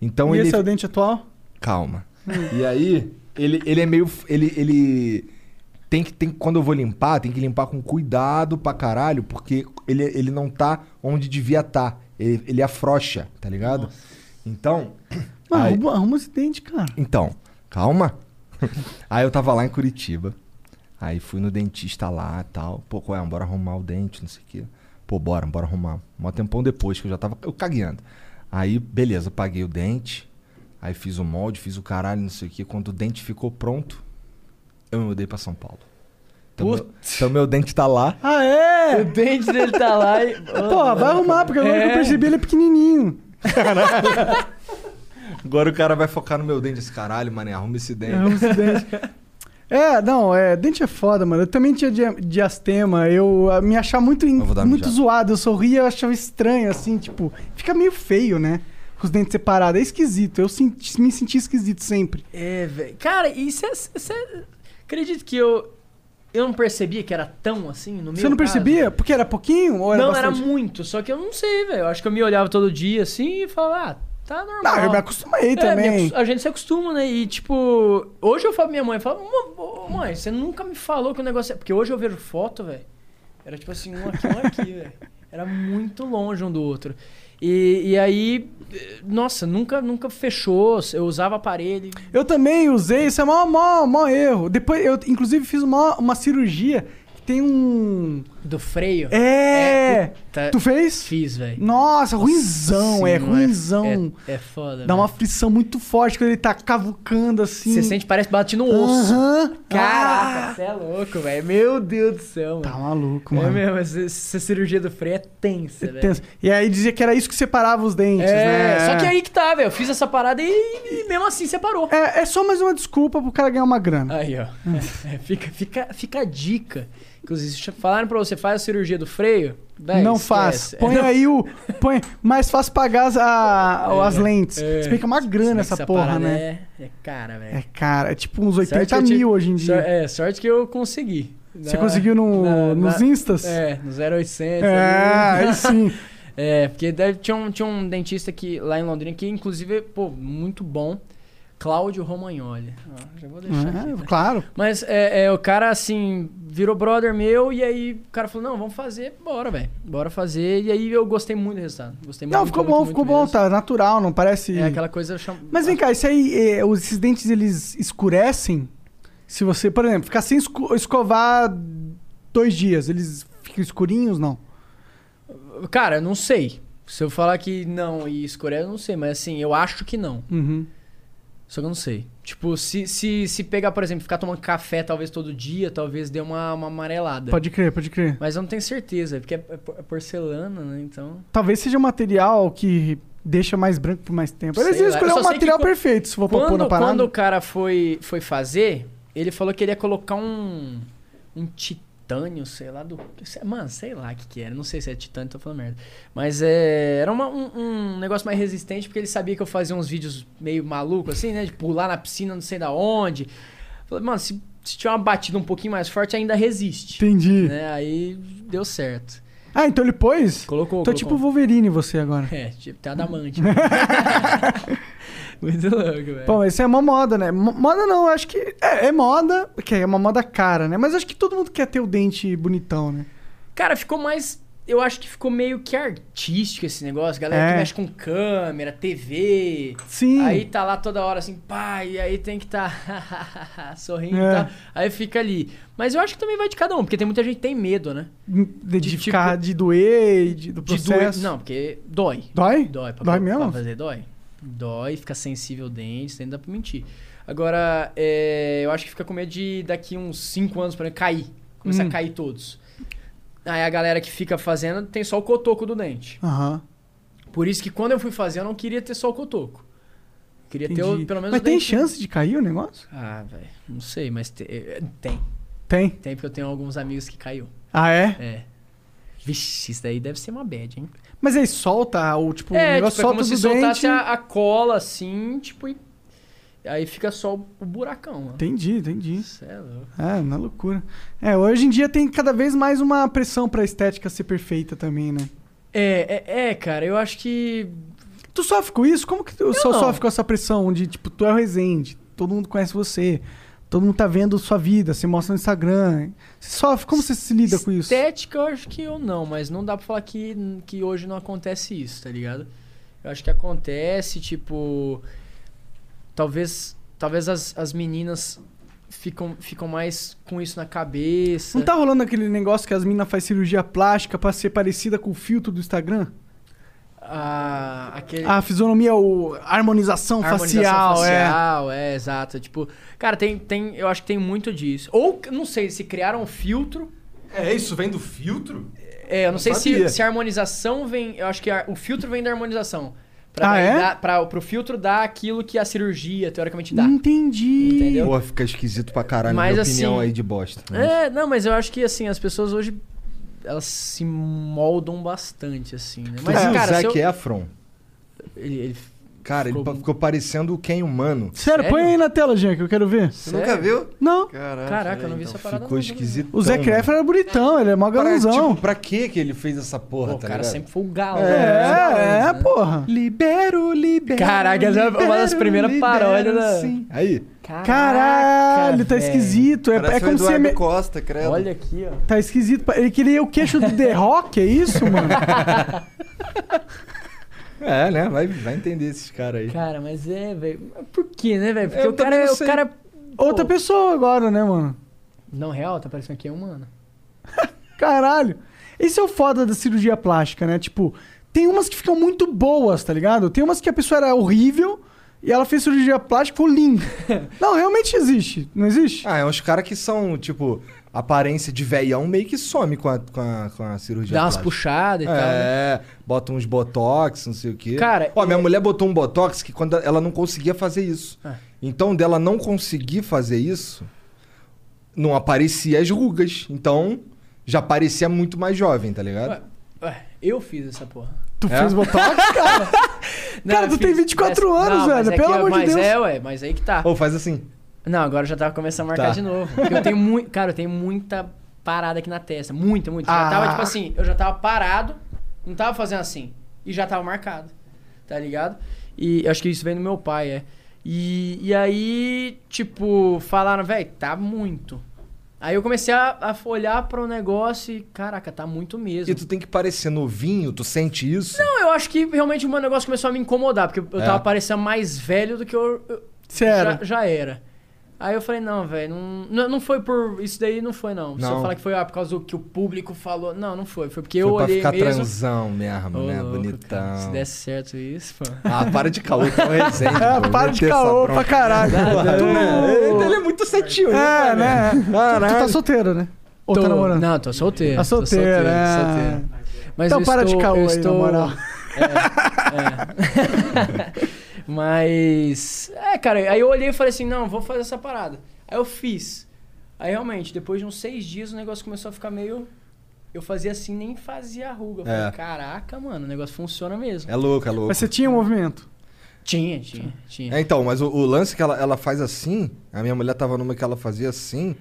A: Então
B: e
A: ele
B: esse é o dente atual?
A: Calma. E aí, ele, ele é meio. Ele. ele tem que, tem, quando eu vou limpar, tem que limpar com cuidado pra caralho, porque ele, ele não tá onde devia estar. Tá. Ele, ele afrocha, tá ligado? Então.
B: Mano,
A: aí-
B: Ah, arruma, arruma esse dente, cara.
A: então, calma. aí eu tava lá em Curitiba. Aí fui no dentista lá tal. Pô, qual é? Bora arrumar o dente, não sei o quê. Pô, bora, bora arrumar. Um tempão depois, que eu já tava eu cagueando. Aí, beleza, paguei o dente. Aí fiz o molde, fiz o caralho, não sei o quê. Quando o dente ficou pronto, eu me mudei pra São Paulo. Então, meu, então meu dente tá lá.
B: Ah, é?
C: O dente dele tá lá e.
B: Pô, vai arrumar, porque agora que eu
C: É.
B: percebi ele é pequenininho.
A: Agora o cara vai focar no meu dente. Esse caralho, mané, arruma esse dente.
C: um
B: Arruma esse dente. É, não, é, dente é foda, mano. Eu também tinha dia- diastema, eu ah, me achava muito, in-
A: Eu vou dar uma
B: muito
A: mijada.
B: zoado, eu sorria, eu achava estranho, assim, tipo, fica meio feio, né? Com Os dentes separados, é esquisito, eu senti- me senti esquisito sempre.
C: É, velho. Cara, isso é, isso é- Acredito que eu. Eu não percebia que era tão assim no meu.
B: Você não
C: caso.
B: percebia? Porque era pouquinho ou era
C: não, era
B: bastante?
C: muito. Só que eu não sei, velho. Eu acho que eu me olhava todo dia assim e falava, ah, tá normal.
B: Não, eu me acostumei
C: É, me
B: também.
C: acos- a gente se acostuma, né? E tipo, hoje eu falo pra minha mãe, eu falo, "Mô, ô, mãe, você nunca me falou que o negócio é. Porque hoje eu vejo foto, velho. Era tipo assim, um aqui, um aqui, velho. Era muito longe um do outro. E, e aí, eh, nossa, nunca, nunca fechou. Eu usava aparelho.
B: Eu também usei, isso é mó, mó, mó erro. Depois, eu inclusive fiz uma, uma cirurgia que tem um...
C: Do freio?
B: É!
C: Tá-
B: Tu fez?
C: Fiz, velho.
B: Nossa, ruinzão, é
C: Sim, não
B: ruinzão.
C: É, é foda.
B: Dá uma
C: velho.
B: aflição muito forte quando ele tá cavucando assim.
C: Você sente, parece bater no osso.
B: Aham.
C: Caraca, você é louco, velho. Meu Deus do céu,
B: Ah, Tá
C: mano.
B: maluco,
C: é
B: mano.
C: mesmo, essa, essa cirurgia do freio é tensa, velho.
B: Tenso. E aí dizia que era isso que separava os dentes,
C: É,
B: né?
C: só que aí que tá, velho. Eu fiz essa parada e, e mesmo assim separou.
B: É, é só mais uma desculpa pro cara ganhar uma grana.
C: Aí, ó. É, fica, fica, fica a dica. Inclusive, se falaram pra você, faz a cirurgia do freio? Véi,
B: não
C: esquece.
B: faz.
C: É,
B: Põe
C: não.
B: aí o. Põe. Mais fácil pagar as, a-
C: É,
B: as lentes.
C: é.
B: Se bem que é uma grana
C: Se bem que
B: essa porra,
C: parada
B: né?
C: É, é cara, velho.
B: É. cara, é tipo uns 80
C: Sorte que eu
B: mil
C: tive-
B: hoje em dia.
C: sor- É, sorte que eu consegui.
B: Você
C: Na-
B: conseguiu no,
C: na-
B: nos
C: na-
B: instas?
C: É, no 0800.
B: É,
C: ali.
B: aí sim.
C: É, porque deve- tinha, um, tinha um dentista aqui, lá em Londrina que, inclusive, pô, muito bom. Cláudio Romagnoli. Ó, já vou deixar aqui.
B: É,
C: tá?
B: claro.
C: Mas é, é, o cara, assim, virou brother meu e aí o cara falou, não, vamos fazer, bora, velho. Bora fazer. E aí eu gostei muito do resultado. Gostei
B: Não,
C: muito,
B: ficou
C: muito,
B: bom,
C: muito
B: ficou bom,
C: mesmo.
B: tá natural, não parece.
C: É aquela coisa... Cham...
B: Mas vem cá, isso aí, é, os- esses dentes eles escurecem? Se você, por exemplo, ficar sem esco- escovar dois dias, eles ficam escurinhos, não?
C: ah, Cara, não sei. Se eu falar que não e escurece, eu não sei. Mas assim, eu acho que não.
B: Uhum.
C: Só que eu não sei. Tipo, se, se, se pegar, por exemplo, ficar tomando café talvez todo dia, talvez dê uma, uma amarelada.
B: Pode crer, pode crer.
C: Mas eu não tenho certeza, porque é é por- é porcelana, né? Então.
B: Talvez seja um material que deixa mais branco por mais tempo.
C: Sei
B: Eles iam
C: lá, eu
B: escolher
C: só
B: um
C: sei que
B: material
C: co-
B: perfeito, se for pra pôr na
C: Quando,
B: parada.
C: quando o cara foi, foi fazer, Ele falou que ele ia colocar um. Um titânio, sei lá do. Mano, sei lá o que, que era. Não sei se é titânio, tô falando merda. Mas é, era uma- um, um negócio mais resistente, porque ele sabia que eu fazia uns vídeos meio maluco, assim, né? De pular na piscina, não sei da onde. Falei, mano, se, se tiver uma batida um pouquinho mais forte, ainda resiste.
B: Entendi.
C: Né? Aí deu certo.
B: Ah, então ele pôs?
C: Colocou.
B: Tô
C: colocou.
B: tipo Wolverine você agora.
C: É, tipo, tem adamante. né? Muito louco, velho.
B: Pô, mas isso é uma moda, né? Mo- Moda não, acho que. É, é moda, porque é uma moda cara, né? Mas acho que todo mundo quer ter o dente bonitão, né?
C: Cara, ficou mais. Eu acho que ficou meio que artístico esse negócio. Galera
B: É.
C: que mexe com câmera, TV.
B: Sim.
C: Aí tá lá toda hora assim, pá, e aí tem que tá sorrindo e
B: É.
C: tal. Aí fica ali. Mas eu acho que também vai de cada um, porque tem muita gente que tem medo, né?
B: De, de
C: De tipo-
B: ficar, de doer, e de, do
C: De
B: processo.
C: Não, porque dói.
B: Dói?
C: Dói. Pra,
B: Dói
C: pra-
B: mesmo?
C: Pra fazer, dói. Dói, fica sensível o dente, isso aí não dá pra mentir. Agora, é, eu acho que fica com medo de daqui uns 5 anos, por exemplo, cair. Começar
B: Hum.
C: a cair todos. Aí a galera que fica fazendo tem só o cotoco do dente.
B: Aham.
C: Por isso que quando eu fui fazer, eu não queria ter só o cotoco. Eu Queria ter
B: entendi.
C: o- pelo menos
B: mas
C: o
B: tem
C: dente-
B: chance de cair o negócio?
C: Ah, velho, não sei, mas te- é, tem.
B: Tem.
C: Tem, porque eu tenho alguns amigos que caiu.
B: Ah, é?
C: É. Vixe, isso daí deve ser uma bad, hein?
B: Mas aí solta, ou tipo, o
C: é,
B: negócio
C: tipo, é
B: solta
C: como
B: do
C: se
B: dente.
C: soltasse a, a cola assim, tipo, e. Aí fica só o o buracão, mano.
B: Entendi, entendi.
C: Isso é louco.
B: É, na loucura. É, hoje em dia tem cada vez mais uma pressão pra estética ser perfeita também, né?
C: É, é, é, cara, eu acho que.
B: Tu sofre com isso? Como que tu só
C: não.
B: sofre com essa pressão de, tipo, tu é o Rezende, todo mundo conhece você, todo mundo tá vendo sua vida, você mostra no Instagram. Você sofre, como você se lida com isso?
C: Estética, eu acho que eu não, mas não dá pra falar que, que hoje não acontece isso, tá ligado? Eu acho que acontece, tipo. Talvez. Talvez as, as meninas ficam, ficam mais com isso na cabeça.
B: Não tá rolando aquele negócio que as minas fazem cirurgia plástica pra ser parecida com o filtro do Instagram?
C: Ah, aquele.
B: A fisionomia, o, a harmonização, Um facial, é.
C: é. exato. Tipo, cara, tem, tem, eu acho que tem muito disso. Ou, não sei, se criaram um filtro.
F: É, isso vem do filtro?
C: É, eu não, sei
F: sabia.
C: se, se a harmonização vem. Eu acho que a- o filtro vem da harmonização. Pra
B: Ah,
C: daí
B: é? Hum.
C: dar- pra- pro filtro dar aquilo que a cirurgia, teoricamente, dá.
B: Entendi.
C: Entendeu?
A: Pô, fica esquisito pra caralho,
C: Mas,
A: minha opinião
C: assim,
A: aí de bosta. né?
C: É, não, mas eu acho que, assim, as pessoas hoje. Elas se moldam bastante, assim, né?
A: Tu
C: Mas,
A: viu o
C: cara, se
A: Zac
B: é?
C: eu-
A: Efron?
C: ele, ele-
A: Cara, ele
C: Ficou-
A: pa- ficou parecendo o Ken humano.
B: Sério,
C: Sério?
B: põe aí na tela, Jean, que eu quero ver.
D: Você nunca viu?
B: Não.
D: Caraca,
C: Caraca, eu
D: olha
C: não vi
D: aí,
C: essa
D: então.
C: parada.
A: né? Ficou
C: não, né? não, não.
A: esquisito.
B: O Zé Kreffer era bonitão, ele é mó
A: pra,
B: galãozão.
A: tipo, pra que que ele fez essa
C: Pô,
A: porra,
C: o
A: tá
C: cara
A: ligado?
C: sempre né? foi o galo.
B: É, é, porra.
A: Libero, libero.
C: Caraca, essa é uma das
A: libero,
C: primeiras
A: libero,
C: paródias né? da-
A: sim. Aí,
C: né?
B: Caralho, tá
C: velho.
B: esquisito. É,
D: Parece
B: é
D: o
B: como se.
D: Eduardo
B: me-
D: Costa, credo.
C: Olha aqui, ó.
B: Tá esquisito. pa- Ele queria o queixo do The Rock, é isso, mano?
A: é, né? Vai, vai entender esses caras aí.
C: Cara, mas é, velho. Mas Por quê, né, velho? Porque
A: Eu
C: o cara
A: também
C: é
A: não
C: o
A: sei.
C: cara.
B: Outra
C: Pô.
B: pessoa agora, né, mano?
C: Não, real, tá parecendo aqui é humano.
B: Caralho. Esse é o foda da cirurgia plástica, né? Tipo, tem umas que ficam muito boas, tá ligado? Tem umas que a pessoa era horrível e ela fez cirurgia plástica e ficou linda. Não, realmente existe. Não existe?
A: Ah, é uns caras que são, tipo, aparência de veião meio que some com a, com a, com a cirurgia.
C: Dá umas
A: plástica.
C: puxadas e tal. né?
A: É, bota uns botox, não sei o quê.
C: Cara,
A: Ó, minha
C: é-
A: mulher botou um botox que quando ela não conseguia fazer isso.
C: Ah.
A: Então, dela não conseguir fazer isso, não aparecia as rugas. Então, já parecia muito mais jovem, tá ligado?
C: Ué, né? ué, eu fiz essa porra.
B: Tu
A: É?
B: fez botox, cara?
C: Não,
B: Cara,
C: eu
B: tu tem
C: fiz,
B: 24
C: mas-
B: anos,
C: não, mas
B: velho,
C: é
B: pelo
C: que-
B: amor de Deus.
C: Mas é, ué, mas aí que tá.
A: Ou faz assim.
C: Não, agora eu já tava começando a marcar
A: Tá.
C: de novo. Porque eu tenho muito. Cara, eu tenho muita parada aqui na testa. Muita, muita. Já tava,
B: Ah.
C: tipo assim, eu já tava parado, não tava fazendo assim. E já tava marcado. Tá ligado? E eu acho que isso vem do meu pai, é. E, e aí, tipo, falaram, velho, tá muito. Aí eu comecei a, a olhar pro negócio e, caraca, tá muito mesmo.
A: E tu tem que parecer novinho, tu sente isso?
C: Não, eu acho que realmente o meu negócio começou a me incomodar, porque eu
A: É.
C: tava parecendo mais velho do que eu, eu-
B: Sério.
C: já, já era. Aí eu falei, não, velho, não, não, não foi por. Isso daí não foi, não. Se eu
A: Não.
C: falar que foi ah, por causa do que o público falou. Não, não foi. Foi porque eu
A: Foi pra
C: olhei
A: ficar
C: mesmo.
A: transão mesmo,
C: Ô,
A: né?
C: louco, cara, Se
A: Bonitão.
C: desse certo isso, pô.
A: Ah, para de caô, que é um resende.
B: É, para de caô pra caralho.
A: Ele, ele é muito setinho,
B: É, né? Tu, tu tá solteiro, né? Ou tá
C: Tô-
B: namorando?
C: Não, tô solteiro.
B: Tá
C: tô
B: solteiro, é.
C: Mas
B: Então
C: eu
B: para
C: estou,
B: de caô
C: eu
B: aí, na
C: estou...
B: moral.
C: É, é. Mas. É, cara, aí eu olhei e falei assim: não, vou fazer essa parada. Aí eu fiz. Aí realmente, depois de uns seis dias, o negócio começou a ficar meio. Eu fazia assim, nem fazia ruga. Eu falei,
A: É.
C: caraca, mano, o negócio funciona mesmo.
A: É louco, é louco.
B: Mas você tinha um movimento.
C: Tinha, tinha, tinha.
A: É, então, mas o, o lance que ela, ela faz assim, a minha mulher tava numa que ela fazia assim,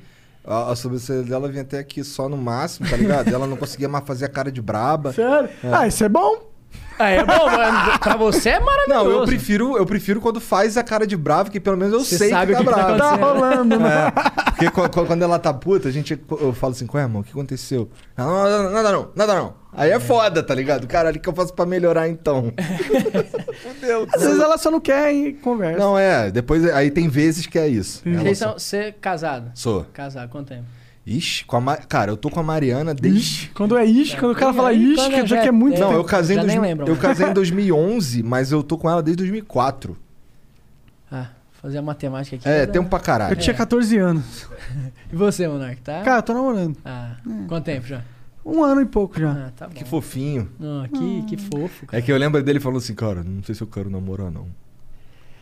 A: a, a sobrancelha dela vinha até aqui só no máximo, tá ligado? ela não conseguia mais fazer a cara de braba.
B: Sério? Ah, isso é bom.
C: Ah, é bom, mano. Pra você é maravilhoso.
A: Não, eu prefiro, eu prefiro quando faz a cara de brava, que pelo menos eu
C: Você
A: sei
C: sabe o
A: que tá
C: que tá
A: brava.
B: Tá rolando, né?
A: É, porque co- co- quando ela tá puta, a gente, eu falo assim, qual é, irmão? O que aconteceu? Ela, não, não, nada não, nada não. Aí é foda, tá ligado? Caralho, o que eu faço pra melhorar então?
C: É.
B: Às vezes ela só não quer e conversa.
A: Não, é, depois, aí tem vezes que é isso. Ela
C: Vocês
A: só-
C: são, você é casado?
A: Sou.
C: Casado, quanto tempo?
A: Ixi, com a Ma- cara, eu tô com a Mariana desde...
B: Ixi, quando é ixi, quando o cara fala ixi,
C: Quando
B: quer dizer
C: já-
B: que é muito
C: Não,
A: Não,
B: tempo.
A: eu casei, em
C: já nem
A: 2000
C: lembro
A: eu
C: mais.
A: casei em 2011, mas eu tô com ela desde 2004.
C: Ah, fazer a matemática aqui.
A: É, um
C: tá-
A: tempo pra
B: Eu
A: caralho.
B: tinha 14 anos.
C: E você, Monark, tá?
B: Cara, eu tô namorando.
C: Ah, quanto tempo já?
B: Um ano e pouco já.
C: Ah, tá bom.
A: Que fofinho.
C: Não, que, que fofo, cara.
A: É que eu lembro dele falando assim, cara, não sei se eu quero namorar não. Não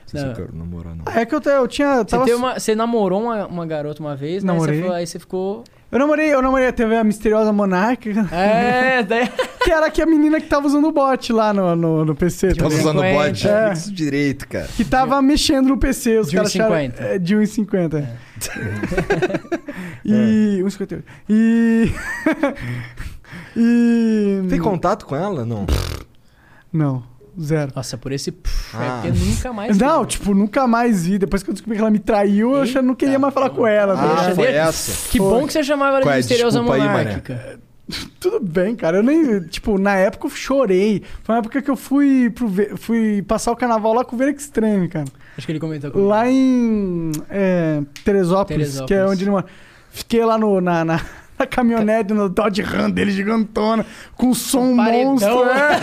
A: sei
C: Não.
A: se eu quero namorar não.
B: É que eu, te- eu tinha.
C: Você,
B: Tava,
C: teve uma- você namorou uma, uma garota uma vez, né? Aí
B: Namorei.
C: você falou- Aí você ficou.
B: Eu namorei, eu namorei, teve a misteriosa monarca,
C: É, daí.
B: que era que a menina que tava usando o bot lá no, no, no PC. tá
A: Tava
B: ligado?
A: usando
C: cinquenta.
A: bode.
B: É.
A: Isso direito, cara.
B: Que tava mexendo no PC, os
C: De
B: caras acharam-
C: 1,50.
B: é, de 1,50. e. 1,58. E. e.
A: Tem contato com ela? Não.
B: Tá Não, zero.
C: Nossa, por esse. Pff,
A: Ah.
C: É porque nunca mais.
B: Não, tipo, nunca mais vi. Depois que eu descobri que ela me traiu, eu já não queria mais falar com ela. tá
A: Ah,
B: ligado?
A: foi
C: dele.
A: essa.
C: Que bom que você chamava ela
A: Qual
C: de
A: é?
C: misteriosa
A: Desculpa aí, mané.
C: monárquica.
B: Tudo bem, cara. Eu nem. Tipo, na época eu chorei. Foi uma época que eu fui, pro, Ve- fui passar o carnaval lá com o Vera Extreme, cara.
C: Acho que ele comentou comigo.
B: Lá em é, Teresópolis,
C: Teresópolis.
B: que é onde ele mora. Fiquei lá no, na, na, na caminhonete, no Dodge Ram dele gigantona, com um som
C: paredão.
B: monstro. é.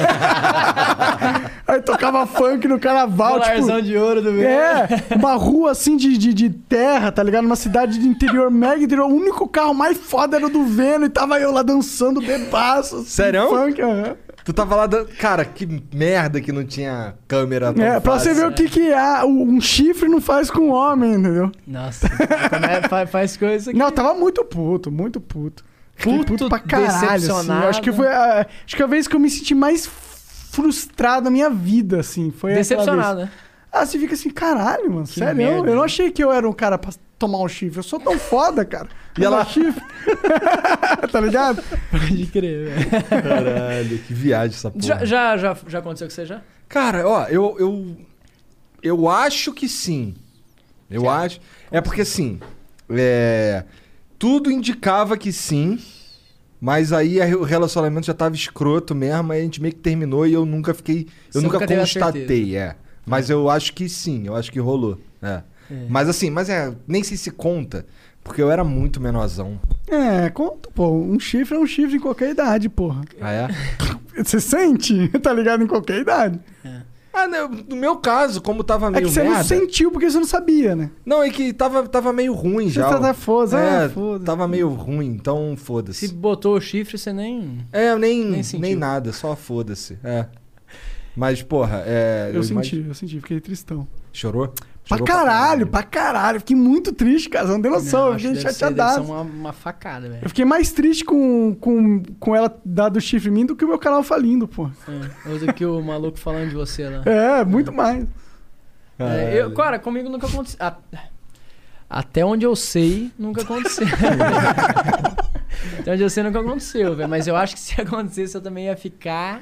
B: Aí tocava funk no carnaval,
C: Colarzão
B: tipo...
C: de ouro do meu.
B: É, uma rua assim de, de, de terra, tá ligado? Uma cidade de interior, mega interior. O único carro mais foda era o do Veno e tava eu lá dançando bebaço. assim,
A: Sério?
B: Funk, aham.
A: Tu tava lá dando... Cara, que merda que não tinha câmera. Tá tão
B: É, pra
A: fácil. né?
B: você ver o que que há, um chifre não faz com um homem, entendeu?
C: Nossa, como é- fa- faz coisa que.
B: Não, eu tava muito puto, muito puto. Fiquei
C: Puto,
B: puto pra caralho, assim.
C: decepcionado.
B: Eu Acho que foi a, acho que a vez que eu me senti mais frustrado na minha vida, assim. Foi aquela vez.
C: Decepcionado, né?
B: Ah, você fica assim, caralho, mano, sério?
C: merda,
B: eu
C: né?
B: não achei que eu era um cara pra tomar um chifre. Eu sou tão foda, cara.
A: E ela-
B: Tomar um chifre. tá ligado?
C: Pode crer, velho.
A: Caralho, que viagem essa porra.
C: Já, já, já, já aconteceu com você já?
A: Cara, ó, eu. Eu, eu acho que sim. Eu acho. É porque assim. É, tudo indicava que sim. Mas aí a- o relacionamento já tava escroto mesmo, aí a gente meio que terminou e eu nunca fiquei.
C: Você
A: Eu nunca,
C: nunca teve a
A: constatei, é. Mas eu acho que sim, eu acho que rolou. É.
C: É.
A: Mas assim, mas é, nem sei se conta, porque eu era muito menorzão.
B: É, conta, pô. Um chifre é um chifre em qualquer idade, porra.
A: Ah, é?
B: Você sente, tá ligado? Em qualquer idade.
A: ah, não, no meu caso, como tava
B: É
A: meio.
B: que você
A: merda,
B: não sentiu porque você não sabia, né?
A: Não, é que tava, tava meio ruim
B: Você
A: já.
B: tá- tá foda, ah,
A: é,
B: foda-se.
A: Tava meio ruim, então
C: Se
A: foda-se.
C: botou o chifre, você nem.
A: É, eu nem,
C: Nem
A: nem,
C: sentiu.
A: nada, só foda-se. É. Mas, porra, é.
B: Eu, senti,
A: imag-
B: eu senti, fiquei tristão.
A: Chorou?
B: Pra
A: Chorou
B: caralho, pra caralho. Fiquei muito triste, cara. Você não tem noção. eu
C: acho que
B: fiquei
C: deve ser- deve ser
B: chateadado.
C: uma, uma facada, velho.
B: Eu fiquei mais triste com, com, com ela dando chifre em mim do que o meu canal falindo, pô.
C: É, ou do que o maluco falando de você lá.
B: É, muito mais.
C: É, eu, cara, comigo nunca aconteceu. a- Até onde eu sei, nunca aconteceu. Até onde eu sei, nunca aconteceu, velho. Mas eu acho que se acontecesse, eu também ia ficar.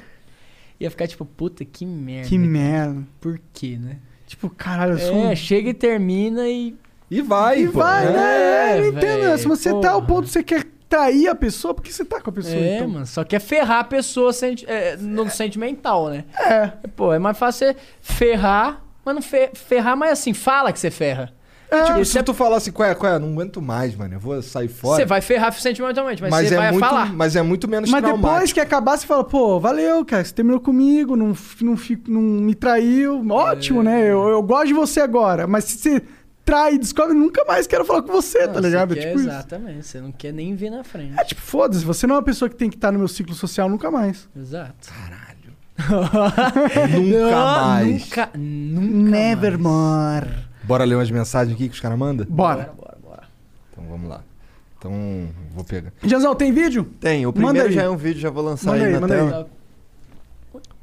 C: Ia ficar tipo, puta, que merda.
B: Que merda.
C: Por quê, né?
B: Tipo, caralho, eu sou um...
C: É, chega e termina e.
A: E vai,
B: E
A: pô.
B: vai,
A: É.
B: né? É, eu
C: É,
B: entendo
C: véi,
B: isso. Mas você tá ao
C: porra.
B: ponto que você quer trair a pessoa, porque você tá com a pessoa.
C: é,
B: então.
C: mano. Só quer ferrar a pessoa senti- é, no sentimental, né?
B: É.
C: Pô, é mais fácil você ferrar. Mas não fe- ferrar, mas assim, fala que você ferra.
A: Tipo,
C: Isso
A: se
C: é-
A: tu falar assim, qual é, qual é, não aguento mais, mano, eu vou sair fora.
C: Você vai ferrar sentimentalmente, mas, você
A: é
C: vai
A: muito,
C: falar.
A: Mas é muito menos
B: Mas depois
A: traumático.
B: que acabar, você fala, pô, valeu, cara, você terminou comigo, não, f- não, fico, não me traiu,
C: É.
B: ótimo, né? Eu, eu gosto de você agora, mas se você trai e descobre, nunca mais quero falar com você, tá
C: Não,
B: ligado?
C: Você
B: É
C: quer,
B: tipo isso.
C: exatamente, você não quer nem ver na frente.
B: É tipo, foda-se, você não é uma pessoa que tem que estar no meu ciclo social nunca mais.
C: Exato. Caralho.
A: Nunca mais.
C: Nunca, nunca mais.
B: more.
A: Bora ler umas mensagens aqui que os caras mandam?
B: Bora.
C: Bora, bora, bora.
A: vamos lá. Então, vou pegar.
B: Jazão, tem vídeo?
D: Tem, o
B: Manda
D: primeiro
B: aí.
D: já é um vídeo, já vou lançar
B: Manda
D: aí,
B: aí,
C: Tá
D: na
B: manda aí.
D: tela.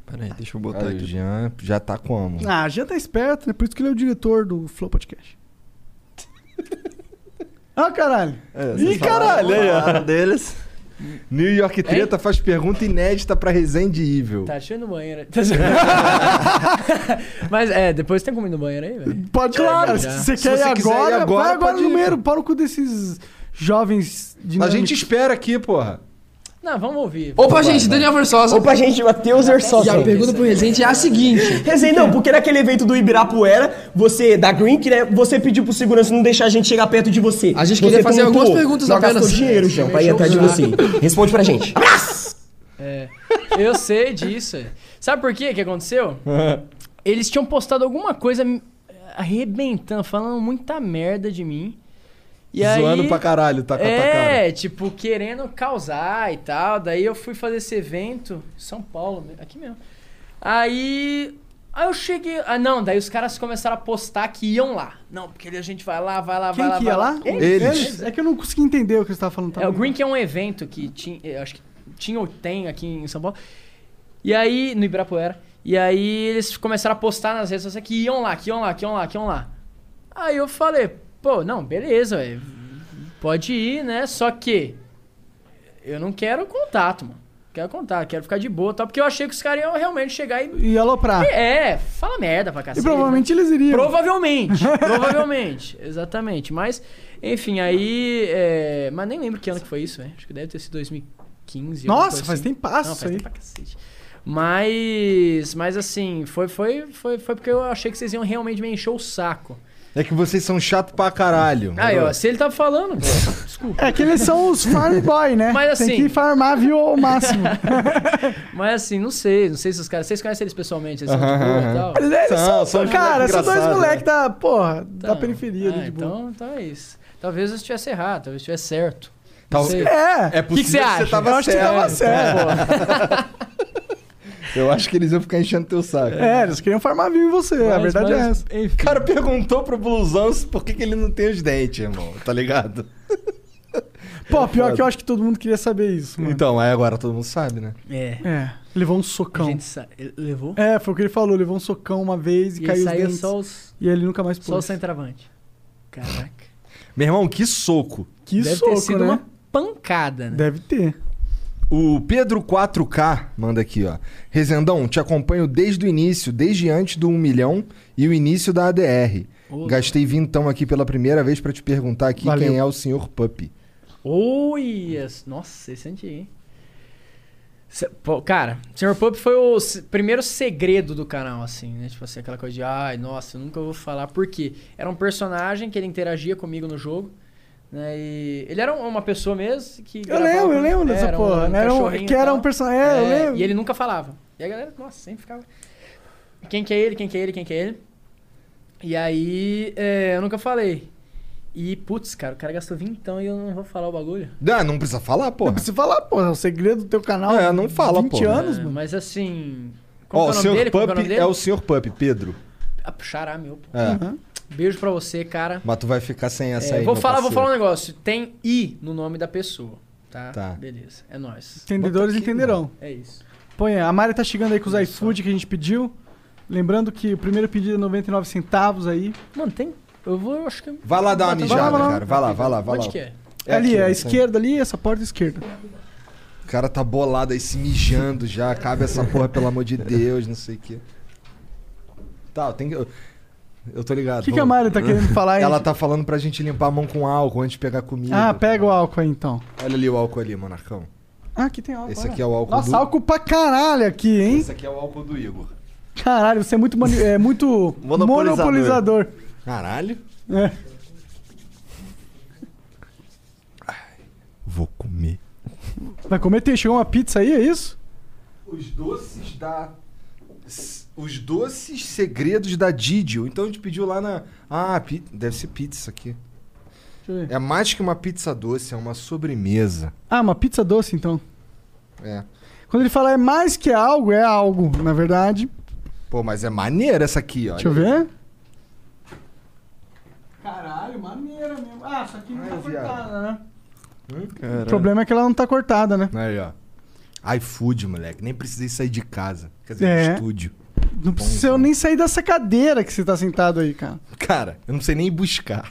D: Pera aí, deixa eu botar
A: Aí, o
D: aqui.
A: Jean já tá como?
B: Ah, já tá esperto, né? Por isso que ele é o diretor do Flow Podcast. ah, caralho.
D: É,
B: Ih,
D: vocês falaram-
B: caralho, aí, ó.
D: falaram deles.
A: New York Treta faz pergunta inédita pra Resende Evil.
C: Tá cheio no banheiro. Mas é, depois tem como ir no banheiro aí, velho?
B: Pode
C: Claro,
B: claro.
C: já.
B: Se você
A: Se
B: quer
A: você
B: ir
A: quiser ir
B: agora,
A: agora,
B: vai agora
A: pode
B: no
A: ir.
B: meio, para com desses jovens
A: A
B: dinâmicos.
A: gente espera aqui, porra.
C: Não, vamos ouvir.
G: Opa, gente, Daniel Versosa.
H: Opa, gente, Matheus
G: E a
H: Versosa.
G: pergunta pro Rezende é a seguinte.
H: Rezei, não, porque naquele evento do Ibirapuera, você, da Grink, né, você pediu pro segurança não deixar a gente chegar perto de você.
G: A gente
H: Você
G: queria fazer
H: contou,
G: algumas perguntas
H: nós gastou
G: apenas.
H: dinheiro, João, pra ir atrás de você. Responde pra gente.
C: É, eu sei disso. Sabe por quê que aconteceu?
B: Hum.
C: Eles tinham postado alguma coisa me- arrebentando, falando muita merda de mim. E
A: Zoando
C: aí,
A: pra caralho, tá com a tua cara.
C: É, tipo, querendo causar e tal. Daí eu fui fazer esse evento em São Paulo, aqui mesmo. Aí. Aí eu cheguei. Ah, não, daí os caras começaram a postar que iam lá. Não, porque a gente vai lá, vai lá, vai
B: Quem
C: lá.
B: que
C: vai
B: ia lá?
A: Eles.
B: É que eu não consegui entender o que você tava falando. tá
C: é, o
B: bom.
C: Green que é um evento que tinha, eu acho que tinha ou tem aqui em São Paulo. E aí, no Ibirapuera. E aí eles começaram a postar nas redes sociais que iam lá, que iam lá, que iam lá, que iam lá. Aí eu falei, pô, não, beleza, velho. Pode ir, né? Só que eu não quero contato, mano. Quero contato, quero ficar de boa, e tal, porque eu achei que os caras iam realmente chegar e
B: E aloprar.
C: é, fala merda pra cacete.
B: E
C: né?
B: provavelmente eles iriam.
C: Provavelmente, provavelmente, exatamente. Mas, enfim, aí. é, Mas nem lembro que ano que foi isso, né? Acho que deve ter sido 2015. alguma
B: Nossa,
C: coisa
B: faz
C: assim.
B: tempasso
C: Não,
B: isso
C: faz
B: aí.
C: tempo pra cacete. Mas, mas assim, foi, foi, foi, foi porque eu achei que vocês iam realmente me encher o saco.
A: É que vocês são chato pra caralho.
C: Ah, eu, se ele tá falando, pô, desculpa.
B: É que eles são os farm boy, né?
C: Mas assim-
B: Tem que farmar, viu, ao máximo.
C: Mas assim, não sei, não sei se os caras. Vocês conhecem eles pessoalmente, eles são de boa e tal.
B: Eles
A: São,
B: são,
A: são né? uns
B: cara,
A: moleque
B: são dois
A: engraçado,
B: moleques da, porra, da
C: Então,
B: periferia
C: ah,
B: ali de boa.
C: então, então é isso. Talvez eu estivesse errado, talvez eu estivesse certo.
A: Tal-
C: sei.
B: É,
A: É
C: O que, que você
A: possível
C: acha?
A: que você tava
B: eu acho que você
A: certo.
B: tava certo.
A: Eu acho que eles iam ficar enchendo teu saco.
B: É, eles queriam farmar viu em você, a
C: Mas-
B: verdade é
C: mas-
B: essa.
A: O cara perguntou pro blusão se- por que, que ele não tem os dentes, irmão. Tá ligado?
B: Pô, pior
A: foda.
B: que eu acho que todo mundo queria saber isso,
C: Hum.
B: mano.
A: Então, aí agora todo mundo sabe, né?
C: É.
B: É, levou um
C: A
B: socão.
C: gente sa- ele levou.
B: É, foi o que ele falou, levou um socão uma vez e,
C: E
B: caiu os
C: saiu
B: dentes.
C: só, os,
B: E ele nunca mais pôs.
C: só o centroavante. Caraca.
A: Meu irmão, que soco.
B: Que
C: Deve
B: soco,
C: ter sido
B: né?
C: uma pancada, né?
B: Deve ter.
A: O Pedro 4K manda aqui, ó. Rezendão, te acompanho desde o início, desde antes do 1 milhão e o início da ADR. Gastei vintão aqui pela primeira vez pra te perguntar aqui
B: Valeu.
A: quem é o senhor Pup.
C: Oi! as- Nossa, esse é antigo, hein? Se- pô, cara, Sr. Pup foi o se- primeiro segredo do canal, assim, né? Tipo assim, aquela coisa de, ai, nossa, eu nunca vou falar. Por quê? Era um personagem que ele interagia comigo no jogo. Né? E ele era um- uma pessoa mesmo que.
B: Eu
C: gravava
B: lembro, eu
C: com-
B: lembro dessa
C: era um
B: porra. né? Era um-
C: cachorrinho e
B: que era
C: tal.
B: um personagem. É, eu
C: É,
B: lembro.
C: E ele nunca falava. E a galera, nossa, sempre ficava. Quem que é ele, quem que é ele, quem que é ele? E aí, é, eu nunca falei. E, putz, cara, o cara gastou vintão e eu não vou falar o bagulho.
A: Ah, não precisa falar,
B: Não
A: porra.
B: precisa falar, porra. O segredo do teu canal.
A: É, não fala,
B: 20
A: porra.
B: anos,
C: É,
B: mano.
C: mas assim. Qual
A: Ó, o
C: que é o nome
A: senhor
C: dele? Qual que é o
A: Pup
C: nome dele?
A: é o senhor Pup, Pedro.
C: Ah, xará meu, pô.
A: É.
C: Beijo pra você, cara.
A: Mas tu vai ficar sem essa
C: É,
A: aí.
C: vou
A: meu
C: falar, vou
A: parceiro.
C: falar um negócio. Tem I no nome da pessoa, tá?
A: Tá.
C: Beleza. É nóis.
B: Entendedores
A: Bota aqui,
B: entenderão.
C: É isso.
B: Põe, a Mari tá chegando aí com os iFood que a gente pediu. Lembrando que o primeiro pedido é 99 centavos aí.
C: Mano, tem. Eu vou, eu acho que.
A: Vai lá dar uma
C: Vai lá,
A: mijada,
B: vai lá.
A: cara. Vai lá, vai lá, vai lá.
C: Onde que é?
A: É
B: ali,
A: aqui,
B: à
A: né?
B: esquerda ali, essa porta esquerda.
A: O cara tá bolado aí, se mijando já. Acaba essa porra, pelo amor de Deus, não sei o quê. Tá, tem que... Eu eu tô ligado.
C: é
B: O que, que a
A: vamos-
B: Mari tá querendo falar aí?
A: Ela tá falando pra gente limpar a mão com álcool antes de pegar comida.
B: Ah, pega o álcool aí então.
A: Olha ali o álcool ali, monarcão.
B: Ah, aqui tem álcool.
A: Esse
B: olha.
A: aqui é o álcool
B: Nossa,
A: do...
B: álcool pra caralho aqui, hein?
D: Esse aqui é o álcool do Igor.
B: Caralho, você é muito, mani- é muito
D: Monopolizador.
B: monopolizador.
A: Caralho.
B: É.
A: Vou comer.
B: Vai comer, tem, chegou uma pizza aí, é isso?
A: Os doces da... Os doces segredos da Didio. Então a gente pediu lá na... Ah, pi- deve ser pizza isso aqui.
B: Deixa eu ver.
A: É mais que uma pizza doce, é uma sobremesa.
B: Ah, uma pizza doce então.
A: É.
B: Quando ele fala é mais que algo, é algo, na verdade.
A: Pô, mas é maneira essa aqui, ó.
B: Deixa eu ver. Caralho, maneira mesmo. Ah, só que não
A: Ai,
B: tá
A: viado.
B: cortada, né?
D: Caralho.
B: O problema é que ela não tá cortada, né?
A: Hum? Aí, ó. iFood, moleque. Nem precisei sair de casa. Quer dizer,
B: É.
A: do estúdio.
B: Não precisa eu nem sair dessa cadeira que você tá sentado aí, cara.
A: Cara, eu não sei nem buscar.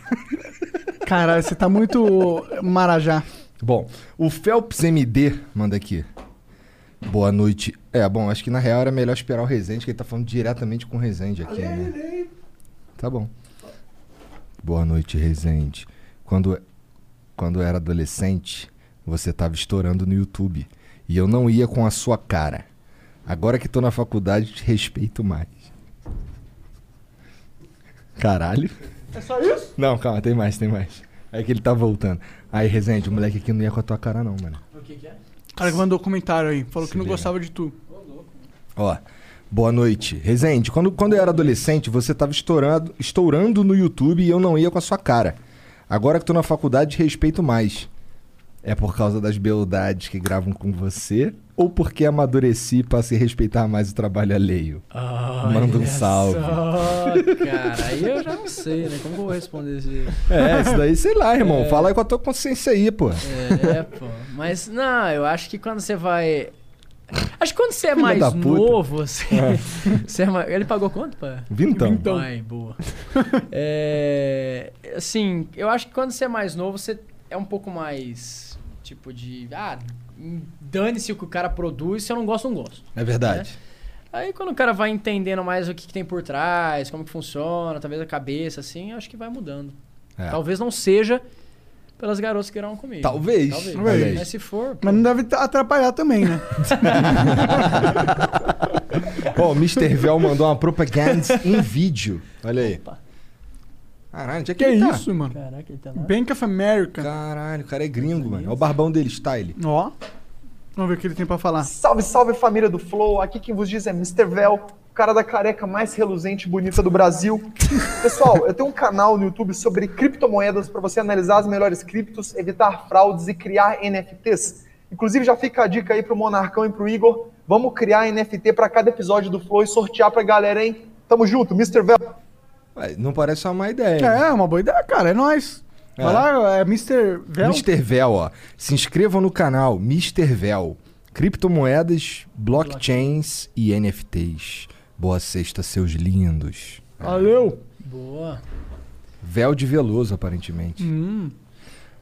B: Caralho, você tá muito marajá.
A: Bom, o Phelps MD manda aqui. Boa noite. É, bom, acho que na real era melhor esperar o Rezende, que ele tá falando diretamente com o Rezende aqui, né? Tá bom. Boa noite, Rezende. Quando, quando eu era adolescente, você tava estourando no YouTube. E eu não ia com a sua cara. Agora que tô na faculdade, te respeito mais. Caralho.
B: É só isso?
A: Não, calma, tem mais, tem mais. É que ele tá voltando. Aí, Rezende, o moleque aqui não ia com a tua cara, não, mano.
C: O que, que é?
B: O cara que mandou comentário aí. Falou
A: Se
B: que não
A: liga.
B: gostava de tu.
A: Ó, boa noite. Rezende, quando, quando eu era adolescente, você tava estourando, estourando no YouTube e eu não ia com a sua cara. Agora que tô na faculdade, te respeito mais. É por causa das beldades que gravam com você? Ou porque amadureci pra se respeitar mais o trabalho alheio? Manda um salve.
C: cara, aí eu já não sei, né? Como que eu vou responder isso?
A: É, isso daí, sei lá, irmão. Fala aí com a tua consciência aí, pô.
C: É, pô. Mas não, eu acho que quando você vai. Acho que quando você é mais
A: da puta.
C: novo, você. você é mais- Ele pagou quanto, pá?
A: Vintão.
C: Então. Ai, boa. É, assim, eu acho que quando você é mais novo, você é um pouco mais. Tipo de. Ah, dane-se o que o cara produz, se eu não gosto, não gosto.
A: É verdade.
C: Aí quando o cara vai entendendo mais o que, que tem por trás, como que funciona, talvez a cabeça, assim, acho que vai mudando.
A: É.
C: Talvez não seja pelas garotas que gravam comigo.
A: Talvez.
C: Talvez.
A: Talvez.
C: Mas se for. pô,
B: Mas não deve atrapalhar também, né?
A: Ó, o Mr. Vel mandou uma propaganda em vídeo. Olha aí.
C: Opa.
A: Caralho, onde é que,
B: Que
A: ele tá?
B: isso, mano?
C: Caraca, ele tá lá.
B: Bank of America.
A: Caralho, o cara é gringo, mano. Olha o barbão dele, style.
B: Ó. Vamos ver o que ele tem pra falar.
I: Salve, salve família do Flow, aqui quem vos diz é Mr. Vel, o cara da careca mais reluzente e bonita do Brasil. Pessoal, eu tenho um canal no YouTube sobre criptomoedas para você analisar as melhores criptos, evitar fraudes e criar NFTs. Inclusive já fica a dica aí pro Monarcão e pro Igor, vamos criar NFT para cada episódio do Flow e sortear pra galera, hein? Tamo junto, Mr. Vel.
A: Ué, não parece uma má ideia. né?
B: É, é uma boa ideia, cara. É nóis.
A: É.
B: Vai lá, é Mr. Vel.
A: Mr. Vel, ó. Se inscrevam no canal Mr. Vel. Criptomoedas, blockchains e NFTs. Boa sexta, seus lindos.
B: Valeu.
C: Boa.
A: Véu de Veloso, aparentemente.
B: Hum.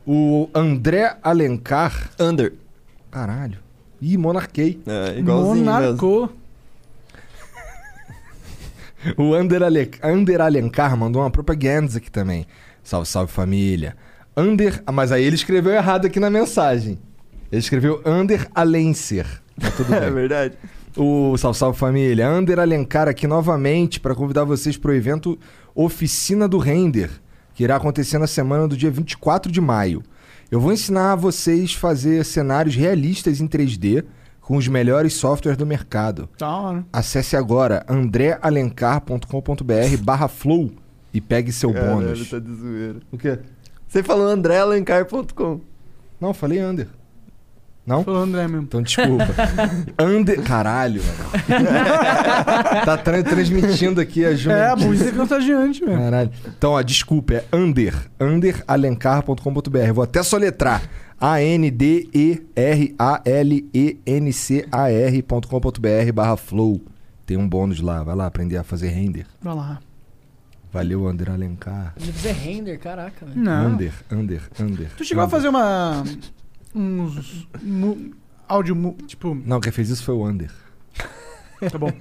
A: O André Alencar.
D: Under.
A: Caralho. Ih, monarquei.
D: É, igualzinho mesmo.
B: Monarco.
A: O Ander, Ale... Ander Alencar mandou uma propaganda aqui também. Salve, salve família. Ander. Ah, mas aí ele escreveu errado aqui na mensagem. Ele escreveu Ander Alencer. Tá tudo
D: É
A: bem.
D: verdade.
A: o Salve, salve família. Ander Alencar aqui novamente para convidar vocês para o evento Oficina do Render, que irá acontecer na semana do dia 24 de maio. Eu vou ensinar a vocês fazer cenários realistas em 3D com os melhores softwares do mercado.
B: Da hora.
A: Acesse agora andrealencar.com.br barra flow e pegue seu
D: Caralho,
A: bônus.
D: tá de zoeira.
A: O quê?
D: Você falou andrealencar.com.
A: Não, falei under. Não?
B: Falou André mesmo.
A: Então desculpa. under... Caralho, mano. tá tra- transmitindo aqui a
B: É, a
A: Júnior.
B: música é contagiante mesmo.
A: Caralho. Então, ó, desculpa, é under. underalencar.com.br. Vou até soletrar. A-N-D-E-R-A-L-E-N-C-A-R.com.br barra flow. Tem um bônus lá. Vai lá aprender a fazer render.
B: Vai lá.
A: Valeu, André Alencar.
C: Ele precisa render, caraca, né? velho.
B: Não.
A: Under, under, under.
B: Ah. Tu chegou a
A: under.
B: fazer uma. uns. mu- áudio. mu- tipo.
A: Não, quem fez isso foi o Under.
B: Tá bom.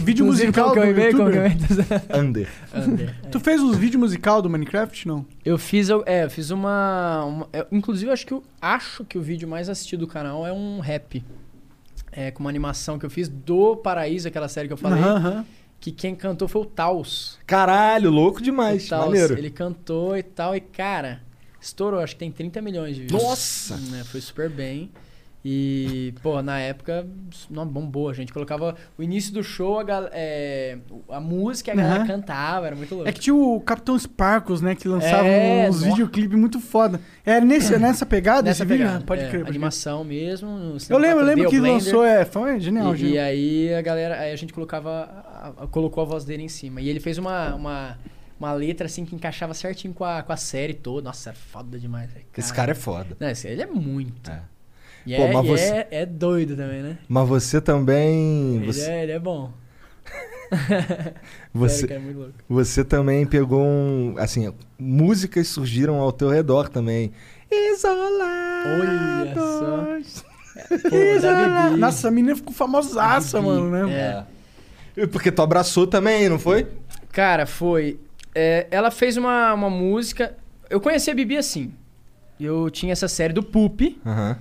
B: Vídeo
C: Inclusive,
B: musical
C: como que
B: do
C: eu e-mail, como que eu
B: youtuber.
C: e-mail?
A: Under.
C: Under.
B: Tu fez uns vídeos musical do Minecraft? Não.
C: Eu fiz, eu- é, eu fiz uma, uma- eu- inclusive eu acho que eu acho que o vídeo mais assistido do canal é um rap. É, com uma animação que eu fiz do Paraíso, aquela série que eu falei,
B: Aham.
C: que quem cantou foi o Taos.
A: Caralho, louco
C: O
A: demais.
C: Taos,
A: Maneiro.
C: ele cantou e tal, e cara, estourou, acho que tem 30 milhões de views.
A: Nossa!
C: Né, Foi super bem. E, pô, na época, não, bombou, a gente colocava o início do show, a, gal- é, a música, e a galera
B: Aham.
C: cantava, era muito louco.
B: É que tinha o Capitão Sparkles, né? Que lançava
C: É,
B: uns
C: nossa.
B: videoclipes muito foda. É nesse, nessa pegada
C: Nessa
B: esse vídeo?
C: pegada,
B: Ah, Pode
C: é,
B: crer. pode crer.
C: animação mesmo. no
B: Eu
C: cinema
B: lembro, eu
C: 4D,
B: lembro
C: o
B: que
C: Blender.
B: lançou, é, foi genial,
C: E, e
B: gente.
C: aí a galera, aí a gente colocava, a- a- colocou a voz dele em cima. E ele fez uma, uma uma letra assim que encaixava certinho com a, com a série toda. Nossa, era foda demais. velho.
A: Esse cara é foda.
C: Não, esse, ele é muito.
A: É.
C: E,
A: Pô,
C: é,
A: mas
C: e
A: você-
C: é, é doido também, né?
A: Mas você também.
C: Ele,
A: Você,
C: é, ele é bom.
A: você,
C: Sério, cara, é muito louco.
A: você também pegou um. Assim, músicas surgiram ao teu redor também.
C: Olha
A: Isolado.
C: só. Pô, da Bibi.
B: né, Nossa, a menina ficou famosaça, mano, né?
C: É.
A: Porque tu abraçou também, não foi?
C: Cara, foi. é, ela fez uma, uma música. Eu conheci a Bibi assim. Eu tinha essa série do Poop.
A: Aham.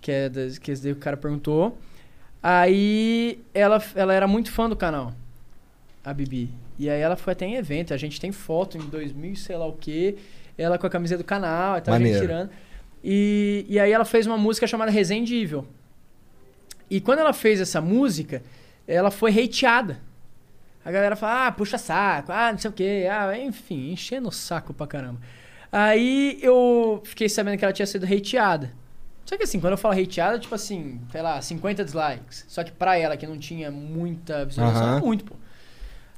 C: que é das, que esse daí o cara perguntou. Aí ela, ela era muito fã do canal, a Bibi. E aí ela foi até em evento, a gente tem foto em 2000, e sei lá o quê, ela com a camiseta do canal, e tal, a gente
A: Maneiro.
C: tirando. E, e aí ela fez uma música chamada Resendível. E quando ela fez essa música, ela foi hateada. A galera fala, ah, puxa saco, ah, não sei o quê, ah, enfim, enchendo o saco pra caramba. Aí eu fiquei sabendo que ela tinha sido hateada. Só que assim, quando eu falo hateada, tipo assim, sei lá, 50 dislikes. Só que pra ela, que não tinha muita visualização,
A: Aham.
C: era muito, pô.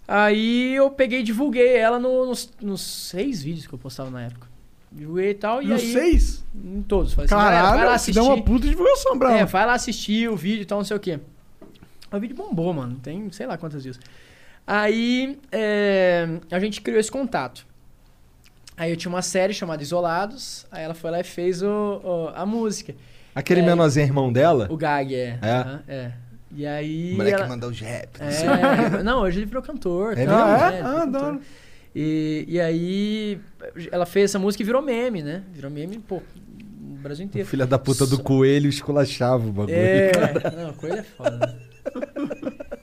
C: Aí eu peguei e divulguei ela no- nos, nos seis vídeos que eu postava na época. Divulguei e tal, e
B: Não
C: aí...
B: sei isso.
C: Em todos. Falei assim, "Galera, vai lá
B: Caralho, se
C: assistir.
B: dá uma puta divulgação, bravo.
C: É, vai lá assistir o vídeo e tal, não sei o quê. O vídeo bombou, mano. Tem sei lá quantas views. Aí é, a gente criou esse contato. Aí eu tinha uma série chamada Isolados. Aí ela foi lá e fez o, o- a música.
A: Aquele
C: É.
A: menorzinho irmão dela.
C: O Gag, é.
A: É?
C: Aham, é. E aí.
A: O moleque
C: ela-
A: mandou os raps.
C: é, não, hoje ele virou cantor.
A: É
C: tal,
A: mesmo?
C: né?
B: Ah, é?
C: Ele
B: Ah,
C: virou
B: da
C: cantor.
B: hora.
C: E, e aí ela fez essa música e virou meme, né? Virou meme, pô, no Brasil
A: O
C: inteiro.
A: filho da puta do
C: É. Só-
A: coelho esculachava o bagulho.
C: É, não, coisa é foda. né?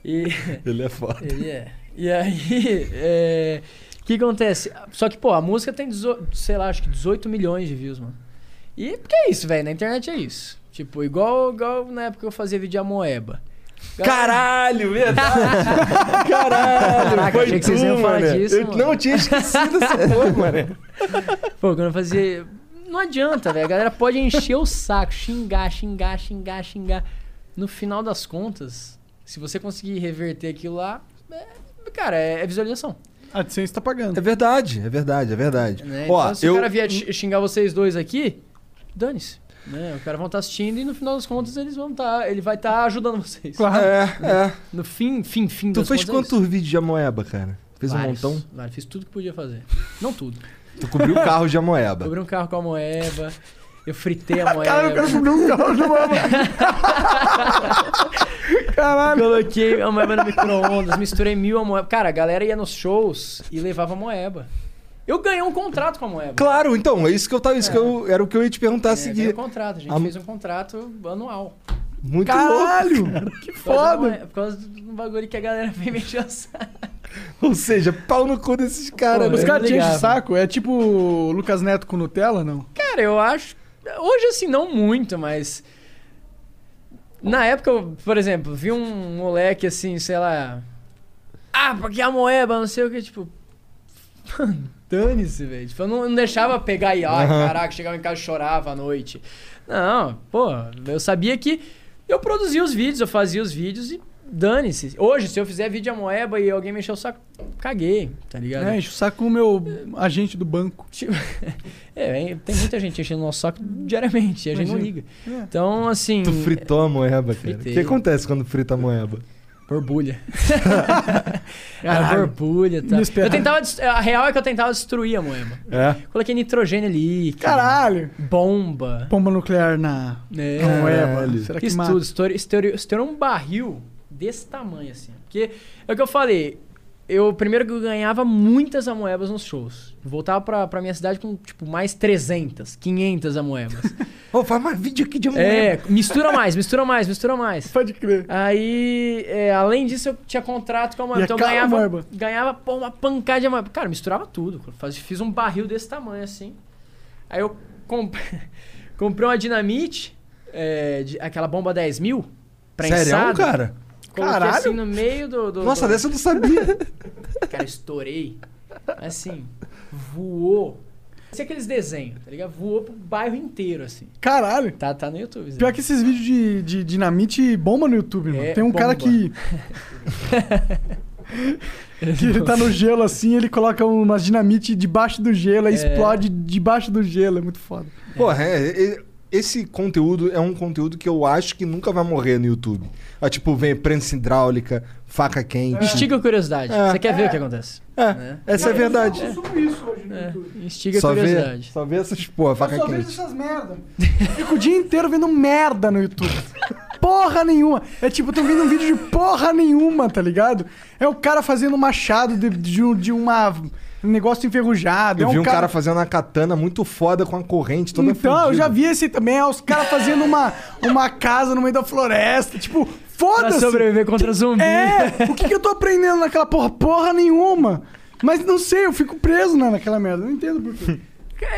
C: E.
A: Ele é foda.
C: Ele é. E aí, é, o que acontece? Só que, pô, a música tem, dezo- sei lá, acho que 18 milhões de views, mano. E porque é isso, velho, na internet é isso. Tipo, igual, igual na época que eu fazia vídeo de Amoeba.
D: Caralho, verdade! Caralho!
C: Caraca,
D: foi
C: achei que vocês
D: tu,
C: iam falar
D: mané.
C: disso,
D: Eu
C: mano.
D: não tinha esquecido essa porra, mano.
C: Pô, quando eu fazia... Não adianta, velho, a galera pode encher o saco, xingar, xingar, xingar, xingar. No final das contas, se você conseguir reverter aquilo lá, é- cara, é é visualização.
B: A AdSense tá
A: É
B: pagando.
A: verdade, é verdade, é verdade.
C: Né?
A: Ó,
C: então, se
A: eu...
C: o cara vier xi- xingar vocês dois aqui, dane-se. Né? O cara vão estar assistindo e no final das contas eles vão tá, ele vai estar ajudando vocês.
A: É, é.
C: No fim, fim, fim
A: Tu
C: das
A: fez
C: contas, é
A: quantos vídeos de Amoeba, cara? Fez
C: isso. Vários,
A: um montão?
C: vários. Fiz tudo que podia fazer. Não tudo.
A: Tu cobriu o carro de Amoeba.
C: Cobri um carro com a moeba, eu fritei a moeba.
B: Caralho, o cara subiu um carro de uma
C: Coloquei a moeba no micro-ondas, misturei mil a moeba. Cara, a galera ia nos shows e levava a moeba. Eu ganhei um contrato com a moeba.
A: Claro, então, é isso que eu tava. Isso que eu, era o que eu ia te perguntar a
C: É, ganhei
A: seguir.
C: um contrato. A gente
A: A-
C: fez um contrato anual.
A: Muito
B: Caralho!
A: louco. cara.
B: Que
C: Por causa da
B: foda!
C: moeba, Por causa do bagulho que a galera vem mexer o saco.
A: Ou seja, pau no cu desses caras.
C: Pô,
B: Os
A: né?
C: eu não
B: caras te enchem
C: ligava.
B: o saco. É tipo o Lucas Neto com Nutella, não?
C: Cara, eu acho. Hoje, assim, não muito, mas. Na época, eu, por exemplo, vi um moleque assim, sei lá. Ah, porque a moeba, não sei o que, tipo. Mano, dane-se, velho. Tipo, eu não, não deixava pegar e, ai,
A: Aham.
C: caraca, chegava em casa e chorava à noite. Não, pô, eu sabia que eu produzia os vídeos, eu fazia os vídeos e dane-se. Hoje, se eu fizer vídeo a moeba e alguém mexer o saco, caguei, tá ligado?
B: É, enche o saco com o meu agente do banco.
C: Tipo, é, hein, tem muita gente enchendo nosso saco diariamente, e a gente não liga.
B: É.
C: Então, assim.
A: Tu fritou a moeba, cara.
C: Fritei.
A: O que acontece quando frita a moeba?
C: é, Borbulha. Cara, borbulha, tá.
B: Inesperado.
C: Eu tentava. des- A real é que eu tentava destruir a moema.
A: É.
C: Coloquei nitrogênio líquido.
B: Caralho!
C: Bomba.
B: Pomba nuclear na
C: né?
B: moeba.
A: Caralho.
B: é, Será que
C: Fiz
B: mata?
C: tudo. Estourou, estourou, estourou um barril desse tamanho, assim. Porque é o que eu falei. Eu, primeiro que eu ganhava muitas amoebas nos shows. Voltava pra, pra minha cidade com, tipo, mais 300, 500 amoebas.
A: Ô, faz mais vídeo aqui de moeba.
C: É, mistura mais, mistura mais, mistura mais.
B: Pode crer.
C: Aí, é, além disso, eu tinha contrato com a Moeba.
B: E é
C: Então eu
B: caro a
C: ganhava,
B: Moeba.
C: ganhava pô, uma pancada de Moeba. Cara, eu misturava tudo. cara. Faz- Fiz um barril desse tamanho assim. Aí eu comp- comprei uma dinamite, é, de- aquela bomba 10 mil, prensada.
A: Sério, é um cara?
C: Coloquei
B: é um Caralho.
C: assim no meio do... do
A: Nossa,
C: do-
A: dessa eu não sabia.
C: Cara, eu estourei. Assim, voou. Esse é aqueles desenhos, tá ligado? Voou pro bairro inteiro, assim.
B: Caralho!
C: Tá, tá no YouTube. Zé.
B: Pior que esses vídeos de, de um dinamite É, bomba no YouTube, mano.
C: É,
B: Tem um cara
C: bomba.
B: que. Que ele tá no gelo assim, ele coloca umas dinamite debaixo do gelo e explode debaixo do gelo. É muito foda.
A: Porra, é, é- esse conteúdo é um conteúdo que eu acho que nunca vai morrer no YouTube. Ah, tipo, vem prensa hidráulica, faca quente.
C: Instiga a curiosidade.
A: É.
C: Você quer ver o que acontece?
B: Né?
A: É, essa é a verdade.
B: sobre isso hoje no YouTube.
C: Instiga a
A: Só vê,
C: curiosidade.
A: só vê essas porra, faca
B: Eu só vejo
A: quente.
B: essas merda. Eu fico o dia inteiro vendo merda no YouTube. Porra nenhuma. É tipo, eu tô vendo um vídeo de porra nenhuma, tá ligado? É o cara fazendo um machado de, de, um- de uma... Um negócio enferrujado.
A: Eu
B: é
A: vi um cara... fazendo uma katana muito foda com a corrente toda
B: Então, eu
A: fudida.
B: já vi esse também. É os caras fazendo uma, uma casa no meio da floresta. Tipo,
C: Pra
B: foda-se.
C: sobreviver contra zumbi.
B: É, o que, que eu tô aprendendo naquela porra? Porra nenhuma. Mas não sei, eu fico preso né, naquela merda. Não entendo por quê.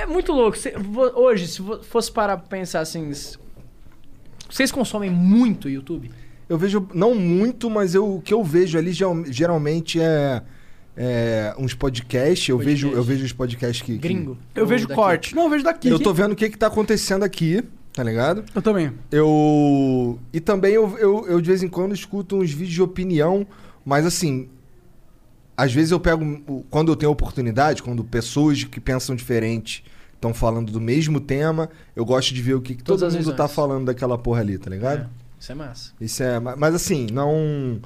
C: É muito louco. Cê- vo- hoje, se vo- fosse parar pra pensar assim. s- Vocês consomem muito YouTube?
A: Eu vejo, não muito, mas eu, o que eu vejo ali geral- geralmente é, é uns podcasts. Eu,
C: Podcast.
A: Vejo, eu vejo os podcasts que. que-
C: Gringo.
B: Eu
C: Ou
B: vejo
C: daqui?
B: corte. Não, eu vejo daqui.
A: Eu tô vendo o que, que tá acontecendo aqui, tá ligado?
B: Eu também.
A: Eu. E também eu, eu, eu de vez em quando escuto uns vídeos de opinião, mas assim. Às vezes eu pego. o- Quando eu tenho oportunidade, quando pessoas que pensam diferente estão falando do mesmo tema, eu gosto de ver o que, que todo
C: Todas as
A: mundo tá
C: visões.
A: falando daquela porra ali, tá ligado?
C: Isso é massa.
A: Isso é. ma- Mas assim, não.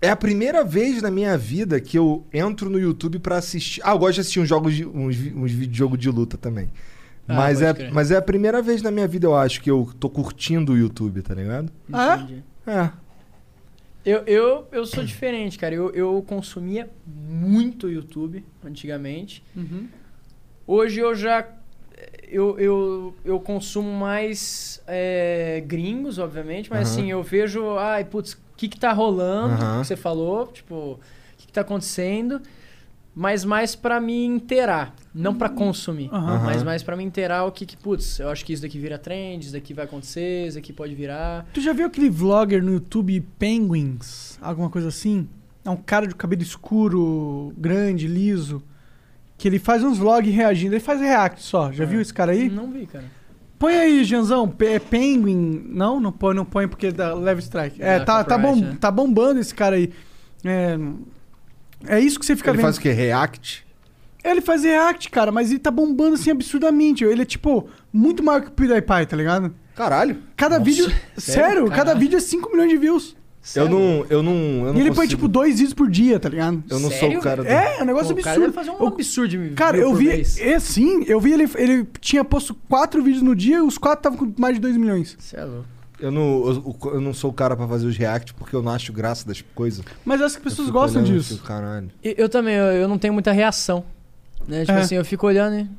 A: É a primeira vez na minha vida que eu entro no YouTube pra assistir. Ah, eu gosto de assistir uns jogos de, uns, vi- uns vídeos de jogo de luta também.
C: Ah,
A: mas,
C: pode
A: é,
C: crer.
A: mas é a primeira vez na minha vida, eu acho, que eu tô curtindo o YouTube, tá ligado?
B: Ah, é?
C: Entendi.
A: É.
C: Eu, eu, eu sou diferente, cara. Eu, eu consumia muito YouTube antigamente. Hoje eu já. Eu, eu, eu consumo mais é, gringos, obviamente, mas
A: Aham.
C: assim, eu vejo. Ai, putz, o que, que tá rolando?
A: Aham.
C: Que você falou, tipo, o que, que tá acontecendo? Mas mais pra me inteirar, não pra consumir.
B: Aham.
C: Mas mais pra me inteirar o que, que, putz, eu acho que isso daqui vira trend, isso daqui vai acontecer, isso daqui pode virar.
B: Tu já viu aquele vlogger no YouTube Penguins? Alguma coisa assim? É um cara de cabelo escuro, grande, liso. Que ele faz uns vlogs reagindo. Ele faz react só. Já viu esse cara aí?
C: Não vi, cara.
B: Põe aí, Janzão. Pe- é Penguin. Não, não põe, não põe porque dá leve strike. É,
C: Dá
B: tá, tá, bom,
C: copyright, né?
B: tá bombando esse cara aí. É, é isso que você fica
A: Ele
B: vendo.
A: faz o quê? React?
B: Ele faz react, cara, mas ele tá bombando assim absurdamente. Ele é tipo muito maior que o PewDiePie, tá ligado?
A: Caralho.
B: Cada vídeo. Sério, cada vídeo é 5 milhões de views.
A: Eu não. Eu não. Eu não
B: E ele põe,
A: consigo-
B: tipo, dois vídeos por dia, tá ligado?
A: Eu não sou
C: Sério?
A: o cara do.
B: É, é um negócio
C: Pô, O cara deve
B: absurdo.
C: fazer um
B: Eu-
C: absurdo de mil
B: cara,
C: view
B: eu
C: por
B: vi.
C: mês.
B: É sim, eu vi ele. Ele tinha posto quatro vídeos no dia e os quatro estavam com mais de 2 milhões.
C: Cê é louco.
A: Eu não, eu, eu não sou o cara pra fazer os react porque eu não acho graça das coisas.
B: Mas eu acho que as pessoas
A: Fico
B: gostam
A: olhando
B: disso.
A: assim, Caralho.
C: E- Eu também, eu, eu não tenho muita reação. Né? Tipo
B: É.
C: assim, eu fico olhando e.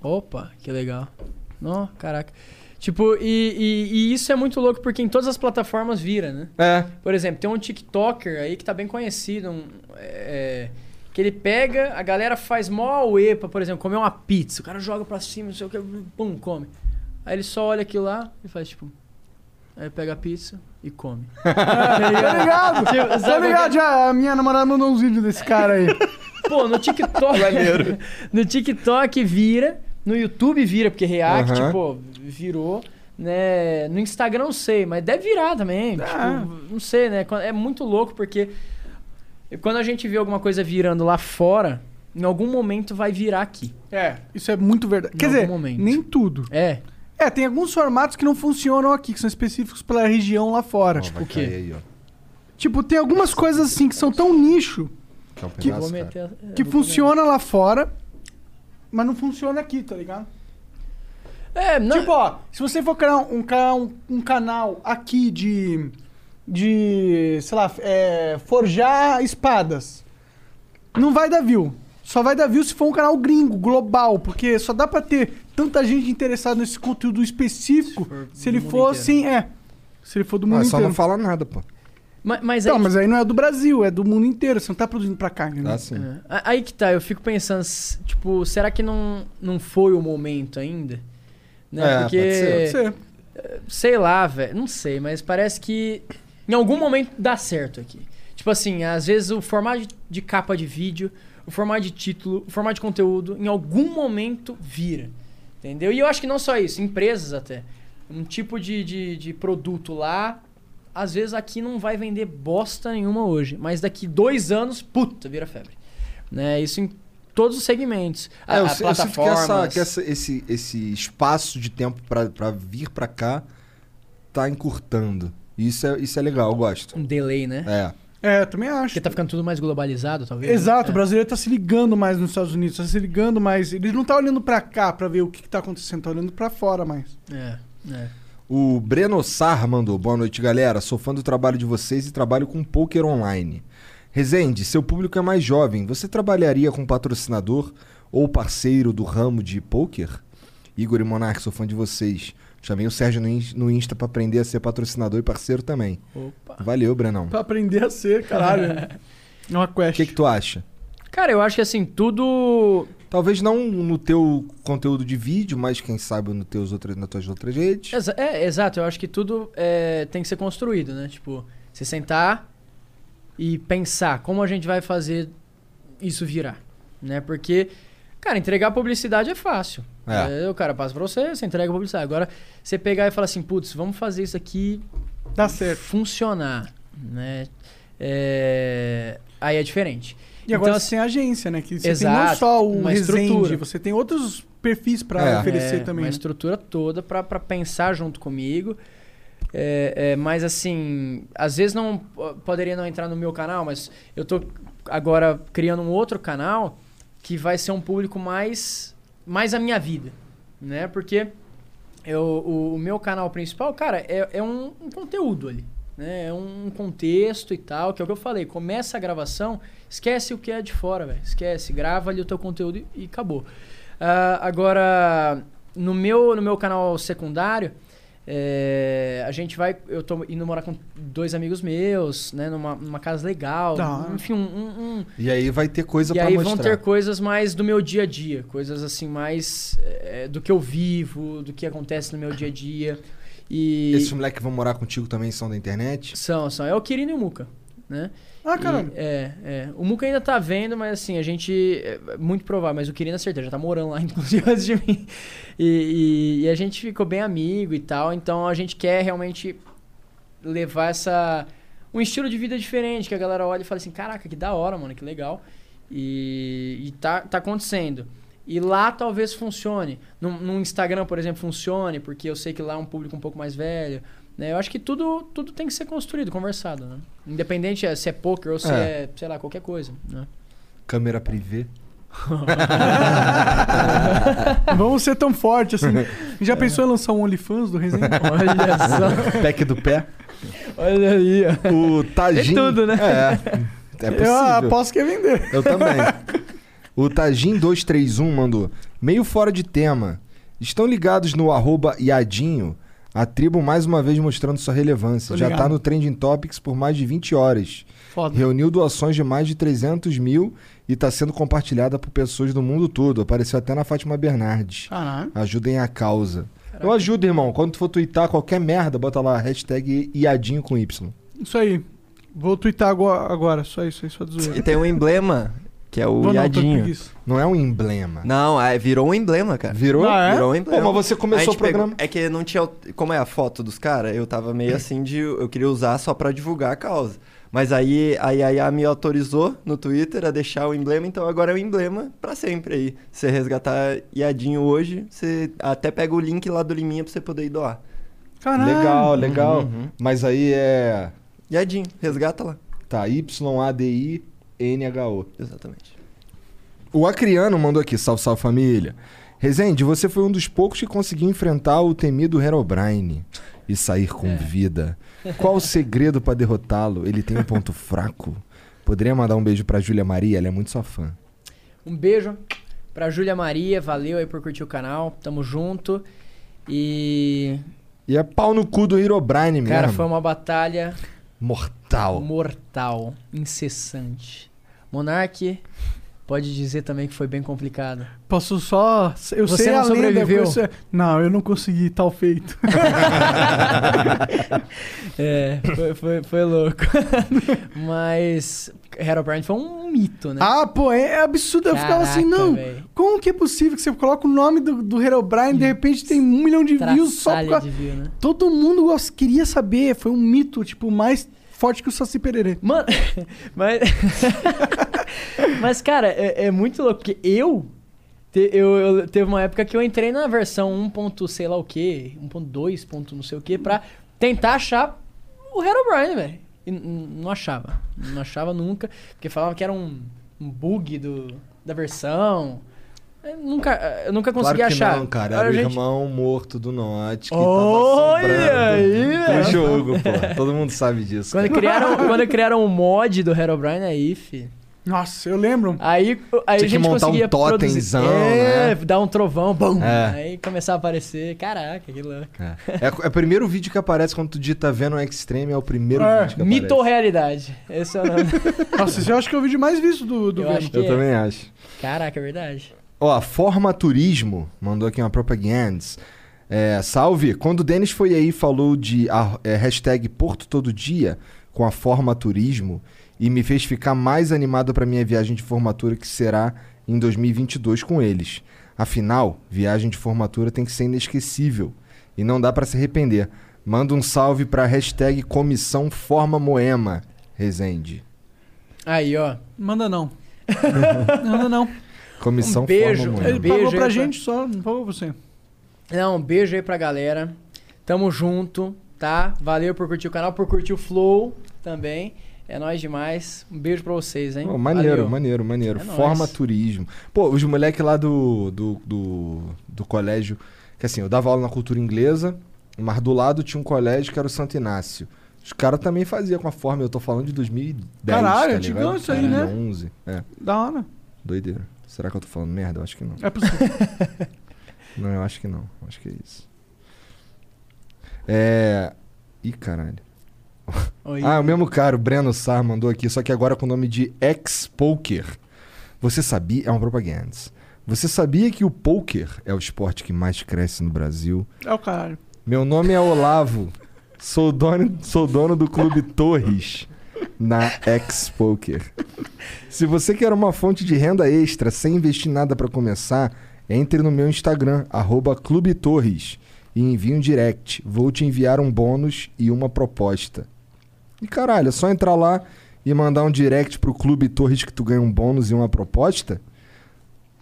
C: Opa, que legal. Nó, caraca. Tipo, e, e- e isso é muito louco porque em todas as plataformas vira, né?
A: É.
C: Por exemplo, tem um TikToker aí que tá bem conhecido. um, é, é, que ele pega, a galera faz mó auê pra, por exemplo, comer uma pizza. O cara joga pra cima, não sei o que, pum, come. Aí ele só olha aquilo lá e faz tipo. Aí pega a pizza e come.
B: Tá ligado?
C: Tipo,
B: tá
C: sabe
B: ligado? Já, a minha namorada mandou uns vídeos desse cara aí.
C: Pô, no TikTok. no TikTok vira, no YouTube vira, porque React,
A: Aham.
C: pô, virou. Né? No Instagram não sei, mas deve virar também. Tipo, não sei, né? É muito louco, porque quando a gente vê alguma coisa virando lá fora, em algum momento vai virar aqui.
B: É, isso é muito verdade.
C: Em
B: Quer
C: algum
B: dizer,
C: momento.
B: nem tudo.
C: É.
B: É, tem alguns formatos que não funcionam aqui, que são específicos pela região lá fora.
A: Ó, vai
C: o quê?
A: cair Aí, ó.
B: Tipo, tem algumas coisas assim que são tão nicho
A: Quer um
C: eu vou
A: pedaço, cara?
C: meter a-
B: que
C: eu vou
B: funciona lá fora, mas não funciona aqui, tá ligado?
C: pegar. É, não.
B: Tipo, ó, se você for criar um, ca- um, um canal aqui de. de. sei lá, é, forjar espadas, não vai dar view. Só vai dar view se for um canal gringo, global, porque só dá pra ter tanta gente interessada nesse conteúdo específico
C: Se for
B: se,
C: do
B: ele
C: mundo
B: for
C: inteiro.
B: assim, é. Se ele for do
A: Ah,
B: mundo
A: só
B: inteiro.
A: não fala nada, pô.
C: ma- mas aí
B: Não, mas aí não é do Brasil, é do mundo inteiro. Você não tá produzindo pra cá, entendeu?
A: Tá assim.
C: É. A- Aí que tá, eu fico pensando, s- tipo, será que não, não foi o momento ainda? Né?
A: É,
C: Porque,
A: pode ser,
B: Pode ser.
C: sei lá, velho, não sei, mas parece que em algum momento dá certo aqui. Tipo assim, às vezes o formato de- de capa de vídeo, o formato de título, o formato de conteúdo, em algum momento vira. Entendeu? E eu acho que não só isso, empresas até. Um tipo de, de, de produto lá às vezes aqui não vai vender bosta nenhuma hoje, mas daqui dois anos, puta, vira febre. Né? Isso em todos os segmentos. A,
A: É, eu,
C: a
A: si- eu sinto que, essa-
C: plataformas.
A: que essa- esse, esse espaço de tempo pra, pra vir pra cá tá encurtando. Isso é, isso é legal, eu gosto.
C: Um delay, né?
A: É.
B: É, eu também acho.
C: Porque tá ficando tudo mais globalizado, talvez.
B: Exato, o
C: É.
B: brasileiro tá se ligando mais nos Estados Unidos, tá se ligando mais. Ele não tá olhando pra cá pra ver o que, que tá acontecendo, tá olhando pra fora mais.
C: É, é.
A: O Breno Sar mandou: Boa noite, galera. Sou fã do trabalho de vocês e trabalho com poker online. Rezende, seu público é mais jovem. Você trabalharia com patrocinador ou parceiro do ramo de poker? Igor e Monark, sou fã de vocês. Chamei o Sérgio no Ins- no Insta pra aprender a ser patrocinador e parceiro também.
C: Opa.
A: Valeu, Brenão.
B: Pra aprender a ser, caralho. É uma
A: O
B: quest.
A: que, que tu acha?
C: Cara, eu acho que assim, tudo.
A: Talvez não no teu conteúdo de vídeo, mas quem sabe no teus outras, nas tuas outras redes.
C: Exa- é, exato, eu acho que tudo é, tem que ser construído, né? Tipo, você sentar e pensar como a gente vai fazer isso virar, né? Porque, cara, entregar publicidade é fácil.
A: É.
C: É, o cara passa pra você, você entrega a publicidade. Agora, você pegar e falar assim, putz, vamos fazer isso aqui
B: Dá certo.
C: funcionar, né? É, Aí é diferente.
B: E agora
C: Então,
B: você tem a agência, né? Que você tem não
C: Exato,
B: só o
C: uma
B: Resende,
C: estrutura.
B: você tem outros perfis pra
A: É.
B: oferecer
C: É,
B: também.
C: Uma
B: né?
C: estrutura toda pra pra pensar junto comigo. É, é, mas assim, às vezes não p- poderia não entrar no meu canal, mas eu tô agora criando um outro canal que vai ser um público mais mais a minha vida, né? Porque eu, o, o meu canal principal, cara, é, é um, um conteúdo ali, né? É um contexto e tal, que é o que eu falei. Começa a gravação, esquece o que é de fora, velho. Esquece, grava ali o teu conteúdo e, e acabou. Ah, agora, no meu, no meu canal secundário, é, a gente vai. Eu tô indo morar com dois amigos meus, né? Numa, numa casa legal.
B: Da hora.
C: Enfim, um- um- um,
A: E aí vai ter coisa
C: e
A: pra
C: aí
A: mostrar.
C: vão ter coisas mais do meu dia a dia, coisas assim mais eh, do que eu vivo, do que acontece no meu dia a dia. E
A: Esses moleques que vão morar contigo também são da internet?
C: são, são. É o Quirino e o Muca, né?
B: Ah,
C: E-
B: caralho.
C: é, é. O Muca ainda tá vendo, mas assim, a gente. É muito provável, mas o Quirino é certeza, já tá morando lá, inclusive, antes de mim. E, e- e a gente ficou bem amigo e tal, então a gente quer realmente levar essa. um estilo de vida diferente, que a galera olha e fala assim: caraca, que da hora, mano, que legal. E, e tá, tá acontecendo. E lá talvez funcione. No, no Instagram, por exemplo, funcione, porque eu sei que lá é um público um pouco mais velho. Né? Eu acho que tudo, tudo tem que ser construído, conversado. Né? Independente é, se é poker ou se
A: É.
C: é, sei lá, qualquer coisa. Né?
A: Câmera privê.
B: Vamos ser tão forte assim. Já pensou em lançar um OnlyFans do Resende?
C: Olha só.
A: Pack do pé.
C: Olha aí. ó.
A: O Tajin.
C: É tudo, né? ah,
A: É. É
B: Eu
A: possível.
B: aposto que ia vender.
A: Eu também. O Tajin231 mandou. Meio fora de tema. Estão ligados no arroba Iadinho? A tribo mais uma vez mostrando sua relevância.
B: Tô
A: Já
B: ligado.
A: tá no Trending Topics por mais de 20 horas.
B: Foda.
A: Reuniu doações de mais de 300 mil e tá sendo compartilhada por pessoas do mundo todo. Apareceu até na Fátima Bernardes.
B: Caralho.
A: Ajudem a causa. Eu ajudo, irmão. Quando tu for twittar qualquer merda, bota lá hashtag iadinho com Y.
B: Isso aí. Vou twittar agora, agora. só isso aí, só de zoeira.
D: E tem um emblema, que é o
B: Vou não, tô com
D: Iadinho.
B: preguiça.
A: Não é um emblema.
D: Não, é, virou um emblema, cara.
A: Virou?
B: Ah, é?
D: Virou um
A: Pô,
D: emblema.
A: mas você
D: A
A: começou
D: gente
A: o programa.
D: pegou- é que não tinha. o- Como é a foto dos caras, eu tava meio assim de. Eu queria usar só pra divulgar a causa. Mas aí a Yaya me autorizou no Twitter a deixar o emblema, então agora é o emblema pra sempre aí. Se você resgatar Iadinho hoje, você até pega o link lá do Liminha pra você poder ir doar.
B: Caralho.
A: Legal, legal. Mas aí é.
D: Iadinho, resgata lá.
A: Tá, Y-A-D-I-N-H-O.
D: Exatamente.
A: O Acriano mandou aqui, salve, salve família. Rezende, você foi um dos poucos que conseguiu enfrentar o temido Herobrine e sair
C: É.
A: com vida. Qual o segredo pra derrotá-lo? Ele tem um ponto fraco? Poderia mandar um beijo pra Júlia Maria? Ela é muito sua fã.
C: Um beijo pra Júlia Maria. Valeu aí por curtir o canal. Tamo junto. E.
A: E é pau no cu do Herobrine mesmo.
C: Cara, foi um uma batalha
A: Mortal.
C: mortal, incessante. Monark, pode dizer também que foi bem complicado.
B: Posso só. Eu
C: Você
B: sei
C: não
B: a lenda,
C: sobreviveu?
B: eu conheço- Não, eu não consegui tal feito.
C: É, foi, foi, foi louco. Mas, Harold Brand foi um mito, né?
B: Ah, pô, é, é absurdo. Eu ficava
C: Caraca,
B: assim, não,
C: véi.
B: como que é possível que você coloca o nome do, do Herobrine e de repente tem um milhão de views só por
C: Traçalha
B: causa...
C: de view, né?
B: Todo mundo gos- queria saber, foi um mito, tipo, mais forte que o Saci Pererê.
C: Mano, mas. mas, cara, é, é muito louco, porque eu, te- eu, eu- Teve uma época que eu entrei na versão 1. ponto sei lá o que, 1.2. ponto não sei o que, pra tentar achar o Herobrine, velho. E n- n- não achava. Não achava nunca, porque falava que era um, um bug do, da versão. Eu nunca, eu nunca
A: Claro
C: consegui
A: que
C: achar.
A: não, cara. Era
C: Era
A: o
C: gente-
A: irmão morto do Norte que
C: Olha
A: tava
C: aí,
A: o
C: velho.
A: jogo, pô. Todo mundo sabe disso.
C: Quando é criaram, quando criaram o mod do Herobrine aí, fi.
B: Nossa, eu lembro.
C: Aí, aí
A: Tinha
C: a
A: que
C: gente
A: montar um
C: conseguia
A: totemzão,
C: produzir.
A: né?
C: É, dar um trovão, bum,
A: É.
C: aí começava a aparecer. Caraca, que louco.
A: É. É, é o primeiro vídeo que aparece quando tu digita Venom Extreme, é o primeiro
B: É,
A: vídeo que aparece.
C: Mito ou realidade? Esse é o nome.
B: Nossa, esse eu acho que é o vídeo mais visto do, do
C: Eu
B: Venom.
C: acho que
A: Eu
C: é.
A: também acho.
C: Caraca, é verdade.
A: Ó, a Forma Turismo mandou aqui uma propaganda. É, salve! Quando o Denis foi aí e falou de a, é, hashtag Porto Todo Dia com a Forma Turismo e me fez ficar mais animado para minha viagem de formatura que será em 2022 com eles. Afinal, viagem de formatura tem que ser inesquecível e não dá para se arrepender. Manda um salve para hashtag Comissão Forma Moema, Rezende.
C: Aí, ó.
B: Manda não. Manda não.
A: Comissão
C: Um beijo.
A: Forma
B: Ele
A: Moema.
C: Beijo
B: pagou
C: aí
B: pra
C: pra-
B: gente só, não pagou pra você.
C: Não, um beijo aí pra galera. Tamo junto, tá? Valeu por curtir o canal, por curtir o Flow também. É nóis demais. Um beijo pra vocês, hein?
A: Pô, maneiro,
C: Valeu.
A: maneiro, maneiro.
C: É nóis.
A: Forma turismo. Pô, os moleques lá do, do, do, do colégio. Que assim, eu dava aula na cultura inglesa, mas do lado tinha um colégio que era o Santo Inácio. Os caras também faziam com a forma, eu tô falando de 2010.
B: Caralho,
A: tá
B: antigão
A: ligado?
B: isso aí, né?
A: 2011, é.
B: Da hora.
A: Doideira. Será que eu tô falando merda? Eu acho que não.
B: É possível.
A: Não, eu acho que não. Eu acho que é isso. É. Ih, caralho.
C: Oi.
A: Ah, o mesmo cara, o Breno Sar mandou aqui, só que agora com o nome de ex-poker. Você sabia... É uma propaganda. Você sabia que o poker é o esporte que mais cresce no Brasil?
B: É o caralho.
A: Meu nome é Olavo. Sou dono, sou dono do Clube Torres na ex-poker. Se você quer uma fonte de renda extra sem investir nada para começar, entre no meu Instagram, arroba Clube Torres, e envie um direct. Vou te enviar um bônus e uma proposta. E caralho, é só entrar lá e mandar um direct pro Clube Torres que tu ganha um bônus e uma proposta?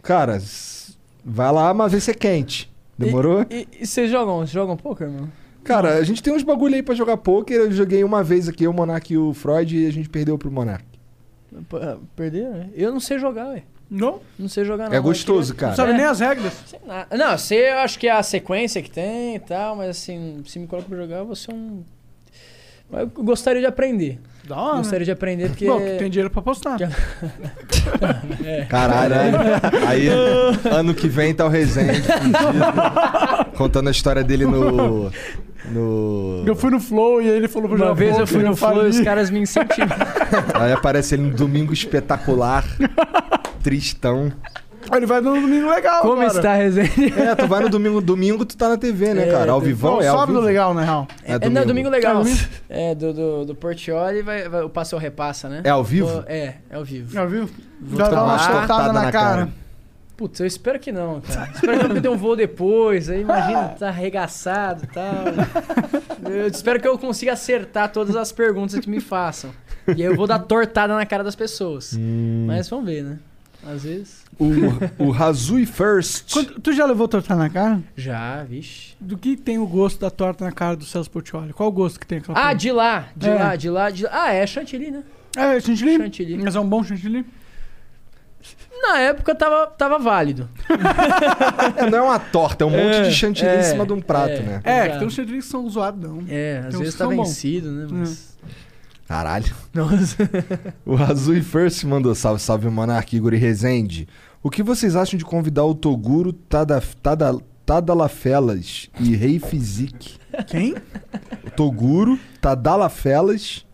A: Cara, s- vai lá, mas vê se é quente. Demorou?
C: E, e vocês jogam? Vocês jogam poker, mano?
A: Cara, a gente tem uns bagulho aí pra jogar poker. Eu joguei uma vez aqui, o Monark e o Freud, e a gente perdeu pro Monark.
C: P- ah, Perderam, né? Eu não sei jogar, ué.
B: Não?
C: Não sei jogar, Ah, não.
A: É
C: Eu
A: gostoso,
C: queria-
B: Não
A: cara.
B: sabe nem as regras.
C: Sei nada. Não, eu sei, eu acho que é a sequência que tem e tal, mas assim, se me coloca pra jogar, eu vou ser um. Mas eu gostaria de aprender.
B: Da hora. né?
C: gostaria de aprender porque.
B: Bom, que tem dinheiro pra apostar.
A: Caralho. é. aí, ano que vem tá o Rezende fudido, contando a história dele no. No.
B: Eu fui no Flow e aí ele falou pra
C: Uma
B: jogar
C: vez eu
B: poker,
C: fui no flow e
B: fali.
C: os caras me incentivaram.
A: Aí aparece ele no Domingo Espetacular. Tristão.
B: Aí Ele vai dando um domingo legal,
C: Como
B: cara.
C: está, Resende?
A: É, tu vai no domingo, domingo tu tá na TV, né, cara? Ao vivão
B: Não,
A: é ao
B: sábado
A: vivo.
B: legal, na real.
C: É, não, domingo legal.
B: É, domingo?
C: É, do, do, do Portioli, vai, vai, o passe ou repassa, né?
A: É ao vivo?
C: Ou- é, é ao vivo.
B: Já viu? Já dá
A: tomar
B: uma
A: uma
B: chutada
A: tortada
B: na,
A: na
B: cara.
A: cara.
C: Putz, eu espero que não, cara. Espero que eu dê um voo depois, aí imagina, tá arregaçado e tal. Eu espero que eu consiga acertar todas as perguntas que me façam. E aí eu vou dar tortada na cara das pessoas.
B: Hum.
C: Mas vamos ver, né? Às vezes.
A: O, o Razui First.
B: Quando- tu já levou torta na cara?
C: Já, vixe.
B: Do que tem o gosto da torta na cara do Celso Portioli? Qual o gosto que tem aquela
C: Ah,
B: torta?
C: de lá, de
B: É.
C: lá, de lá, de lá. Ah, é chantilly, né?
B: É, chantilly?
C: chantilly.
B: Mas é um bom chantilly?
C: Na época tava, tava válido.
A: É, não é uma torta, é um monte de chantilly
C: é,
A: em cima de um prato,
C: é.
A: né?
B: É,
C: Já.
B: que tem uns chantilly que são zoadão.
C: É, às
B: Tem um É. uns
C: vezes
B: que
C: tá
B: são bom.
C: vencido, né? Mas.
A: Caralho.
C: Nossa.
A: O Azul First mandou salve, salve, Monark, Igor e Rezende. O que vocês acham de convidar o Toguro Tada, Tada, Tadalafelas e Rei Fizik?
B: Quem?
A: O Toguro Tadalafelas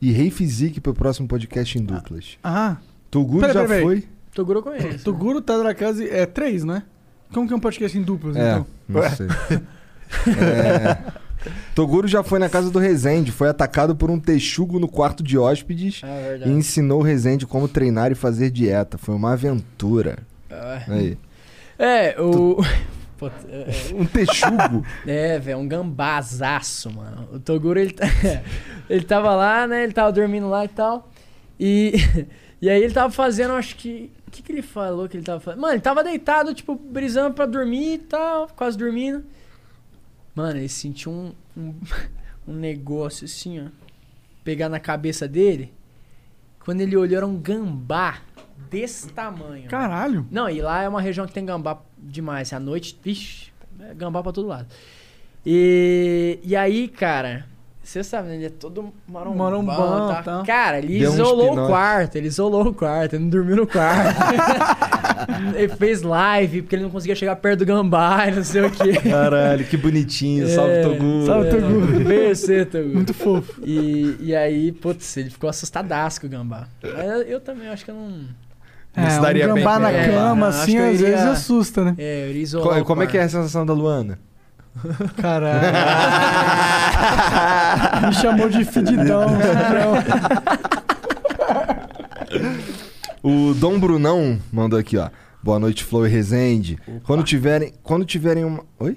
A: e Rei Fizik pro próximo podcast em duplas.
B: Ah,
A: Toguro
B: Peraí,
A: já
B: peraí, peraí.
A: foi.
C: Toguro eu conheço.
B: Toguro Tadrakase é
C: É.
B: então? três, né? Como que é um podcast em duplas,
A: É,
B: então?
A: não sei. É, Toguro já foi na casa do Rezende, foi atacado por um texugo no quarto de hóspedes
C: É
A: e
C: verdade.
A: ensinou o Rezende como treinar e fazer dieta. Foi uma aventura.
C: Ah,
A: Aí.
C: É, o. Puta, é,
A: Um texugo.
C: É, velho, um gambazaço, mano. O Toguro, ele, tá- ele tava lá, né? Ele tava dormindo lá e tal. E, e aí ele tava fazendo, acho que. O que, que ele falou que ele tava fazendo? Mano, ele tava deitado, tipo, brisando pra dormir e tal, quase dormindo. Mano, ele sentiu um, um, um negócio assim, ó. Pegar na cabeça dele. Quando ele olhou, era um gambá desse tamanho.
B: Caralho.
C: Não, e lá é uma região que tem gambá demais. À noite, vixi, é gambá pra todo lado. E, e aí, cara, você sabe, né? Ele é todo marombão.
B: Marombão,
C: tá?
B: tá.
C: Cara, ele
A: Deu um
C: isolou o
A: spin-off.
C: quarto, ele isolou o quarto, ele não dormiu no quarto. ele fez live, porque ele não conseguia chegar perto do gambá, e não sei o quê.
A: Caralho, que bonitinho. Salve,
C: É,
A: Toguro.
B: Salve, Toguro.
C: Beijo, você, Toguro.
B: Muito fofo.
C: E, e aí, putz, ele ficou assustadaço com o gambá. Mas eu, eu também acho que eu não.
B: É,
A: se daria
B: um
A: bem
B: gambá
A: com
B: na
C: ela.
B: cama,
C: É, acho
B: assim,
C: que eu
B: às
C: iria-
B: vezes assusta, né?
C: É, eu iria isolar.
A: Co-
C: o
A: Como é que é a
C: quarto.
A: sensação da Luana?
B: Caralho. Me chamou de fedidão. fedidão.
A: O Dom Brunão mandou aqui, ó. Boa noite, Flow e Rezende. Quando tiverem, quando tiverem uma... Oi?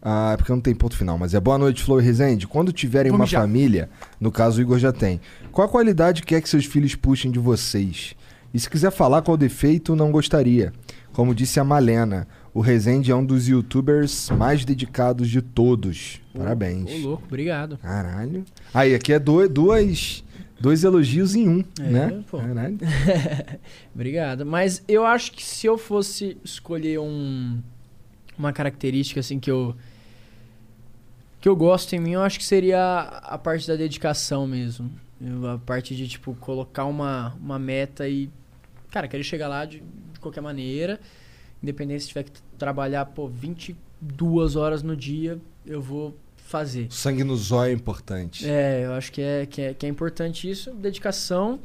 A: Ah, é porque não tem ponto final, mas é boa noite, Flow e Rezende. Quando tiverem
B: Vou
A: uma
B: mijar.
A: família, no caso o Igor já tem, qual a qualidade quer que seus filhos puxem de vocês? E se quiser falar qual defeito, não gostaria. Como disse a Malena, o Rezende é um dos youtubers mais dedicados de todos. Parabéns.
C: Ô, louco, obrigado.
A: Caralho. Aí, aqui é do- duas, dois elogios em um,
C: É,
A: né?
C: pô.
A: Caralho.
C: Obrigado. Mas eu acho que se eu fosse escolher um, uma característica assim que eu que eu gosto em mim, eu acho que seria a a parte da dedicação mesmo. Eu- a parte de tipo colocar uma, uma meta e cara, querer chegar lá de, de qualquer maneira, independente se tiver que t- trabalhar pô 22 horas no dia, eu vou fazer.
A: Sangue no zóio é importante.
C: É, eu acho que é, que é, que é importante isso, dedicação.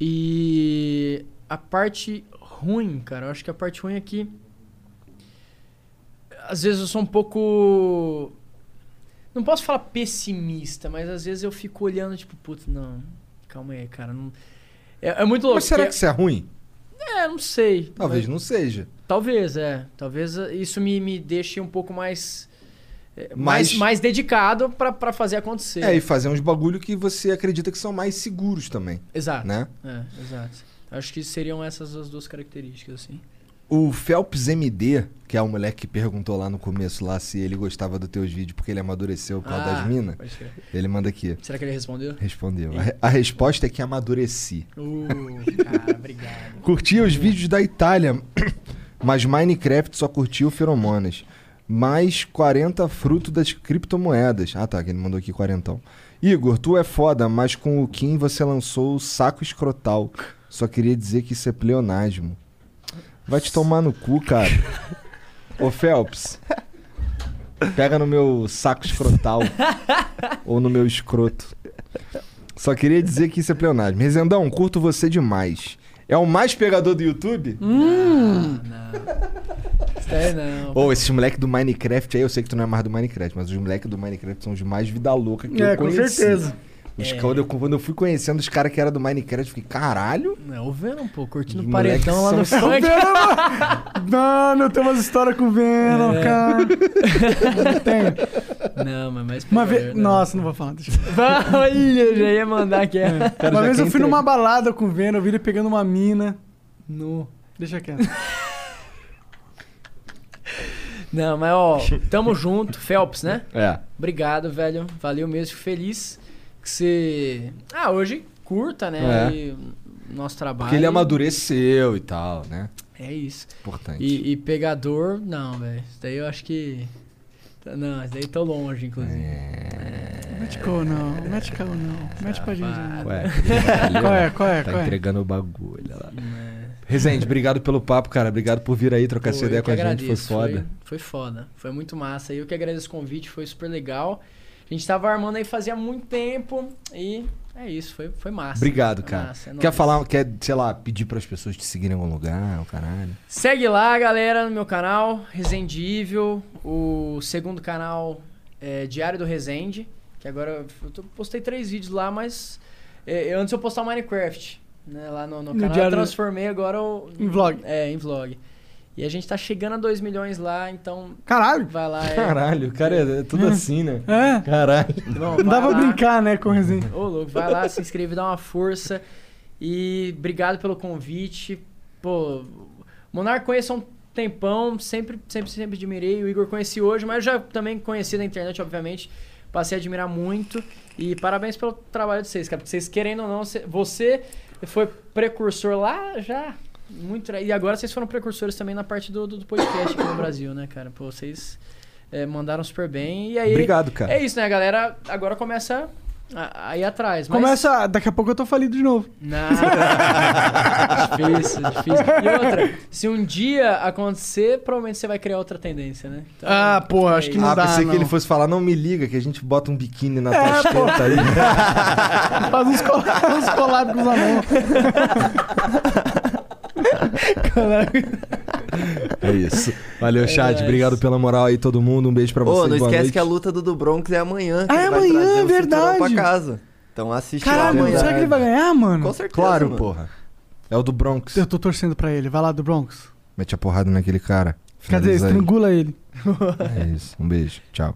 C: E a parte ruim, cara, eu acho que a parte ruim é que. Às vezes eu sou um pouco. Não posso falar pessimista, mas às vezes eu fico olhando, tipo, putz, não, calma aí, cara. não- É, é muito louco.
A: Mas será que
C: porque-
A: isso é ruim?
C: É, não sei.
A: Talvez não seja.
C: Talvez, é. Talvez eh, isso me, me deixe um pouco mais. eh,
A: Mais-
C: Mais, mais dedicado pra- pra fazer acontecer.
A: É, e fazer uns bagulho que você acredita que são mais seguros também,
C: Exato.
A: né?
C: É, exato. Acho que seriam essas as duas características, assim.
A: O Phelps MD, que é o moleque que perguntou lá no começo lá se ele gostava dos teus vídeos porque ele amadureceu por causa
C: Ah.
A: das minas,
C: pode crer.
A: ele manda aqui.
C: Será que ele respondeu?
A: Respondeu. A, re- a resposta é que amadureci.
C: Uh, cara, obrigado.
A: Curtia os vídeos da Itália, mas Minecraft só curtiu feromonas. Mais 40 fruto das criptomoedas. Ah tá, que ele mandou aqui 40. Igor, tu é foda, mas com o Kim você lançou o saco escrotal. Só queria dizer que isso é pleonasmo. Vai te tomar no cu, cara. Ô Phelps, pega no meu saco escrotal. ou no meu escroto. Só queria dizer que isso é pleonasmo. Rezendão, curto você demais. É o mais pegador do YouTube?
B: Hum?
C: Isso daí Ah, não.
A: Ô, esses moleque do Minecraft aí, eu sei que tu não é mais do Minecraft, mas os moleques do Minecraft são os mais vida louca que
B: É,
A: eu
B: com
A: conheci.
B: certeza.
A: Os ca- Quando, eu, quando eu fui conhecendo os caras que eram do Minecraft, eu fiquei, caralho,
C: Não, o Venom, pô, curtindo
A: Os
C: o paredão lá no
A: moleques são-
C: funk.
B: Mano, eu tenho umas histórias com o Venom,
C: É.
B: cara. Eu tenho.
C: Não, mas é mais
B: Uma
C: pegador,
B: vez.
C: não.
B: Nossa, não vou falar. Deixa eu...
C: Olha, já ia mandar aqui.
B: Uma vez
A: já
B: eu fui
A: quer
B: numa balada com o Venom, eu vi ele pegando uma mina.
C: No.
B: Deixa quieto.
C: Não, mas ó, tamo junto, Phelps, né?
A: É.
C: Obrigado, velho. Valeu mesmo, fico feliz que você. Ah, hoje curta, né?
A: É.
C: aí o nosso trabalho.
A: porque ele é amadureceu e tal, né?
C: É isso.
A: Importante.
C: E, e pegador, não, velho. Isso daí eu acho que. tá- Não, isso daí tô longe, inclusive.
A: É.
B: Mete call não, mete call não. Mete pra gente. não.
A: Ué,
B: Qual é, qual é, qual é?
A: né? Tá entregando o bagulho olha lá. Rezende, obrigado pelo papo, cara. Obrigado por vir aí trocar essa
C: Pô,
A: ideia
C: eu
A: com
C: que
A: a gente. Foi
C: agradeço,
A: foda.
C: Foi, foi foda. Foi muito massa. Eu que agradeço o convite, foi super legal. A gente tava armando aí fazia muito tempo e é isso, foi, foi massa.
A: Obrigado,
C: Foi
A: cara.
C: massa, é
A: quer
C: nóis.
A: falar, quer, sei lá, pedir pras pessoas te seguirem em algum lugar, o caralho?
C: Segue lá, galera, no meu canal, Resendível. O segundo canal é, Diário do Resende, que agora eu tô- postei três vídeos lá, mas é, eu- antes eu postava Minecraft, né, lá no, no
B: No
C: canal, eu
B: Diário-
C: transformei agora o...
B: Em vlog.
C: É, em vlog. E a gente tá chegando a 2 milhões lá, então
B: Caralho.
C: vai lá. é-
A: Caralho, cara, é tudo assim, né?
B: É.
A: Caralho.
C: Não,
B: Não
C: vai
B: dá pra
C: lá.
B: brincar, né, com o resenha.
C: Ô, louco, vai lá, se inscreve, dá uma força. E obrigado pelo convite. Pô, Monarca conheço há um tempão, sempre, sempre, sempre admirei. O Igor conheci hoje, mas já também conheci da internet, obviamente. Passei a admirar muito. E parabéns pelo trabalho de vocês, cara. Porque vocês, querendo ou não, cê- você foi precursor lá já. Muito, e agora vocês foram precursores também na parte do, do do podcast aqui no Brasil, né, cara? Pô, vocês eh, mandaram super bem. E aí,
A: Obrigado, cara.
C: é isso, né, galera? Agora começa a, a ir atrás. Mas...
B: Começa, daqui a pouco eu tô falido de novo.
C: Não. difícil, difícil. E outra, se um dia acontecer, provavelmente você vai criar outra tendência, né? Então,
B: Ah, porra, acho que não
A: Ah,
B: dá,
A: pensei
B: não.
A: que ele fosse falar, não me liga que a gente bota um biquíni na tua teta aí.
B: Faz uns, col... uns collab com os anões. né?
A: É isso. Valeu, chat. Obrigado pela moral aí, todo mundo. Um beijo pra
D: Ô,
A: vocês.
D: não
A: boa
D: esquece
A: noite.
D: que a luta do, do Bronx é amanhã. que
B: Ah, é
D: ele vai
B: amanhã,
D: trazer o
B: verdade.
D: cinturão pra casa. Então assiste lá
B: Caralho,
D: amanhã.
B: mano, será que ele vai ganhar, mano?
D: Com certeza,
A: Claro,
D: mano.
A: porra. É o do Bronx.
B: Eu tô torcendo pra ele. Vai lá do Bronx.
A: Mete a porrada naquele cara.
B: Quer dizer,
A: Finaliza aí.
B: estrangula ele.
A: É isso. Um beijo. Tchau.